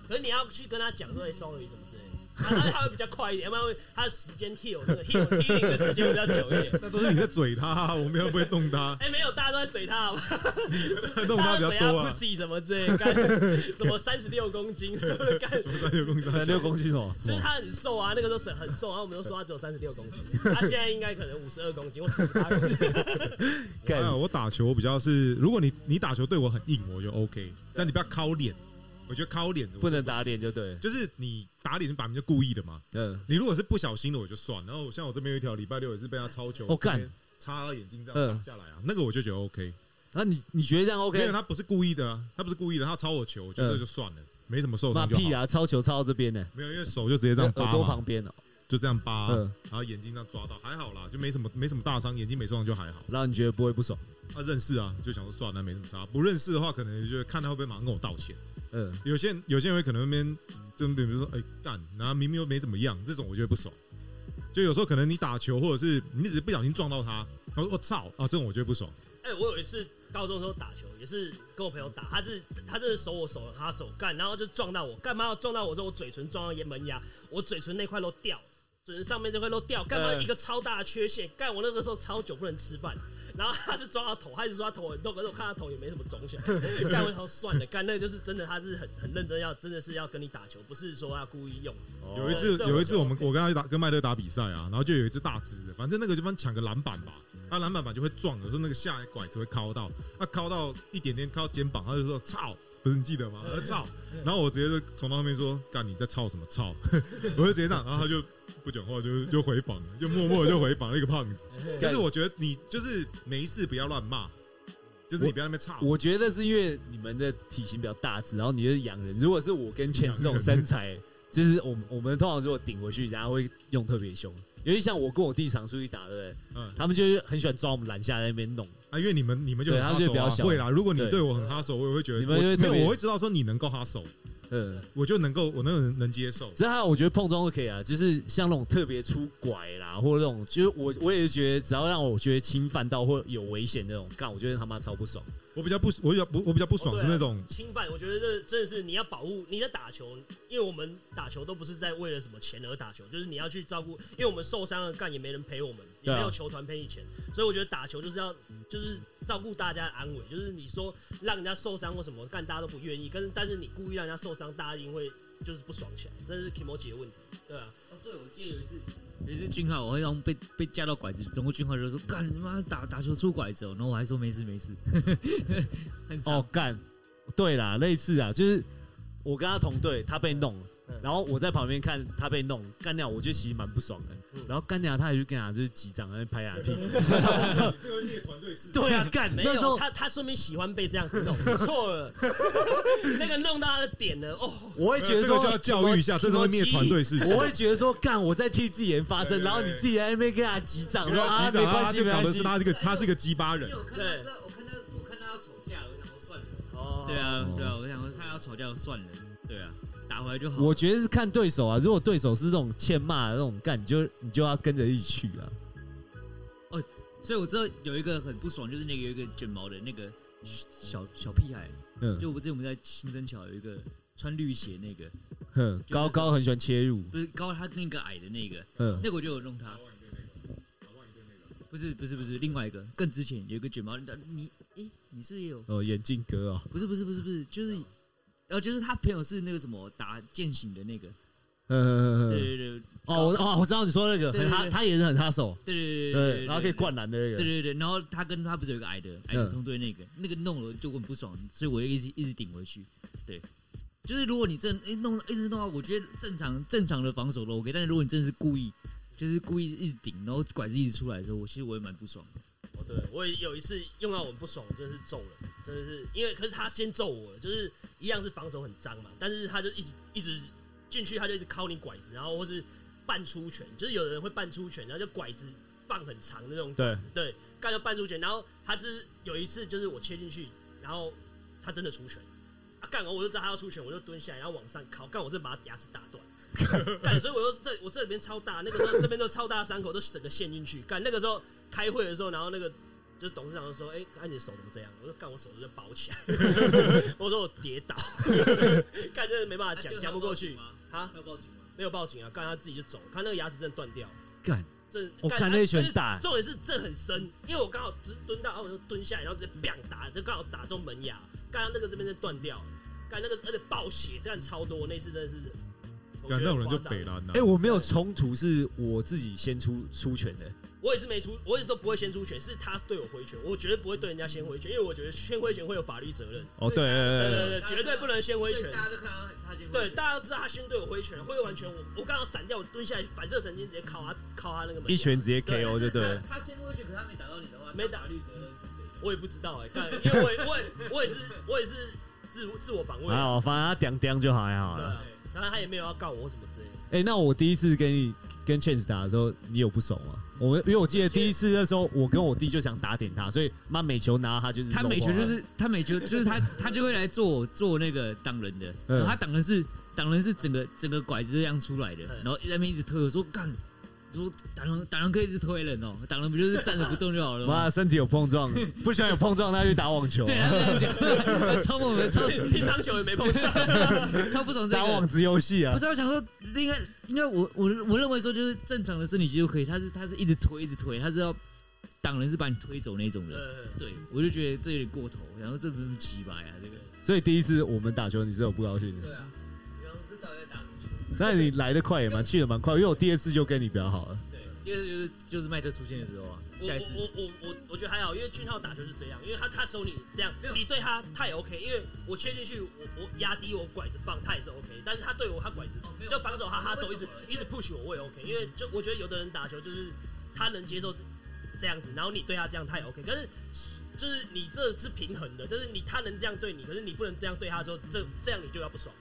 [SPEAKER 2] 可是你要去跟他讲说哎 sorry 什么之类的。他他他会比较快一点，要不然他的时间 heal 那个 heal healing 的时间会比较久一点。
[SPEAKER 3] 那都是你在嘴他，我们又不会动他，
[SPEAKER 2] 哎、没有，大家都在嘴他，好不好
[SPEAKER 3] 动他比较多
[SPEAKER 2] 他
[SPEAKER 3] 啊。
[SPEAKER 2] 嘴 pussy 什么之类， 干什么三十六公斤， 什么的干，
[SPEAKER 3] 什么三六公 啊三
[SPEAKER 1] 三六公斤 哦，
[SPEAKER 2] 就是他很瘦啊，那个时候是很瘦，然后我们都说他只有三十六公斤，他现在应该可能五十二公斤或四十八公斤。
[SPEAKER 1] 干嗯
[SPEAKER 3] 哎呀，我打球比较是，如果你你打球对我很硬，我就 OK，但你不要敲脸，我觉得敲脸
[SPEAKER 1] 不能打脸就对。
[SPEAKER 3] 就是你打脸，百分之故意的嘛。
[SPEAKER 1] 嗯，
[SPEAKER 3] 你如果是不小心的，我就算。然后像我这边有一条礼拜六也是被他抄球，
[SPEAKER 1] 哦干，
[SPEAKER 3] 擦到眼睛这样打下来啊，那个我就觉得 OK，
[SPEAKER 1] 那你你觉得这样
[SPEAKER 3] 没有
[SPEAKER 1] OK？
[SPEAKER 3] 他不是故意的啊，他不是故意的，他抄我球，我觉得
[SPEAKER 1] 嗯
[SPEAKER 3] 这就算了，没什么受
[SPEAKER 1] 妈
[SPEAKER 3] 伤就
[SPEAKER 1] 屁
[SPEAKER 3] 好。
[SPEAKER 1] 啊！抄球抄到这边呢，
[SPEAKER 3] 没有，因为手就直接这样
[SPEAKER 1] 耳
[SPEAKER 3] 扒
[SPEAKER 1] 朵
[SPEAKER 3] 嘛
[SPEAKER 1] 旁，边哦。
[SPEAKER 3] 就这样扒，
[SPEAKER 1] 嗯，
[SPEAKER 3] 然后眼睛这样抓到，还好啦，就没什么没什么大伤，眼睛没受伤就还好。
[SPEAKER 1] 然后你觉得不会不爽？
[SPEAKER 3] 他认识啊，就想说算了，没什么差。不认识的话，可能就看他会不会马上跟我道歉。
[SPEAKER 1] 嗯，
[SPEAKER 3] 有些人有些人会可能那边真比如说哎干，然后明明又没怎么样，这种我就会不爽。就有时候可能你打球，或者是你只是不小心撞到他，他说我操啊，这种我就会不爽。
[SPEAKER 2] 哎、我有一次高中的时候打球，也是跟我朋友打，他是他真的手我手了他手干，然后就撞到我，干嘛要撞到我？说我嘴唇撞到门牙，我嘴唇那块都掉，嘴唇上面这块都掉，干嘛
[SPEAKER 1] 嗯
[SPEAKER 2] 一个超大的缺陷？干我那个时候超久不能吃饭。然后他是撞到头，他一直说他头很痛，可是我看他头也没什么肿起来。干我头算了，干那个就是真的，他是很很认真要，真的是要跟你打球，不是说他故意用。
[SPEAKER 3] 有一次，
[SPEAKER 2] 哦这我
[SPEAKER 3] 有一次
[SPEAKER 2] 就
[SPEAKER 3] 我们
[SPEAKER 2] OK
[SPEAKER 3] 我跟他去打跟麦乐打比赛啊，然后就有一只大只的，反正那个地方抢个篮板吧，他篮板板就会撞，有时候那个下来拐子会敲到，他敲到一点点敲到肩膀，他就说操，不是你记 得吗？他说操，然后我直接就从他后面说，干你在操什么操， 我就直接这样，然后他就不讲话，就就回访，就默默地就回访那个胖 子。就是我觉得你就是没事不要乱骂，就是你不要在那边操。
[SPEAKER 1] 我觉得是因为你们的体型比较大只，然后你是洋人。如果是我跟钱这种身材，就是我们我们通常如果顶回去，然后会用特别凶。尤其像我跟我弟常出去打，对不对？
[SPEAKER 3] 嗯
[SPEAKER 1] 他们就是很喜欢抓我们篮下在那边弄。
[SPEAKER 3] 啊，因为你们你们就很
[SPEAKER 1] 对他
[SPEAKER 3] 哈
[SPEAKER 1] 们就
[SPEAKER 3] 手
[SPEAKER 1] 比较
[SPEAKER 3] 啊，
[SPEAKER 1] 小
[SPEAKER 3] 会啦。如果你
[SPEAKER 1] 对
[SPEAKER 3] 对我很哈手，我也会觉得
[SPEAKER 1] 你们
[SPEAKER 3] 我
[SPEAKER 1] 就会特
[SPEAKER 3] 没
[SPEAKER 1] 别
[SPEAKER 3] 有，我会知道说你能够哈手，
[SPEAKER 1] 嗯，
[SPEAKER 3] 我就能够我能能接受。
[SPEAKER 1] 只是他我觉得碰撞都可以啊，就是像那种特别出拐啦，或者那种，就是我我也是觉得只要让我觉得侵犯到或有危险那种，干我觉得他妈超不爽。
[SPEAKER 3] 我比较不，我比较不，我比较不爽
[SPEAKER 2] 哦对
[SPEAKER 3] 是
[SPEAKER 2] 啊
[SPEAKER 3] 那种，
[SPEAKER 2] 侵犯，我觉得这真的是你要保护你在打球，因为我们打球都不是在为了什么钱而打球，就是你要去照顾，因为我们受伤了，干也没人陪我们，也
[SPEAKER 1] 对啊
[SPEAKER 2] 没有球团赔你钱，所以我觉得打球就是要就是照顾大家的安危，就是你说让人家受伤或什么，干大家都不愿意，但是但是你故意让人家受伤，大家一定会就是不爽起来，真的是 Kimoji 的问题，对啊，
[SPEAKER 4] 哦，对，我记得有一次，有一次俊浩，我好像被被架到拐子中，国俊浩就说：“干你妈打打球出拐子、哦！”然后我还说：“没事没事。” 很
[SPEAKER 1] 哦
[SPEAKER 4] 哦，，
[SPEAKER 1] 干，对啦，类似啊，就是我跟他同队，他被弄了
[SPEAKER 2] 嗯，
[SPEAKER 1] 然后我在旁边看他被弄，干掉，我就其实蛮不爽的
[SPEAKER 2] 嗯。
[SPEAKER 1] 然后干掉他还去跟他就是击掌，然后 拍他的屁股。
[SPEAKER 3] 这个虐团队是
[SPEAKER 1] 对 啊，干，
[SPEAKER 2] 没
[SPEAKER 1] 那时
[SPEAKER 2] 有
[SPEAKER 1] 候
[SPEAKER 2] 他他说明喜欢被这样子弄，错了，那个弄到他的点了，哦，
[SPEAKER 1] 我会
[SPEAKER 3] 这
[SPEAKER 1] 觉得
[SPEAKER 3] 个
[SPEAKER 1] 说
[SPEAKER 3] 就要教育一下，这都会灭团。队事情。
[SPEAKER 1] 我会觉得说，干，我在替自己人发声，
[SPEAKER 3] 对对
[SPEAKER 1] 然后你自己在那边跟他击掌，
[SPEAKER 3] 不
[SPEAKER 1] 说
[SPEAKER 3] 要
[SPEAKER 1] 啊，
[SPEAKER 3] 击
[SPEAKER 1] 没
[SPEAKER 3] 掌啊，
[SPEAKER 1] 关
[SPEAKER 3] 他
[SPEAKER 1] 系，
[SPEAKER 3] 就
[SPEAKER 1] 没
[SPEAKER 3] 搞
[SPEAKER 1] 关
[SPEAKER 3] 的是
[SPEAKER 1] 系。
[SPEAKER 3] 他这个他是个鸡巴
[SPEAKER 4] 因
[SPEAKER 3] 人
[SPEAKER 4] 为，我看到是，我看到我看到要吵架了，我想说算了。
[SPEAKER 2] 哦
[SPEAKER 4] 对啊对啊，我想说看到要吵架算了，对啊，打回来就好。
[SPEAKER 1] 我觉得是看对手啊，如果对手是那种欠骂的那种干，你就你就要跟着一起去啊。
[SPEAKER 4] 所以我知道有一个很不爽，就是那个有一个卷毛的那个小小屁孩，
[SPEAKER 1] 嗯，
[SPEAKER 4] 就我之前我们在新生桥有一个穿绿鞋那个，
[SPEAKER 1] 哼，高高很喜欢切入，
[SPEAKER 4] 不是高他那个矮的那个，
[SPEAKER 1] 嗯，
[SPEAKER 4] 那个我就有弄他。不是不是不是，另外一个更之前有一个卷毛，你诶、你是不是也有？
[SPEAKER 1] 哦，眼镜哥哦，
[SPEAKER 4] 不是不是不是不是，就是。呃，就是他朋友是那个什么打剑行的那个，
[SPEAKER 1] 嗯，
[SPEAKER 4] 对对对
[SPEAKER 1] 哦，我哦，我知道你说那个，
[SPEAKER 4] 对对
[SPEAKER 1] 很他
[SPEAKER 4] 对
[SPEAKER 1] 他也是很哈手，
[SPEAKER 4] 对对
[SPEAKER 1] 对，
[SPEAKER 4] 对，
[SPEAKER 1] 然后可以灌篮的嗯那
[SPEAKER 4] 对
[SPEAKER 1] 个，
[SPEAKER 4] 对对，然后他跟他不是有一个矮的矮的中队那个，那个弄了就很不爽，所以我就一直一直顶回去。对，就是如果你真一弄一直弄到，我觉得正常正常的防守都 OK，但是如果你真的是故意，就是故意一直顶，然后拐子一直出来的时候，我其实我也蛮不爽的。
[SPEAKER 2] 哦，对，我也有一次用到我很不爽，我真的是揍人，真的是因为，可是他先揍我了，就是一样是防守很脏嘛，但是他就一直一直进去，他就一直敲你拐子，然后或是半出拳，就是有的人会半出拳，然后就拐子放很长的那种
[SPEAKER 10] 对，
[SPEAKER 2] 对，干掉半出拳，然后他就是有一次就是我切进去，然后他真的出拳，啊干，我就知道他要出拳，我就蹲下来，然后往上靠，干我这把牙齿打断，干，所以我就这我这里边超大，那个时候这边都超大伤口，都整个陷进去，干那个时候开会的时候，然后那个。就是董事长就说：“哎、看你的手怎么这样？”我说：“干，我手就包起来。” 我说：“我跌倒。” 干，真的没办法讲，讲不过去啊！
[SPEAKER 4] 要报警吗？
[SPEAKER 2] 没有报警啊，干他自己就走了，他那个牙齿真的断掉了。
[SPEAKER 1] 干，
[SPEAKER 2] 这
[SPEAKER 1] 我
[SPEAKER 2] 干
[SPEAKER 1] 看那一拳打
[SPEAKER 2] 重点是这很深，因为我刚好只蹲到，然后我就蹲下来，然后直接 bang 打，就刚好砸中门牙，刚刚那个这边是断掉，干那个而且爆血，这样超多，那次真的是，我
[SPEAKER 3] 干
[SPEAKER 2] 觉得
[SPEAKER 3] 那种人就
[SPEAKER 2] 很夸张
[SPEAKER 3] 北蓝了啊
[SPEAKER 1] 哎，。我没有冲突，是我自己先出出拳的，
[SPEAKER 2] 我也是没出，我一直都不会先出拳，是他对我挥拳，我绝对不会对人家先挥拳，因为我觉得先挥拳会有法律责任，
[SPEAKER 10] 哦对对对
[SPEAKER 2] 对
[SPEAKER 10] 对对
[SPEAKER 2] 对对，绝对不能先挥拳。
[SPEAKER 4] 大家都看到他先
[SPEAKER 2] 对，大家都知道他先对我挥拳，挥完拳我我刚刚闪掉，我蹲下来反射神经直接靠他靠他那个门牙，
[SPEAKER 10] 一拳直接
[SPEAKER 2] 对
[SPEAKER 10] KO 就对了。
[SPEAKER 4] 他先过去，可他没打到你的话，
[SPEAKER 2] 没打
[SPEAKER 4] 律责任是谁的？
[SPEAKER 2] 我也不知道哎、干，因为我也我也我也是我也是自自我防卫
[SPEAKER 1] 还
[SPEAKER 2] 啊，
[SPEAKER 1] 好，反正他屌屌就好还好
[SPEAKER 2] 对啊
[SPEAKER 1] 了。
[SPEAKER 2] 啊，然后他也没有要告我什么之类的。
[SPEAKER 1] 哎，那我第一次跟你
[SPEAKER 11] 跟 Chance 打的时候，你有不爽吗？我们因为我记得第一次的时候，我跟我弟就想打点他，所以妈每球拿到他就是
[SPEAKER 4] 他每球
[SPEAKER 11] 弄
[SPEAKER 4] 就
[SPEAKER 11] 花
[SPEAKER 4] 是他每球就是他他就会来做做那个挡人的，
[SPEAKER 11] 嗯
[SPEAKER 4] 然后他挡人是挡人是整个整个拐子这样出来的，
[SPEAKER 2] 嗯
[SPEAKER 4] 然后在那边一直推，我说干，说挡人挡人可以一直推人哦，挡人不就是站着不动就好了吗
[SPEAKER 11] 妈？身体有碰撞，不喜欢有碰撞，那就打网球、
[SPEAKER 4] 对，
[SPEAKER 11] 啊，
[SPEAKER 4] 他这样讲，超我们 超
[SPEAKER 2] 乒乓球也没碰上，
[SPEAKER 4] 超不爽 这
[SPEAKER 11] 打网
[SPEAKER 4] 个。
[SPEAKER 11] 子游戏啊
[SPEAKER 4] 不。是，我想说，应该应该我我我认为说就是正常的身体肌肉可以，他是他是一直推一直推，他是要挡人是把你推走那种人。
[SPEAKER 2] 呃，
[SPEAKER 4] 对，我就觉得这有点过头，然后这不是奇葩呀，这个。
[SPEAKER 11] 所以第一次我们打球，你是有不高兴的。
[SPEAKER 4] 对啊，然后是到底在打什么球？
[SPEAKER 11] 那你来的快也蛮，去的蛮快，因为我第二次就跟你比较好了。
[SPEAKER 4] 对，第二次就是就是麦特出现的时候啊，
[SPEAKER 2] 我
[SPEAKER 4] 下一次
[SPEAKER 2] 我我我我我觉得还好，因为俊浩打球是这样，因为他他守你这样
[SPEAKER 4] 没有，
[SPEAKER 2] 你对他他也 OK，因为我切进去，我我压低我拐子放，他也是 OK，但是他对我他拐子就防守哈哈手一直一直 push 我，我也 OK，因为就我觉得有的人打球就是他能接受这这样子，然后你对他这样他也 OK，可是就是你这是平衡的，就是你他能这样对你，可是你不能这样对他的时候，这这样你就要不爽。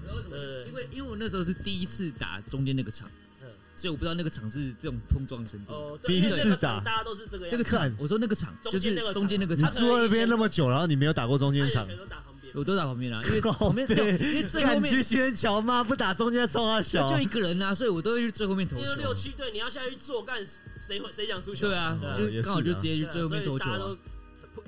[SPEAKER 4] 不知道为什么
[SPEAKER 2] 呃，
[SPEAKER 4] 因为因为我那时候是第一次打中间那个场
[SPEAKER 2] 嗯，
[SPEAKER 4] 所以我不知道那个场是这种碰撞程度。
[SPEAKER 2] 哦，
[SPEAKER 11] 第一
[SPEAKER 2] 对因为
[SPEAKER 11] 次
[SPEAKER 2] 那个
[SPEAKER 11] 打
[SPEAKER 2] 场大家都是这个
[SPEAKER 4] 那
[SPEAKER 2] 样
[SPEAKER 4] 个
[SPEAKER 2] 子，
[SPEAKER 4] 场，我说那个场
[SPEAKER 2] 中
[SPEAKER 4] 就
[SPEAKER 2] 间
[SPEAKER 4] 是
[SPEAKER 2] 那个场
[SPEAKER 4] 中间那个
[SPEAKER 1] 你
[SPEAKER 4] 场，
[SPEAKER 1] 住在那边那么久，然后你没有打过中
[SPEAKER 2] 他
[SPEAKER 1] 间
[SPEAKER 2] 也
[SPEAKER 1] 场
[SPEAKER 2] 可，能打旁边。
[SPEAKER 4] 我都打旁边啊啦，因为
[SPEAKER 1] 靠
[SPEAKER 4] 旁边没有因为哎最后
[SPEAKER 1] 看去
[SPEAKER 4] 面
[SPEAKER 1] 仙人桥吗？不打中间冲啊小
[SPEAKER 4] 就，一个人啊，所以我都会去最后面投
[SPEAKER 2] 因为六
[SPEAKER 4] 球。
[SPEAKER 2] 七队你要下去做干，谁会谁想输球？
[SPEAKER 4] 对啊
[SPEAKER 2] 对，啊
[SPEAKER 4] 就
[SPEAKER 1] 也是
[SPEAKER 4] 刚好就
[SPEAKER 1] 啊
[SPEAKER 4] 直接去最后面投球
[SPEAKER 2] 所以大家都。
[SPEAKER 4] 啊
[SPEAKER 2] 很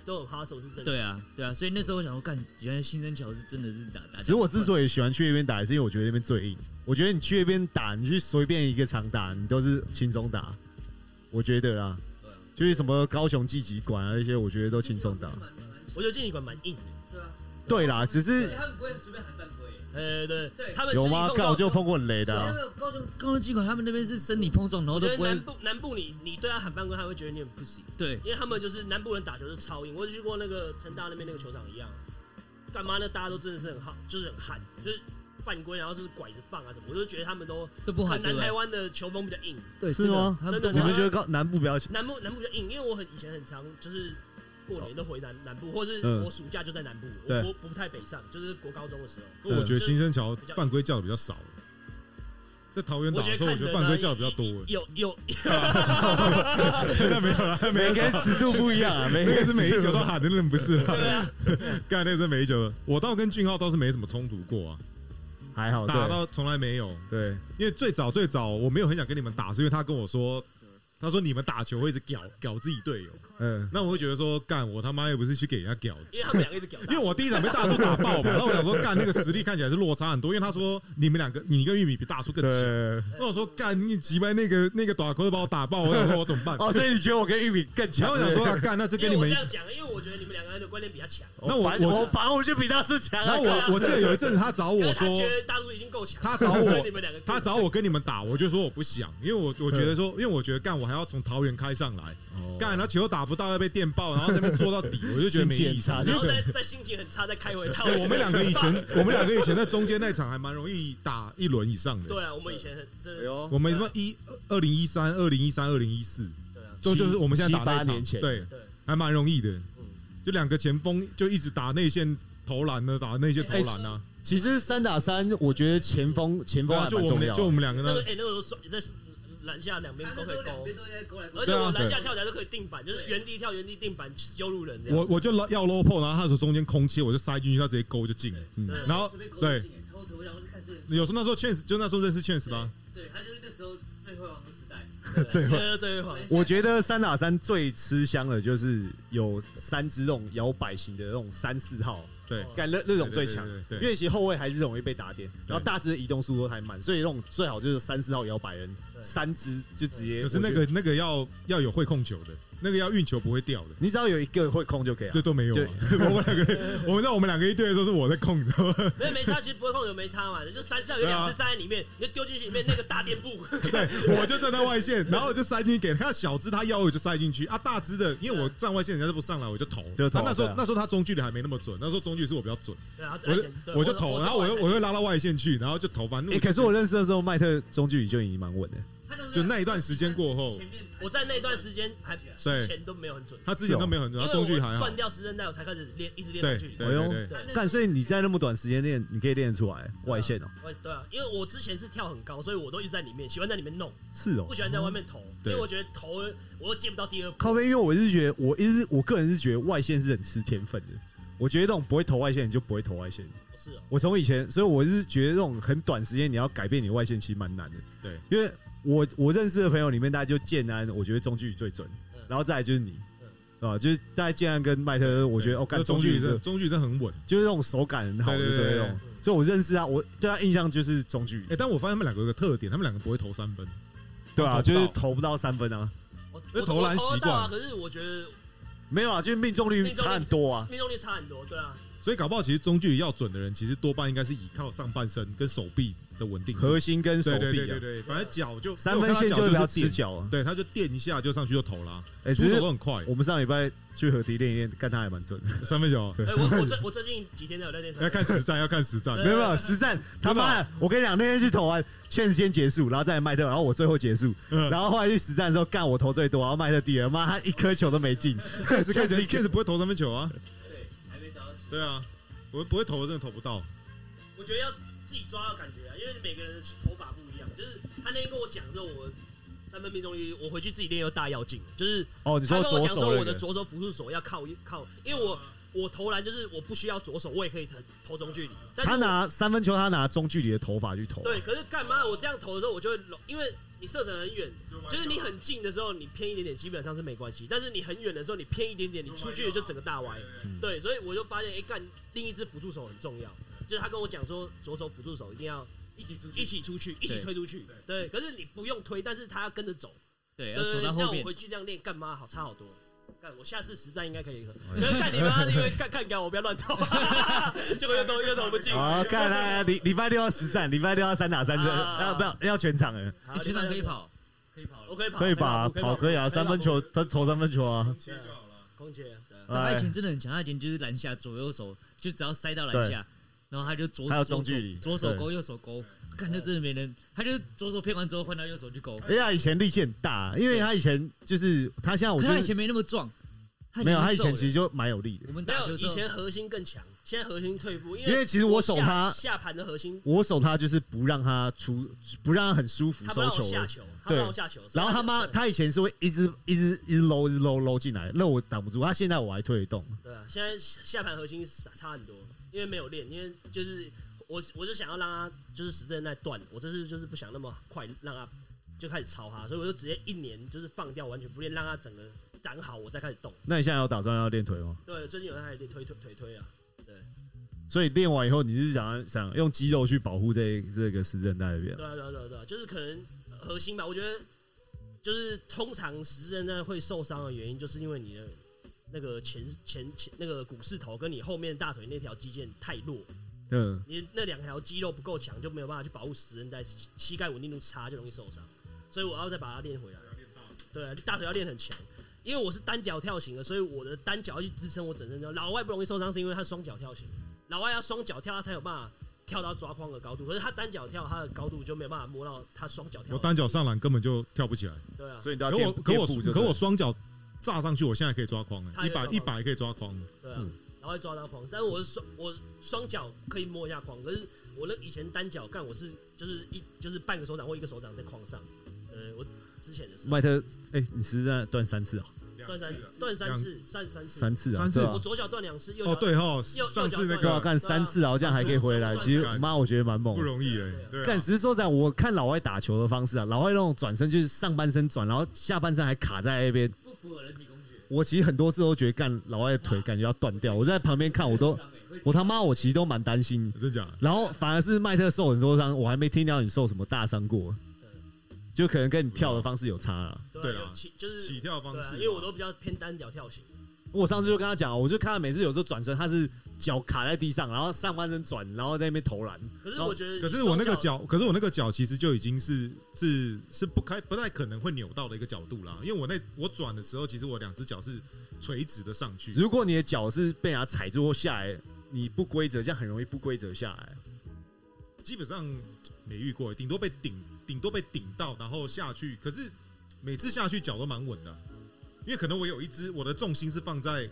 [SPEAKER 2] 都很哈手是真的。
[SPEAKER 4] 对啊，对啊，所以那时候我想说，干，原来新生桥是真的是打打。
[SPEAKER 1] 只是我之所以喜欢去那边打，也是因为我觉得那边最硬。我觉得你去那边打，你去随便一个场打，你都是轻松打。我觉得啦，就是什么高雄季集馆啊那些，我觉得都轻松打。
[SPEAKER 2] 我觉得竞技馆蛮硬的。
[SPEAKER 4] 啊
[SPEAKER 1] 对啦，只是
[SPEAKER 4] 他们不会随便喊犯规。
[SPEAKER 2] 呃，对
[SPEAKER 4] 对，
[SPEAKER 2] 他们
[SPEAKER 1] 有
[SPEAKER 2] 自己
[SPEAKER 1] 吗？
[SPEAKER 2] 碰
[SPEAKER 1] 干
[SPEAKER 2] 到
[SPEAKER 1] 我就碰过很雷的
[SPEAKER 4] 没有
[SPEAKER 1] 啊、
[SPEAKER 4] 没有，高雄高雄机管他们那边是身体碰撞，然后
[SPEAKER 2] 我
[SPEAKER 4] 都
[SPEAKER 2] 觉得
[SPEAKER 4] 不
[SPEAKER 2] 南
[SPEAKER 4] 会
[SPEAKER 2] 部南部你你对他喊犯规，他会觉得你很 pussy，
[SPEAKER 4] 对。啊
[SPEAKER 2] 因为他们就是南部人打球是超硬。我去过那个成大那边那个球场一样，干嘛呢？大家都真的是很好，就是很悍，就是犯规，然后就是拐着放啊什么，我就觉得他们都
[SPEAKER 4] 都不
[SPEAKER 2] 可
[SPEAKER 4] 喊
[SPEAKER 2] 能
[SPEAKER 4] 对
[SPEAKER 3] 啊
[SPEAKER 2] 南
[SPEAKER 4] 不
[SPEAKER 2] 台
[SPEAKER 4] 对？
[SPEAKER 2] 湾的球风比较硬。
[SPEAKER 4] 对，啊
[SPEAKER 1] 是吗
[SPEAKER 4] 真的他
[SPEAKER 2] 真的
[SPEAKER 4] 们都
[SPEAKER 2] 有
[SPEAKER 4] 不
[SPEAKER 1] 你
[SPEAKER 4] 喊
[SPEAKER 1] 们觉得高南部不要去？
[SPEAKER 2] 南部南部比较硬，因为我很以前很常就是过年都回南南部，或是
[SPEAKER 1] 嗯
[SPEAKER 2] 我暑假就在南部，
[SPEAKER 1] 对
[SPEAKER 2] 我我不太北上，就是国高中的时候。
[SPEAKER 3] 我觉得新生桥犯规叫的比较少。在桃园打
[SPEAKER 2] 我觉
[SPEAKER 3] 的时
[SPEAKER 2] 得看
[SPEAKER 3] 候，我觉得
[SPEAKER 2] 人
[SPEAKER 3] 犯
[SPEAKER 2] 啊
[SPEAKER 3] 规叫的比较多。
[SPEAKER 2] 有有
[SPEAKER 3] 那没有啦，那没有
[SPEAKER 11] 每个
[SPEAKER 3] 啦
[SPEAKER 11] 人尺度不一样 啊，每
[SPEAKER 3] 那
[SPEAKER 11] 个
[SPEAKER 3] 个
[SPEAKER 11] 人
[SPEAKER 3] 是每一
[SPEAKER 11] 尺
[SPEAKER 3] 球
[SPEAKER 11] 度
[SPEAKER 3] 都喊的，那不是啦。
[SPEAKER 2] 对啊，
[SPEAKER 3] 干那个是每一球都，我倒跟俊浩倒是没什么冲突过啊，
[SPEAKER 1] 还好，
[SPEAKER 3] 打
[SPEAKER 1] 对
[SPEAKER 3] 到从来没有。
[SPEAKER 1] 对，
[SPEAKER 3] 因为最早最早我没有很想跟你们打，是因为他跟我说，他说你们打球会一直屌屌自己队友，
[SPEAKER 1] 嗯，
[SPEAKER 3] 那我会觉得说，干我他妈又不是去给人家屌的。
[SPEAKER 2] 因为他们两个一直屌
[SPEAKER 3] 因为
[SPEAKER 2] 打，
[SPEAKER 3] 我第一场被大叔打爆嘛，然后我想说，干那个实力看起来是落差很多。因为他说你们两个，你跟玉米比大叔更强。
[SPEAKER 1] 对。
[SPEAKER 3] 那我说，干你击败那个那个短裤的把我打爆，我想说我怎么办？
[SPEAKER 11] 哦，所以你觉得我跟玉米更
[SPEAKER 3] 然
[SPEAKER 11] 强？
[SPEAKER 3] 后我想说，啊干那是
[SPEAKER 2] 因
[SPEAKER 3] 跟
[SPEAKER 2] 为我
[SPEAKER 3] 你们
[SPEAKER 2] 这，样讲，因为我觉得你们两个人的观念比较强。
[SPEAKER 3] 那我
[SPEAKER 11] 反正我
[SPEAKER 3] 我，
[SPEAKER 11] 反正我就比他是强
[SPEAKER 3] 然
[SPEAKER 11] 啊
[SPEAKER 3] 后。
[SPEAKER 2] 对啊
[SPEAKER 3] 我我记得有一阵子他找
[SPEAKER 2] 因
[SPEAKER 3] 我
[SPEAKER 2] 为他
[SPEAKER 3] 说
[SPEAKER 2] 觉，得大叔已经够强，
[SPEAKER 3] 他找我
[SPEAKER 2] 所以 你们两个
[SPEAKER 3] 他找我跟你们打，我就说我不想，因为我我觉得说，因为我觉得干我还要从桃园开上来，
[SPEAKER 1] 哦
[SPEAKER 3] 干然后球打不到要被电爆，然后那边做到底，我就觉得没
[SPEAKER 11] 心
[SPEAKER 3] 意思。
[SPEAKER 11] 情很
[SPEAKER 3] 因
[SPEAKER 2] 然后
[SPEAKER 3] 为
[SPEAKER 2] 再再心情很差再开回他。
[SPEAKER 3] 啊对我们两个以前，我们两个以前在中间那场还蛮容易打一轮以上的。
[SPEAKER 2] 对啊，我们以前很
[SPEAKER 1] 哎
[SPEAKER 2] 真的，
[SPEAKER 11] 呦
[SPEAKER 3] 我们什么一二零一三、二零一三、二零一四，
[SPEAKER 2] 对啊，
[SPEAKER 3] 就就是我们现在打那
[SPEAKER 11] 七
[SPEAKER 3] 一
[SPEAKER 11] 八
[SPEAKER 3] 场
[SPEAKER 11] 年前嗯
[SPEAKER 3] 对
[SPEAKER 2] 对，
[SPEAKER 3] 还蛮容易的。就两个前锋就一直打内线投篮的，打内线投篮啊。
[SPEAKER 11] 哎其实三打三，我觉得前锋前锋
[SPEAKER 3] 对
[SPEAKER 11] 还
[SPEAKER 3] 啊，
[SPEAKER 11] 蛮
[SPEAKER 3] 就我们
[SPEAKER 11] 重
[SPEAKER 3] 俩
[SPEAKER 11] 要
[SPEAKER 3] 就我
[SPEAKER 11] 的。
[SPEAKER 3] 们两个
[SPEAKER 2] 那
[SPEAKER 3] 呢
[SPEAKER 2] 个，哎那个时候甩在篮下两边
[SPEAKER 4] 他
[SPEAKER 2] 都
[SPEAKER 4] 那
[SPEAKER 2] 可
[SPEAKER 4] 时候
[SPEAKER 2] 以
[SPEAKER 4] 两
[SPEAKER 2] 勾
[SPEAKER 4] 边，都在勾来勾
[SPEAKER 2] 而且
[SPEAKER 4] 去
[SPEAKER 3] 对啊
[SPEAKER 2] 我篮下跳起来都可以定板，就是原地跳原地定板羞辱人这样。
[SPEAKER 3] 我我就要 low 破，然后他从中间空切，我就塞进去，他直接勾就进了。嗯
[SPEAKER 2] 对
[SPEAKER 3] 然后
[SPEAKER 4] 随便勾
[SPEAKER 3] 对
[SPEAKER 4] 进，哎超扯我想说看这个人
[SPEAKER 3] 有时候那时候 chance 就那时候认识 chance 的啊，
[SPEAKER 4] 对他就是那时候最辉煌的时代。
[SPEAKER 1] 最后
[SPEAKER 2] 呃最后一
[SPEAKER 1] 我觉得三打三最吃香的就是有三只那种摇摆型的那种三四号，
[SPEAKER 3] 对，
[SPEAKER 1] 干那那种最强。
[SPEAKER 3] 哦对对
[SPEAKER 1] 因
[SPEAKER 3] 对对
[SPEAKER 1] 为其实后卫还是容易被打点，然后大只的移动速度都太慢，所以那种最好就是三四号摇摆人，
[SPEAKER 2] 对
[SPEAKER 1] 三只就直接。
[SPEAKER 3] 可是那
[SPEAKER 1] 我觉
[SPEAKER 3] 个
[SPEAKER 1] 得
[SPEAKER 3] 那个要要有会控球的，那个要运球不会掉的。
[SPEAKER 1] 你只要有一个会控就可以了
[SPEAKER 3] 这。都没有啊！ 我们两个，我们在我们两个一队的时候是我在控的，
[SPEAKER 2] 没有没差，其实不会控球没差嘛，就三四号有
[SPEAKER 3] 啊
[SPEAKER 2] 两只站在里面，你就丢进去里面那个大垫步，
[SPEAKER 3] 我就站在外线，然后我就塞进去给他小只，他腰我就塞进去啊，大只的，因为我站外线，人家都不上来，我就投。
[SPEAKER 1] 就投
[SPEAKER 3] 啊那时候
[SPEAKER 1] 对啊
[SPEAKER 3] 那时候他中距离还没那么准，那时候中距离是我比较准，
[SPEAKER 2] 对啊
[SPEAKER 3] 我就我就
[SPEAKER 1] 欸
[SPEAKER 3] 投，然后我又我又拉到外线去，然后就投，反正
[SPEAKER 1] 哎，可是我认识的时候，麦特中距离就已经蛮稳的。
[SPEAKER 4] 他都
[SPEAKER 3] 就那一段时间过后，
[SPEAKER 2] 我在那段时间还之前都没有很准，
[SPEAKER 3] 他之前都没有很
[SPEAKER 2] 因
[SPEAKER 3] 准，
[SPEAKER 2] 为
[SPEAKER 3] 他中距还
[SPEAKER 2] 我
[SPEAKER 3] 好
[SPEAKER 2] 断。掉时韧带，我才开始练，一直练
[SPEAKER 3] 对
[SPEAKER 2] 中
[SPEAKER 3] 对
[SPEAKER 2] 距。
[SPEAKER 1] 哎
[SPEAKER 3] 对
[SPEAKER 1] 呦
[SPEAKER 3] 对，
[SPEAKER 1] 干，所以你在那么短时间练，你可以练得出来外线哦、
[SPEAKER 2] 我对啊，因为我之前是跳很高，所以我都一直在里面，喜欢在里面弄，
[SPEAKER 1] 是哦、
[SPEAKER 2] 不喜欢在外面投，因
[SPEAKER 3] 对
[SPEAKER 2] 为我觉得投我又接不到第二步。
[SPEAKER 1] 咖啡，因为我是觉得，我一直我个人是觉得外线是很吃天分的。我觉得那种不会投外线，你就不会投外线。
[SPEAKER 2] 不是哦，
[SPEAKER 1] 我从以前，所以我是觉得这种很短时间你要改变你的外线，其实蛮难的。
[SPEAKER 3] 对，
[SPEAKER 1] 因为我我认识的朋友里面，大家就建安，我觉得中距离最准
[SPEAKER 2] 嗯，
[SPEAKER 1] 然后再来就是你
[SPEAKER 2] 嗯，
[SPEAKER 1] 啊，就是大家建安跟麦特，我觉得哦，干
[SPEAKER 3] 那
[SPEAKER 1] 中
[SPEAKER 3] 中
[SPEAKER 1] 距
[SPEAKER 3] 距
[SPEAKER 1] 离
[SPEAKER 3] 真
[SPEAKER 1] 是
[SPEAKER 3] 的中距真的很稳。
[SPEAKER 1] 就是那种手感很好，
[SPEAKER 3] 对
[SPEAKER 1] 对
[SPEAKER 3] 对
[SPEAKER 1] 不
[SPEAKER 3] 对
[SPEAKER 1] 对？那
[SPEAKER 3] 对
[SPEAKER 1] 种，所以我认识他，我对他印象就是中距
[SPEAKER 3] 哎，
[SPEAKER 1] 离，
[SPEAKER 3] 但我发现他们两个有个特点，他们两个不会投三分。
[SPEAKER 1] 对啊，
[SPEAKER 3] 投不到
[SPEAKER 1] 就是投不到三分啊，
[SPEAKER 2] 我
[SPEAKER 3] 那
[SPEAKER 2] 我
[SPEAKER 3] 投篮
[SPEAKER 2] 我投得
[SPEAKER 3] 习惯
[SPEAKER 2] 到啊，可是我觉得
[SPEAKER 1] 没有啊，就是命中率
[SPEAKER 2] 命中率
[SPEAKER 1] 差很多啊，
[SPEAKER 2] 命中率差很多，对啊，
[SPEAKER 3] 所以搞不好其实中距离要准的人，其实多半应该是依靠上半身跟手臂的稳定度。
[SPEAKER 1] 核心跟手
[SPEAKER 3] 对对对
[SPEAKER 1] 臂啊
[SPEAKER 3] 对，对，反正脚就
[SPEAKER 1] 三分线
[SPEAKER 3] 就
[SPEAKER 1] 就比较直
[SPEAKER 3] 点，
[SPEAKER 1] 角啊。
[SPEAKER 3] 对，他就垫一下就上去就投啦，
[SPEAKER 1] 哎，
[SPEAKER 3] 出
[SPEAKER 1] 只
[SPEAKER 3] 手
[SPEAKER 1] 是
[SPEAKER 3] 都很快，
[SPEAKER 1] 我们上礼拜去河堤练一练，看他还蛮准的。
[SPEAKER 3] 三 分球
[SPEAKER 2] 哎，我我最我最近几天都有在练，
[SPEAKER 3] 要
[SPEAKER 1] 哎
[SPEAKER 3] 看实战，要看实战
[SPEAKER 2] 对。
[SPEAKER 1] 没有没有，实战他
[SPEAKER 3] 啊
[SPEAKER 1] 妈的，我跟你讲，那天去投完，欠先结束，然后再来麦特，然后我最后结束，
[SPEAKER 3] 嗯
[SPEAKER 1] 然后后来去实战的时候，干我投最多，然后麦特第二，妈他一颗球都没 进，
[SPEAKER 3] 开始开 始开始不会投三分球啊，
[SPEAKER 2] 对，还没找到习惯。
[SPEAKER 3] 对啊，我不会投真的投不到。
[SPEAKER 2] 我觉得要自己抓到感觉啊，因为每个人的头发不一样。就是他那天跟我讲之后，我三分命中率，我回去自己练又大要劲了。就是
[SPEAKER 1] 哦，你
[SPEAKER 2] 他
[SPEAKER 1] 说
[SPEAKER 2] 跟我
[SPEAKER 1] 左
[SPEAKER 2] 讲说，
[SPEAKER 1] 手
[SPEAKER 2] 我
[SPEAKER 1] 那
[SPEAKER 2] 的
[SPEAKER 1] 个
[SPEAKER 2] 左手辅助手要靠靠，因为我我投篮就是我不需要左手，我也可以投投中距离。但是
[SPEAKER 1] 他
[SPEAKER 2] 我
[SPEAKER 1] 拿三分球，他拿中距离的头发去投，
[SPEAKER 2] 对，可是干嘛？我这样投的时候，我就会拢因为你射程很远，就是你很近的时候，你偏一点点基本上是没关系，但是你很远的时候，你偏一点点，你出去就整个大歪。
[SPEAKER 3] 嗯
[SPEAKER 2] 对，所以我就发现，哎、干另一只辅助手很重要，就是他跟我讲说，左手辅助手一定要一起出去，一起出去，一起推出去。对，可是你不用推，但是他要跟着走。
[SPEAKER 4] 对，要
[SPEAKER 2] 对
[SPEAKER 4] 走
[SPEAKER 2] 对，
[SPEAKER 4] 到
[SPEAKER 2] 那
[SPEAKER 4] 后
[SPEAKER 2] 我
[SPEAKER 4] 面
[SPEAKER 2] 回。去这样练干嘛？好差好多。干，我下次实战应该可以。可 是干你妈，因为干干掉我，不要乱投， 结果又投又投不进。
[SPEAKER 1] 好，看哦来礼礼拜六要实战，礼拜六要三打三针，
[SPEAKER 2] 啊
[SPEAKER 1] 要不要要全场了？
[SPEAKER 2] 好
[SPEAKER 4] 你全场可以，跑，可以跑
[SPEAKER 2] 我
[SPEAKER 4] 了。
[SPEAKER 2] 可以跑，
[SPEAKER 1] 可以吧？
[SPEAKER 2] 我
[SPEAKER 1] 跑可以啊，三分球他投三分球啊，
[SPEAKER 2] 空姐，对啊
[SPEAKER 4] 他以
[SPEAKER 1] 哎
[SPEAKER 4] 前真的很强，他以前就是篮下左右手，就只要塞到篮下，然后他就左
[SPEAKER 1] 还有
[SPEAKER 4] 左
[SPEAKER 1] 中距
[SPEAKER 4] 手
[SPEAKER 1] 离
[SPEAKER 4] 左手
[SPEAKER 1] 对
[SPEAKER 4] 勾右手勾，看那真的没人，他就是左手骗完之后换到右手去勾，
[SPEAKER 1] 因为他以前力气很大，因为他以前就是他现在我
[SPEAKER 4] 可
[SPEAKER 1] 觉
[SPEAKER 4] 他以
[SPEAKER 1] 得
[SPEAKER 4] 前没那么壮，已经
[SPEAKER 1] 没有，他以
[SPEAKER 4] 瘦
[SPEAKER 1] 前
[SPEAKER 4] 了
[SPEAKER 1] 其实就蛮有力的
[SPEAKER 4] 我。们
[SPEAKER 2] 没
[SPEAKER 4] 打
[SPEAKER 2] 有
[SPEAKER 4] 球
[SPEAKER 2] 以
[SPEAKER 4] 时候
[SPEAKER 2] 前核心更强，现在核心退步，因
[SPEAKER 1] 因为其实我手
[SPEAKER 2] 下
[SPEAKER 1] 他
[SPEAKER 2] 下盘的核心，
[SPEAKER 1] 我手他就是不让他出，不让他很舒服
[SPEAKER 2] 他不
[SPEAKER 1] 收
[SPEAKER 2] 让我
[SPEAKER 1] 球
[SPEAKER 2] 下
[SPEAKER 1] 的。
[SPEAKER 2] 球，他不让我下球，
[SPEAKER 1] 然后他妈，他以前是会一直一直一直搂一直搂搂进来，那我挡不住。他现在我还推得动，
[SPEAKER 2] 对啊，现在下盘核心差很多，因为没有练，因为就是我我就想要让他就是实在在断，我这次就是不想那么快让他就开始操他，所以我就直接一年就是放掉，完全不练，让他整个长好，我再开始动。
[SPEAKER 1] 那你现在有打算要练腿吗？
[SPEAKER 2] 对，最近有在开始练推推推推啊，
[SPEAKER 1] 所以练完以后，你是想要想用肌肉去保护这这个时韧带那边
[SPEAKER 2] 对啊对啊对啊对啊，就是可能呃核心吧，我觉得就是通常实韧带会受伤的原因，就是因为你的那个前前前那个股四头跟你后面大腿那条肌腱太弱，
[SPEAKER 1] 嗯，
[SPEAKER 2] 你那两条肌肉不够强，就没有办法去保护实韧带，膝膝盖稳定度差就容易受伤，所以我要再把它练回来。对啊，大腿要练很强，因为我是单脚跳型的，所以我的单脚要去支撑我整身跳。老外不容易受伤，是因为他双脚跳型，老外要双脚跳，他才有办法跳到抓框的高度。可是他单脚跳，他的高度就没有办法摸到他双脚跳
[SPEAKER 3] 我
[SPEAKER 2] 的。
[SPEAKER 3] 单脚上篮根本就跳不起来。
[SPEAKER 2] 对啊，
[SPEAKER 1] 所以你都要
[SPEAKER 3] 可
[SPEAKER 1] 垫
[SPEAKER 3] 我可我
[SPEAKER 1] 垫步就
[SPEAKER 3] 可
[SPEAKER 1] 对
[SPEAKER 3] 我
[SPEAKER 1] 了
[SPEAKER 3] 双脚炸上去，我现在可以抓框
[SPEAKER 2] 他
[SPEAKER 3] 了，
[SPEAKER 2] 也抓
[SPEAKER 3] 一百一
[SPEAKER 2] 框
[SPEAKER 3] 百可以抓框了。
[SPEAKER 2] 对
[SPEAKER 11] 嗯
[SPEAKER 2] 啊，然后会抓到框。但是我是双我双脚可以摸一下框，可是我那以前单脚干我是就是一就是半个手掌或一个手掌在框上。呃，我之前的时候
[SPEAKER 1] 麦特，哎，你实战断三次啊？
[SPEAKER 2] 断三断三次，断三次，
[SPEAKER 1] 三次啊？
[SPEAKER 3] 三次
[SPEAKER 1] 对
[SPEAKER 2] 我
[SPEAKER 1] 啊
[SPEAKER 2] 左脚断两次，右脚
[SPEAKER 3] 哦，对哈，
[SPEAKER 2] 右
[SPEAKER 3] 上次
[SPEAKER 2] 右
[SPEAKER 3] 那
[SPEAKER 1] 对
[SPEAKER 2] 脚
[SPEAKER 1] 啊，
[SPEAKER 2] 断
[SPEAKER 3] 个
[SPEAKER 1] 干三次啊，我这样还可以回来。其实妈，我觉得蛮猛
[SPEAKER 3] 啊不
[SPEAKER 1] 的。
[SPEAKER 3] 容易嘞，对啊
[SPEAKER 1] 干，只是说实在，我看老外打球的方式啊，老外那种转身就是上半身转，然后下半身还卡在那边。
[SPEAKER 4] 不符合人体工学。
[SPEAKER 1] 我其实很多次都觉得干老外的腿感觉要断掉，我在旁边看，我都我他妈我其实都蛮担心。
[SPEAKER 3] 真假的？
[SPEAKER 1] 然后反而是麦特受很多伤，我还没听到你受什么大伤过，就可能跟你跳的方式有差了。
[SPEAKER 2] 对啊
[SPEAKER 3] 对啦
[SPEAKER 2] 有起就是
[SPEAKER 3] 起跳方
[SPEAKER 2] 对啊
[SPEAKER 3] 式嘛，
[SPEAKER 2] 因为我都比较偏单脚跳型，
[SPEAKER 1] 我上次就跟他讲，我就看他每次有时候转身，他是脚卡在地上，然后上半身转，然后在那边投篮。
[SPEAKER 2] 可是我觉得，
[SPEAKER 3] 哦可是我那个，脚，可是我那个脚其实就已经是是是不开不太可能会扭到的一个角度啦，因为我那我转的时候，其实我两只脚是垂直的上去，
[SPEAKER 1] 如果你的脚是被人家踩住或下来，你不规则，这样很容易不规则下来。
[SPEAKER 3] 基本上没遇过，顶多被顶顶多被顶到，然后下去。可是每次下去脚都蛮稳的，因为可能我有一只我的重心是放在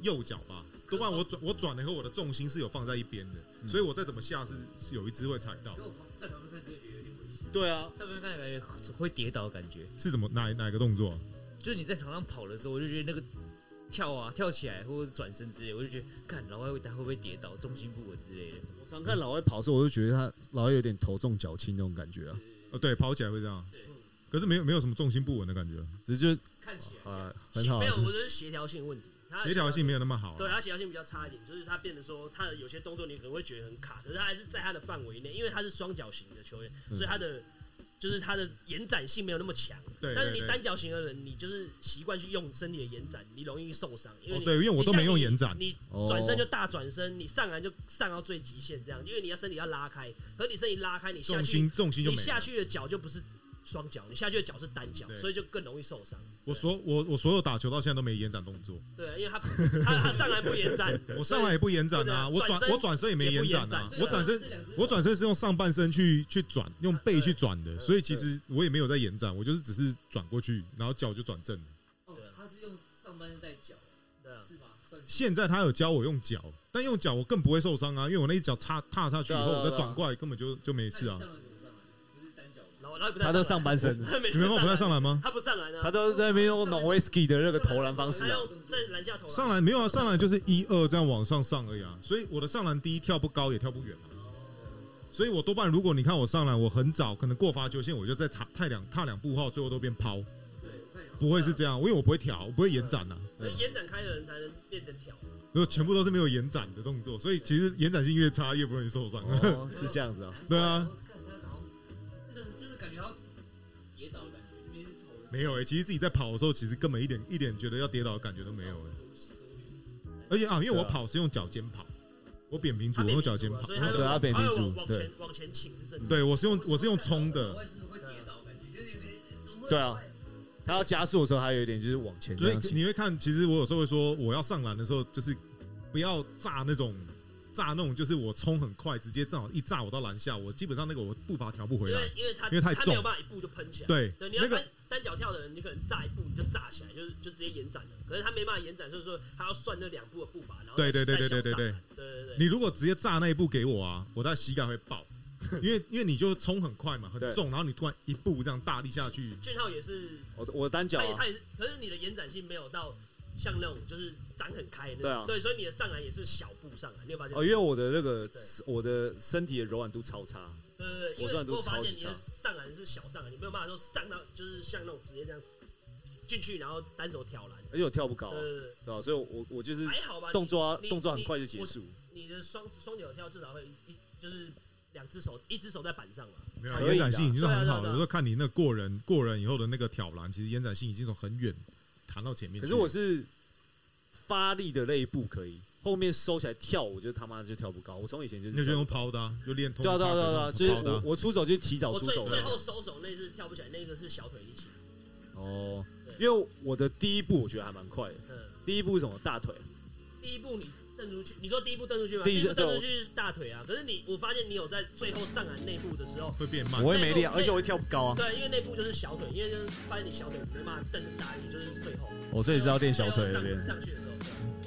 [SPEAKER 3] 右脚吧，多半我转我转了以后，我的重心是有放在一边
[SPEAKER 2] 嗯
[SPEAKER 3] 的，所以我再怎么下是是有一只会踩到。
[SPEAKER 4] 我在旁边看这个觉得有点危险，
[SPEAKER 11] 对啊，
[SPEAKER 4] 在旁边看感觉会跌倒的感觉。
[SPEAKER 3] 是怎么哪哪个动作？
[SPEAKER 4] 就是你在场上跑的时候，我就觉得那个跳啊、跳起来或者是转身之类，我就觉得，看老外会他会不会跌倒、重心不稳之类的。
[SPEAKER 11] 我常看老外跑的时候，我就觉得他老外有点头重脚轻那种感觉啊，
[SPEAKER 3] 呃，对，跑起来会这样，可是没有没有什么重心不稳的感觉，
[SPEAKER 2] 啊
[SPEAKER 11] 只是就
[SPEAKER 2] 嗯看起来
[SPEAKER 11] 啊
[SPEAKER 2] 像
[SPEAKER 11] 很好
[SPEAKER 2] 没，有，我觉得是协调性问题。他的
[SPEAKER 3] 协调性没有那么好啊。
[SPEAKER 2] 对，他协调性比较差一点，就是他变得说他的有些动作你可能会觉得很卡，可是他还是在他的范围内，因为他是双脚型的球员，
[SPEAKER 3] 嗯
[SPEAKER 2] 所以他的就是他的延展性没有那么强。
[SPEAKER 3] 对
[SPEAKER 2] 但是你
[SPEAKER 3] 对对
[SPEAKER 2] 单脚型的人，你就是习惯去用身体的延展，你容易受伤，因为
[SPEAKER 3] 哦
[SPEAKER 2] 你、
[SPEAKER 3] 对，因为我都没用延展，
[SPEAKER 2] 你
[SPEAKER 11] 哦
[SPEAKER 2] 转身就大转身，你上篮就上到最极限这样，因为你要身体要拉开，可是你身体拉开，你下
[SPEAKER 3] 重
[SPEAKER 2] 去
[SPEAKER 3] 心重心就
[SPEAKER 2] 你
[SPEAKER 3] 没了。
[SPEAKER 2] 下去的脚就不是双脚，你下去的脚是单脚
[SPEAKER 3] 对，
[SPEAKER 2] 所以就更容易受伤。
[SPEAKER 3] 我所我我所有打球到现在都没延展动作，
[SPEAKER 2] 对，因为他他他上来不延展，
[SPEAKER 3] 我上来也不延展啊，
[SPEAKER 2] 对
[SPEAKER 3] 我
[SPEAKER 2] 啊转
[SPEAKER 3] 转
[SPEAKER 2] 身
[SPEAKER 3] 我转身也没延展啊
[SPEAKER 2] 也不延，展
[SPEAKER 3] 我转身我转身是用上半身去去转，用背去转的，所以其实我也没有在延展，我就是只是转过去，然后脚就转正了。
[SPEAKER 4] 哦，他是用上半身带脚，
[SPEAKER 2] 对啊
[SPEAKER 4] 是吧？算是。
[SPEAKER 3] 现在他有教我用脚，但用脚我更不会受伤啊，因为我那一脚踏踏下去以后，
[SPEAKER 11] 对啊对啊
[SPEAKER 3] 我再转过来根本就就没事啊。
[SPEAKER 4] 不是单脚吗？
[SPEAKER 2] 然后然后也不太
[SPEAKER 11] 他都上半身，
[SPEAKER 2] 来，每
[SPEAKER 3] 你们我不在上
[SPEAKER 2] 来，啊
[SPEAKER 3] 篮吗？
[SPEAKER 2] 他不上来呢，
[SPEAKER 11] 他都在那边用 non whiskey 的那个投篮方式
[SPEAKER 2] 他
[SPEAKER 11] 啊，
[SPEAKER 2] 用在篮下投篮，
[SPEAKER 3] 上篮没有啊，上篮就是一二这样往上上而已啊。所以我的上篮第一跳不高也跳不远啊。所以我多半如果你看我上篮，我很早可能过罚球线，我就再踏踏两踏两步后，最后都变抛，不会是这样，因为我不会挑，我不会延展呐、啊，
[SPEAKER 2] 所以延展开的人才能变成挑。
[SPEAKER 3] 因为全部都是没有延展的动作，所以其实延展性越差越不容易受伤。
[SPEAKER 11] 哦，是这样子啊，
[SPEAKER 3] 对啊，
[SPEAKER 4] 这个就是感觉要跌倒的感觉，因为是头的
[SPEAKER 3] 没有欸诶、其实自己在跑的时候，其实根本一点一点觉得要跌倒的感觉都没有诶、而且啊，因为我
[SPEAKER 11] 对啊
[SPEAKER 3] 跑是用脚尖跑，我扁平足，
[SPEAKER 2] 他扁
[SPEAKER 3] 我
[SPEAKER 2] 平
[SPEAKER 3] 用脚
[SPEAKER 2] 足
[SPEAKER 3] 尖
[SPEAKER 2] 啊
[SPEAKER 3] 跑，
[SPEAKER 2] 所以
[SPEAKER 3] 我用
[SPEAKER 2] 他
[SPEAKER 3] 脚
[SPEAKER 11] 对啊扁平
[SPEAKER 2] 他会
[SPEAKER 11] 足
[SPEAKER 2] 往往
[SPEAKER 11] 对
[SPEAKER 2] 前往前倾是正常。
[SPEAKER 3] 对我是用我是用冲的，
[SPEAKER 4] 我也是会跌倒的感觉，就是有点怎么会
[SPEAKER 11] 对啊，他要加速的时候，他有一点就是往前这
[SPEAKER 3] 所
[SPEAKER 11] 样
[SPEAKER 3] 以
[SPEAKER 11] 倾，
[SPEAKER 3] 你会看，其实我有时候会说，我要上篮的时候，就是不要炸那种炸那种，就是我冲很快，直接正好一炸我到篮下，我基本上那个我步伐调不回
[SPEAKER 2] 因
[SPEAKER 3] 来
[SPEAKER 2] 为。因为他
[SPEAKER 3] 因为太
[SPEAKER 2] 他
[SPEAKER 3] 重
[SPEAKER 2] 没有办法一步就喷起来。
[SPEAKER 3] 对，
[SPEAKER 2] 对，你要
[SPEAKER 3] 那个
[SPEAKER 2] 单单脚跳的人，你可能炸一步你就炸起来，就是就直接延展了。可是他没办法延展，所以说他要算那两步的步伐，然后
[SPEAKER 3] 对对对
[SPEAKER 2] 再
[SPEAKER 3] 对
[SPEAKER 2] 向上
[SPEAKER 3] 对对
[SPEAKER 2] 来对对对。
[SPEAKER 3] 你如果直接炸那一步给我啊，我的膝盖会 爆，因为因为你就冲很快嘛，很
[SPEAKER 11] 对
[SPEAKER 3] 重，然后你突然一步这样大力下去，
[SPEAKER 2] 俊浩也是，
[SPEAKER 11] 我我单脚
[SPEAKER 2] 他也
[SPEAKER 11] 啊，
[SPEAKER 2] 他也是，可是你的延展性没有到像那种就是展很开的那种。
[SPEAKER 11] 对啊
[SPEAKER 2] 对，所以你的上来也是小步上来，你有发现吗？
[SPEAKER 11] 哦，因为我的那个
[SPEAKER 2] 对
[SPEAKER 11] 我的身体的柔软度超差，
[SPEAKER 2] 对对对，因
[SPEAKER 11] 我
[SPEAKER 2] 为
[SPEAKER 11] 算都
[SPEAKER 2] 我发
[SPEAKER 11] 超
[SPEAKER 2] 现
[SPEAKER 11] 级
[SPEAKER 2] 你的
[SPEAKER 11] 差
[SPEAKER 2] 上篮是小上篮，你没有办法说上到就是像那种直接这样进去，然后单手挑篮。
[SPEAKER 11] 而且我跳不高啊，
[SPEAKER 2] 对对
[SPEAKER 11] 对吧？所以我我就是
[SPEAKER 2] 对，还好吧？
[SPEAKER 11] 动作啊
[SPEAKER 2] 你
[SPEAKER 11] 动作很快就结。
[SPEAKER 2] 你
[SPEAKER 11] 束，
[SPEAKER 2] 你你的双双脚跳至少会一就是两只手，一只手在板上嘛。
[SPEAKER 3] 没
[SPEAKER 11] 可以
[SPEAKER 3] 有
[SPEAKER 11] 的
[SPEAKER 3] 延展性已经算很
[SPEAKER 2] 对
[SPEAKER 3] 好
[SPEAKER 2] 啊对啊对啊
[SPEAKER 3] 了。有时候看你那过人过人以后的那个挑篮，其实延展性已经从很远弹到前面去。
[SPEAKER 11] 可是我是发力的那一步可以，后面收起来跳，我就他妈就跳不高。我从以前就是
[SPEAKER 3] 那就
[SPEAKER 11] 跳
[SPEAKER 3] 用
[SPEAKER 11] 不高
[SPEAKER 3] 抛的啊，就练通
[SPEAKER 11] 对啊
[SPEAKER 3] 通
[SPEAKER 11] 对啊对啊对啊，
[SPEAKER 3] 抛的
[SPEAKER 11] 就是
[SPEAKER 3] 那种抛的啊
[SPEAKER 11] 我我出手就是提早
[SPEAKER 2] 我
[SPEAKER 11] 出
[SPEAKER 2] 最
[SPEAKER 11] 手
[SPEAKER 2] 最
[SPEAKER 11] 的
[SPEAKER 2] 后收手那次跳不起来，那个是小腿一起。
[SPEAKER 11] 哦，因为我的第一步我觉得还蛮快的，
[SPEAKER 2] 嗯，
[SPEAKER 11] 第一步是什么大腿，
[SPEAKER 2] 第一步你蹬出去，你说第一步蹬出去吗？
[SPEAKER 11] 第
[SPEAKER 2] 第
[SPEAKER 11] 一
[SPEAKER 2] 一步
[SPEAKER 11] 对
[SPEAKER 2] 蹬
[SPEAKER 11] 我
[SPEAKER 2] 出去是大腿啊，可是你我发现你有在最后上篮那一步的时候，
[SPEAKER 3] 会变慢
[SPEAKER 11] 我。会没力啊，
[SPEAKER 2] 那
[SPEAKER 11] 而且我会跳不高啊，
[SPEAKER 2] 对，因为那步就是小腿，因为就是发现你小腿没办法蹬很大力，就是最后。
[SPEAKER 1] 我所以是要练小腿
[SPEAKER 2] 最
[SPEAKER 1] 那
[SPEAKER 2] 后
[SPEAKER 1] 边
[SPEAKER 2] 上。上去的时候，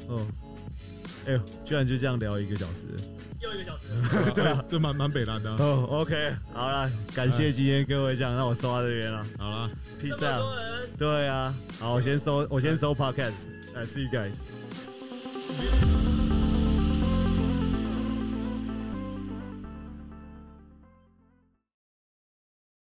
[SPEAKER 2] 对
[SPEAKER 1] 嗯，哎呦，居然就这样聊一个小 时。
[SPEAKER 2] 又一个小时了。
[SPEAKER 3] 对啊，这蛮蛮北蓝的啊。
[SPEAKER 1] 哦，OK，好了，感
[SPEAKER 11] 哎
[SPEAKER 1] 谢今天各位这样，那我收到这边了
[SPEAKER 3] 好啦。
[SPEAKER 2] 这
[SPEAKER 1] ，peace
[SPEAKER 2] 么
[SPEAKER 1] out。
[SPEAKER 2] 多人，
[SPEAKER 1] 对啊，好，我先收，我先收 podcast，哎，see you guys。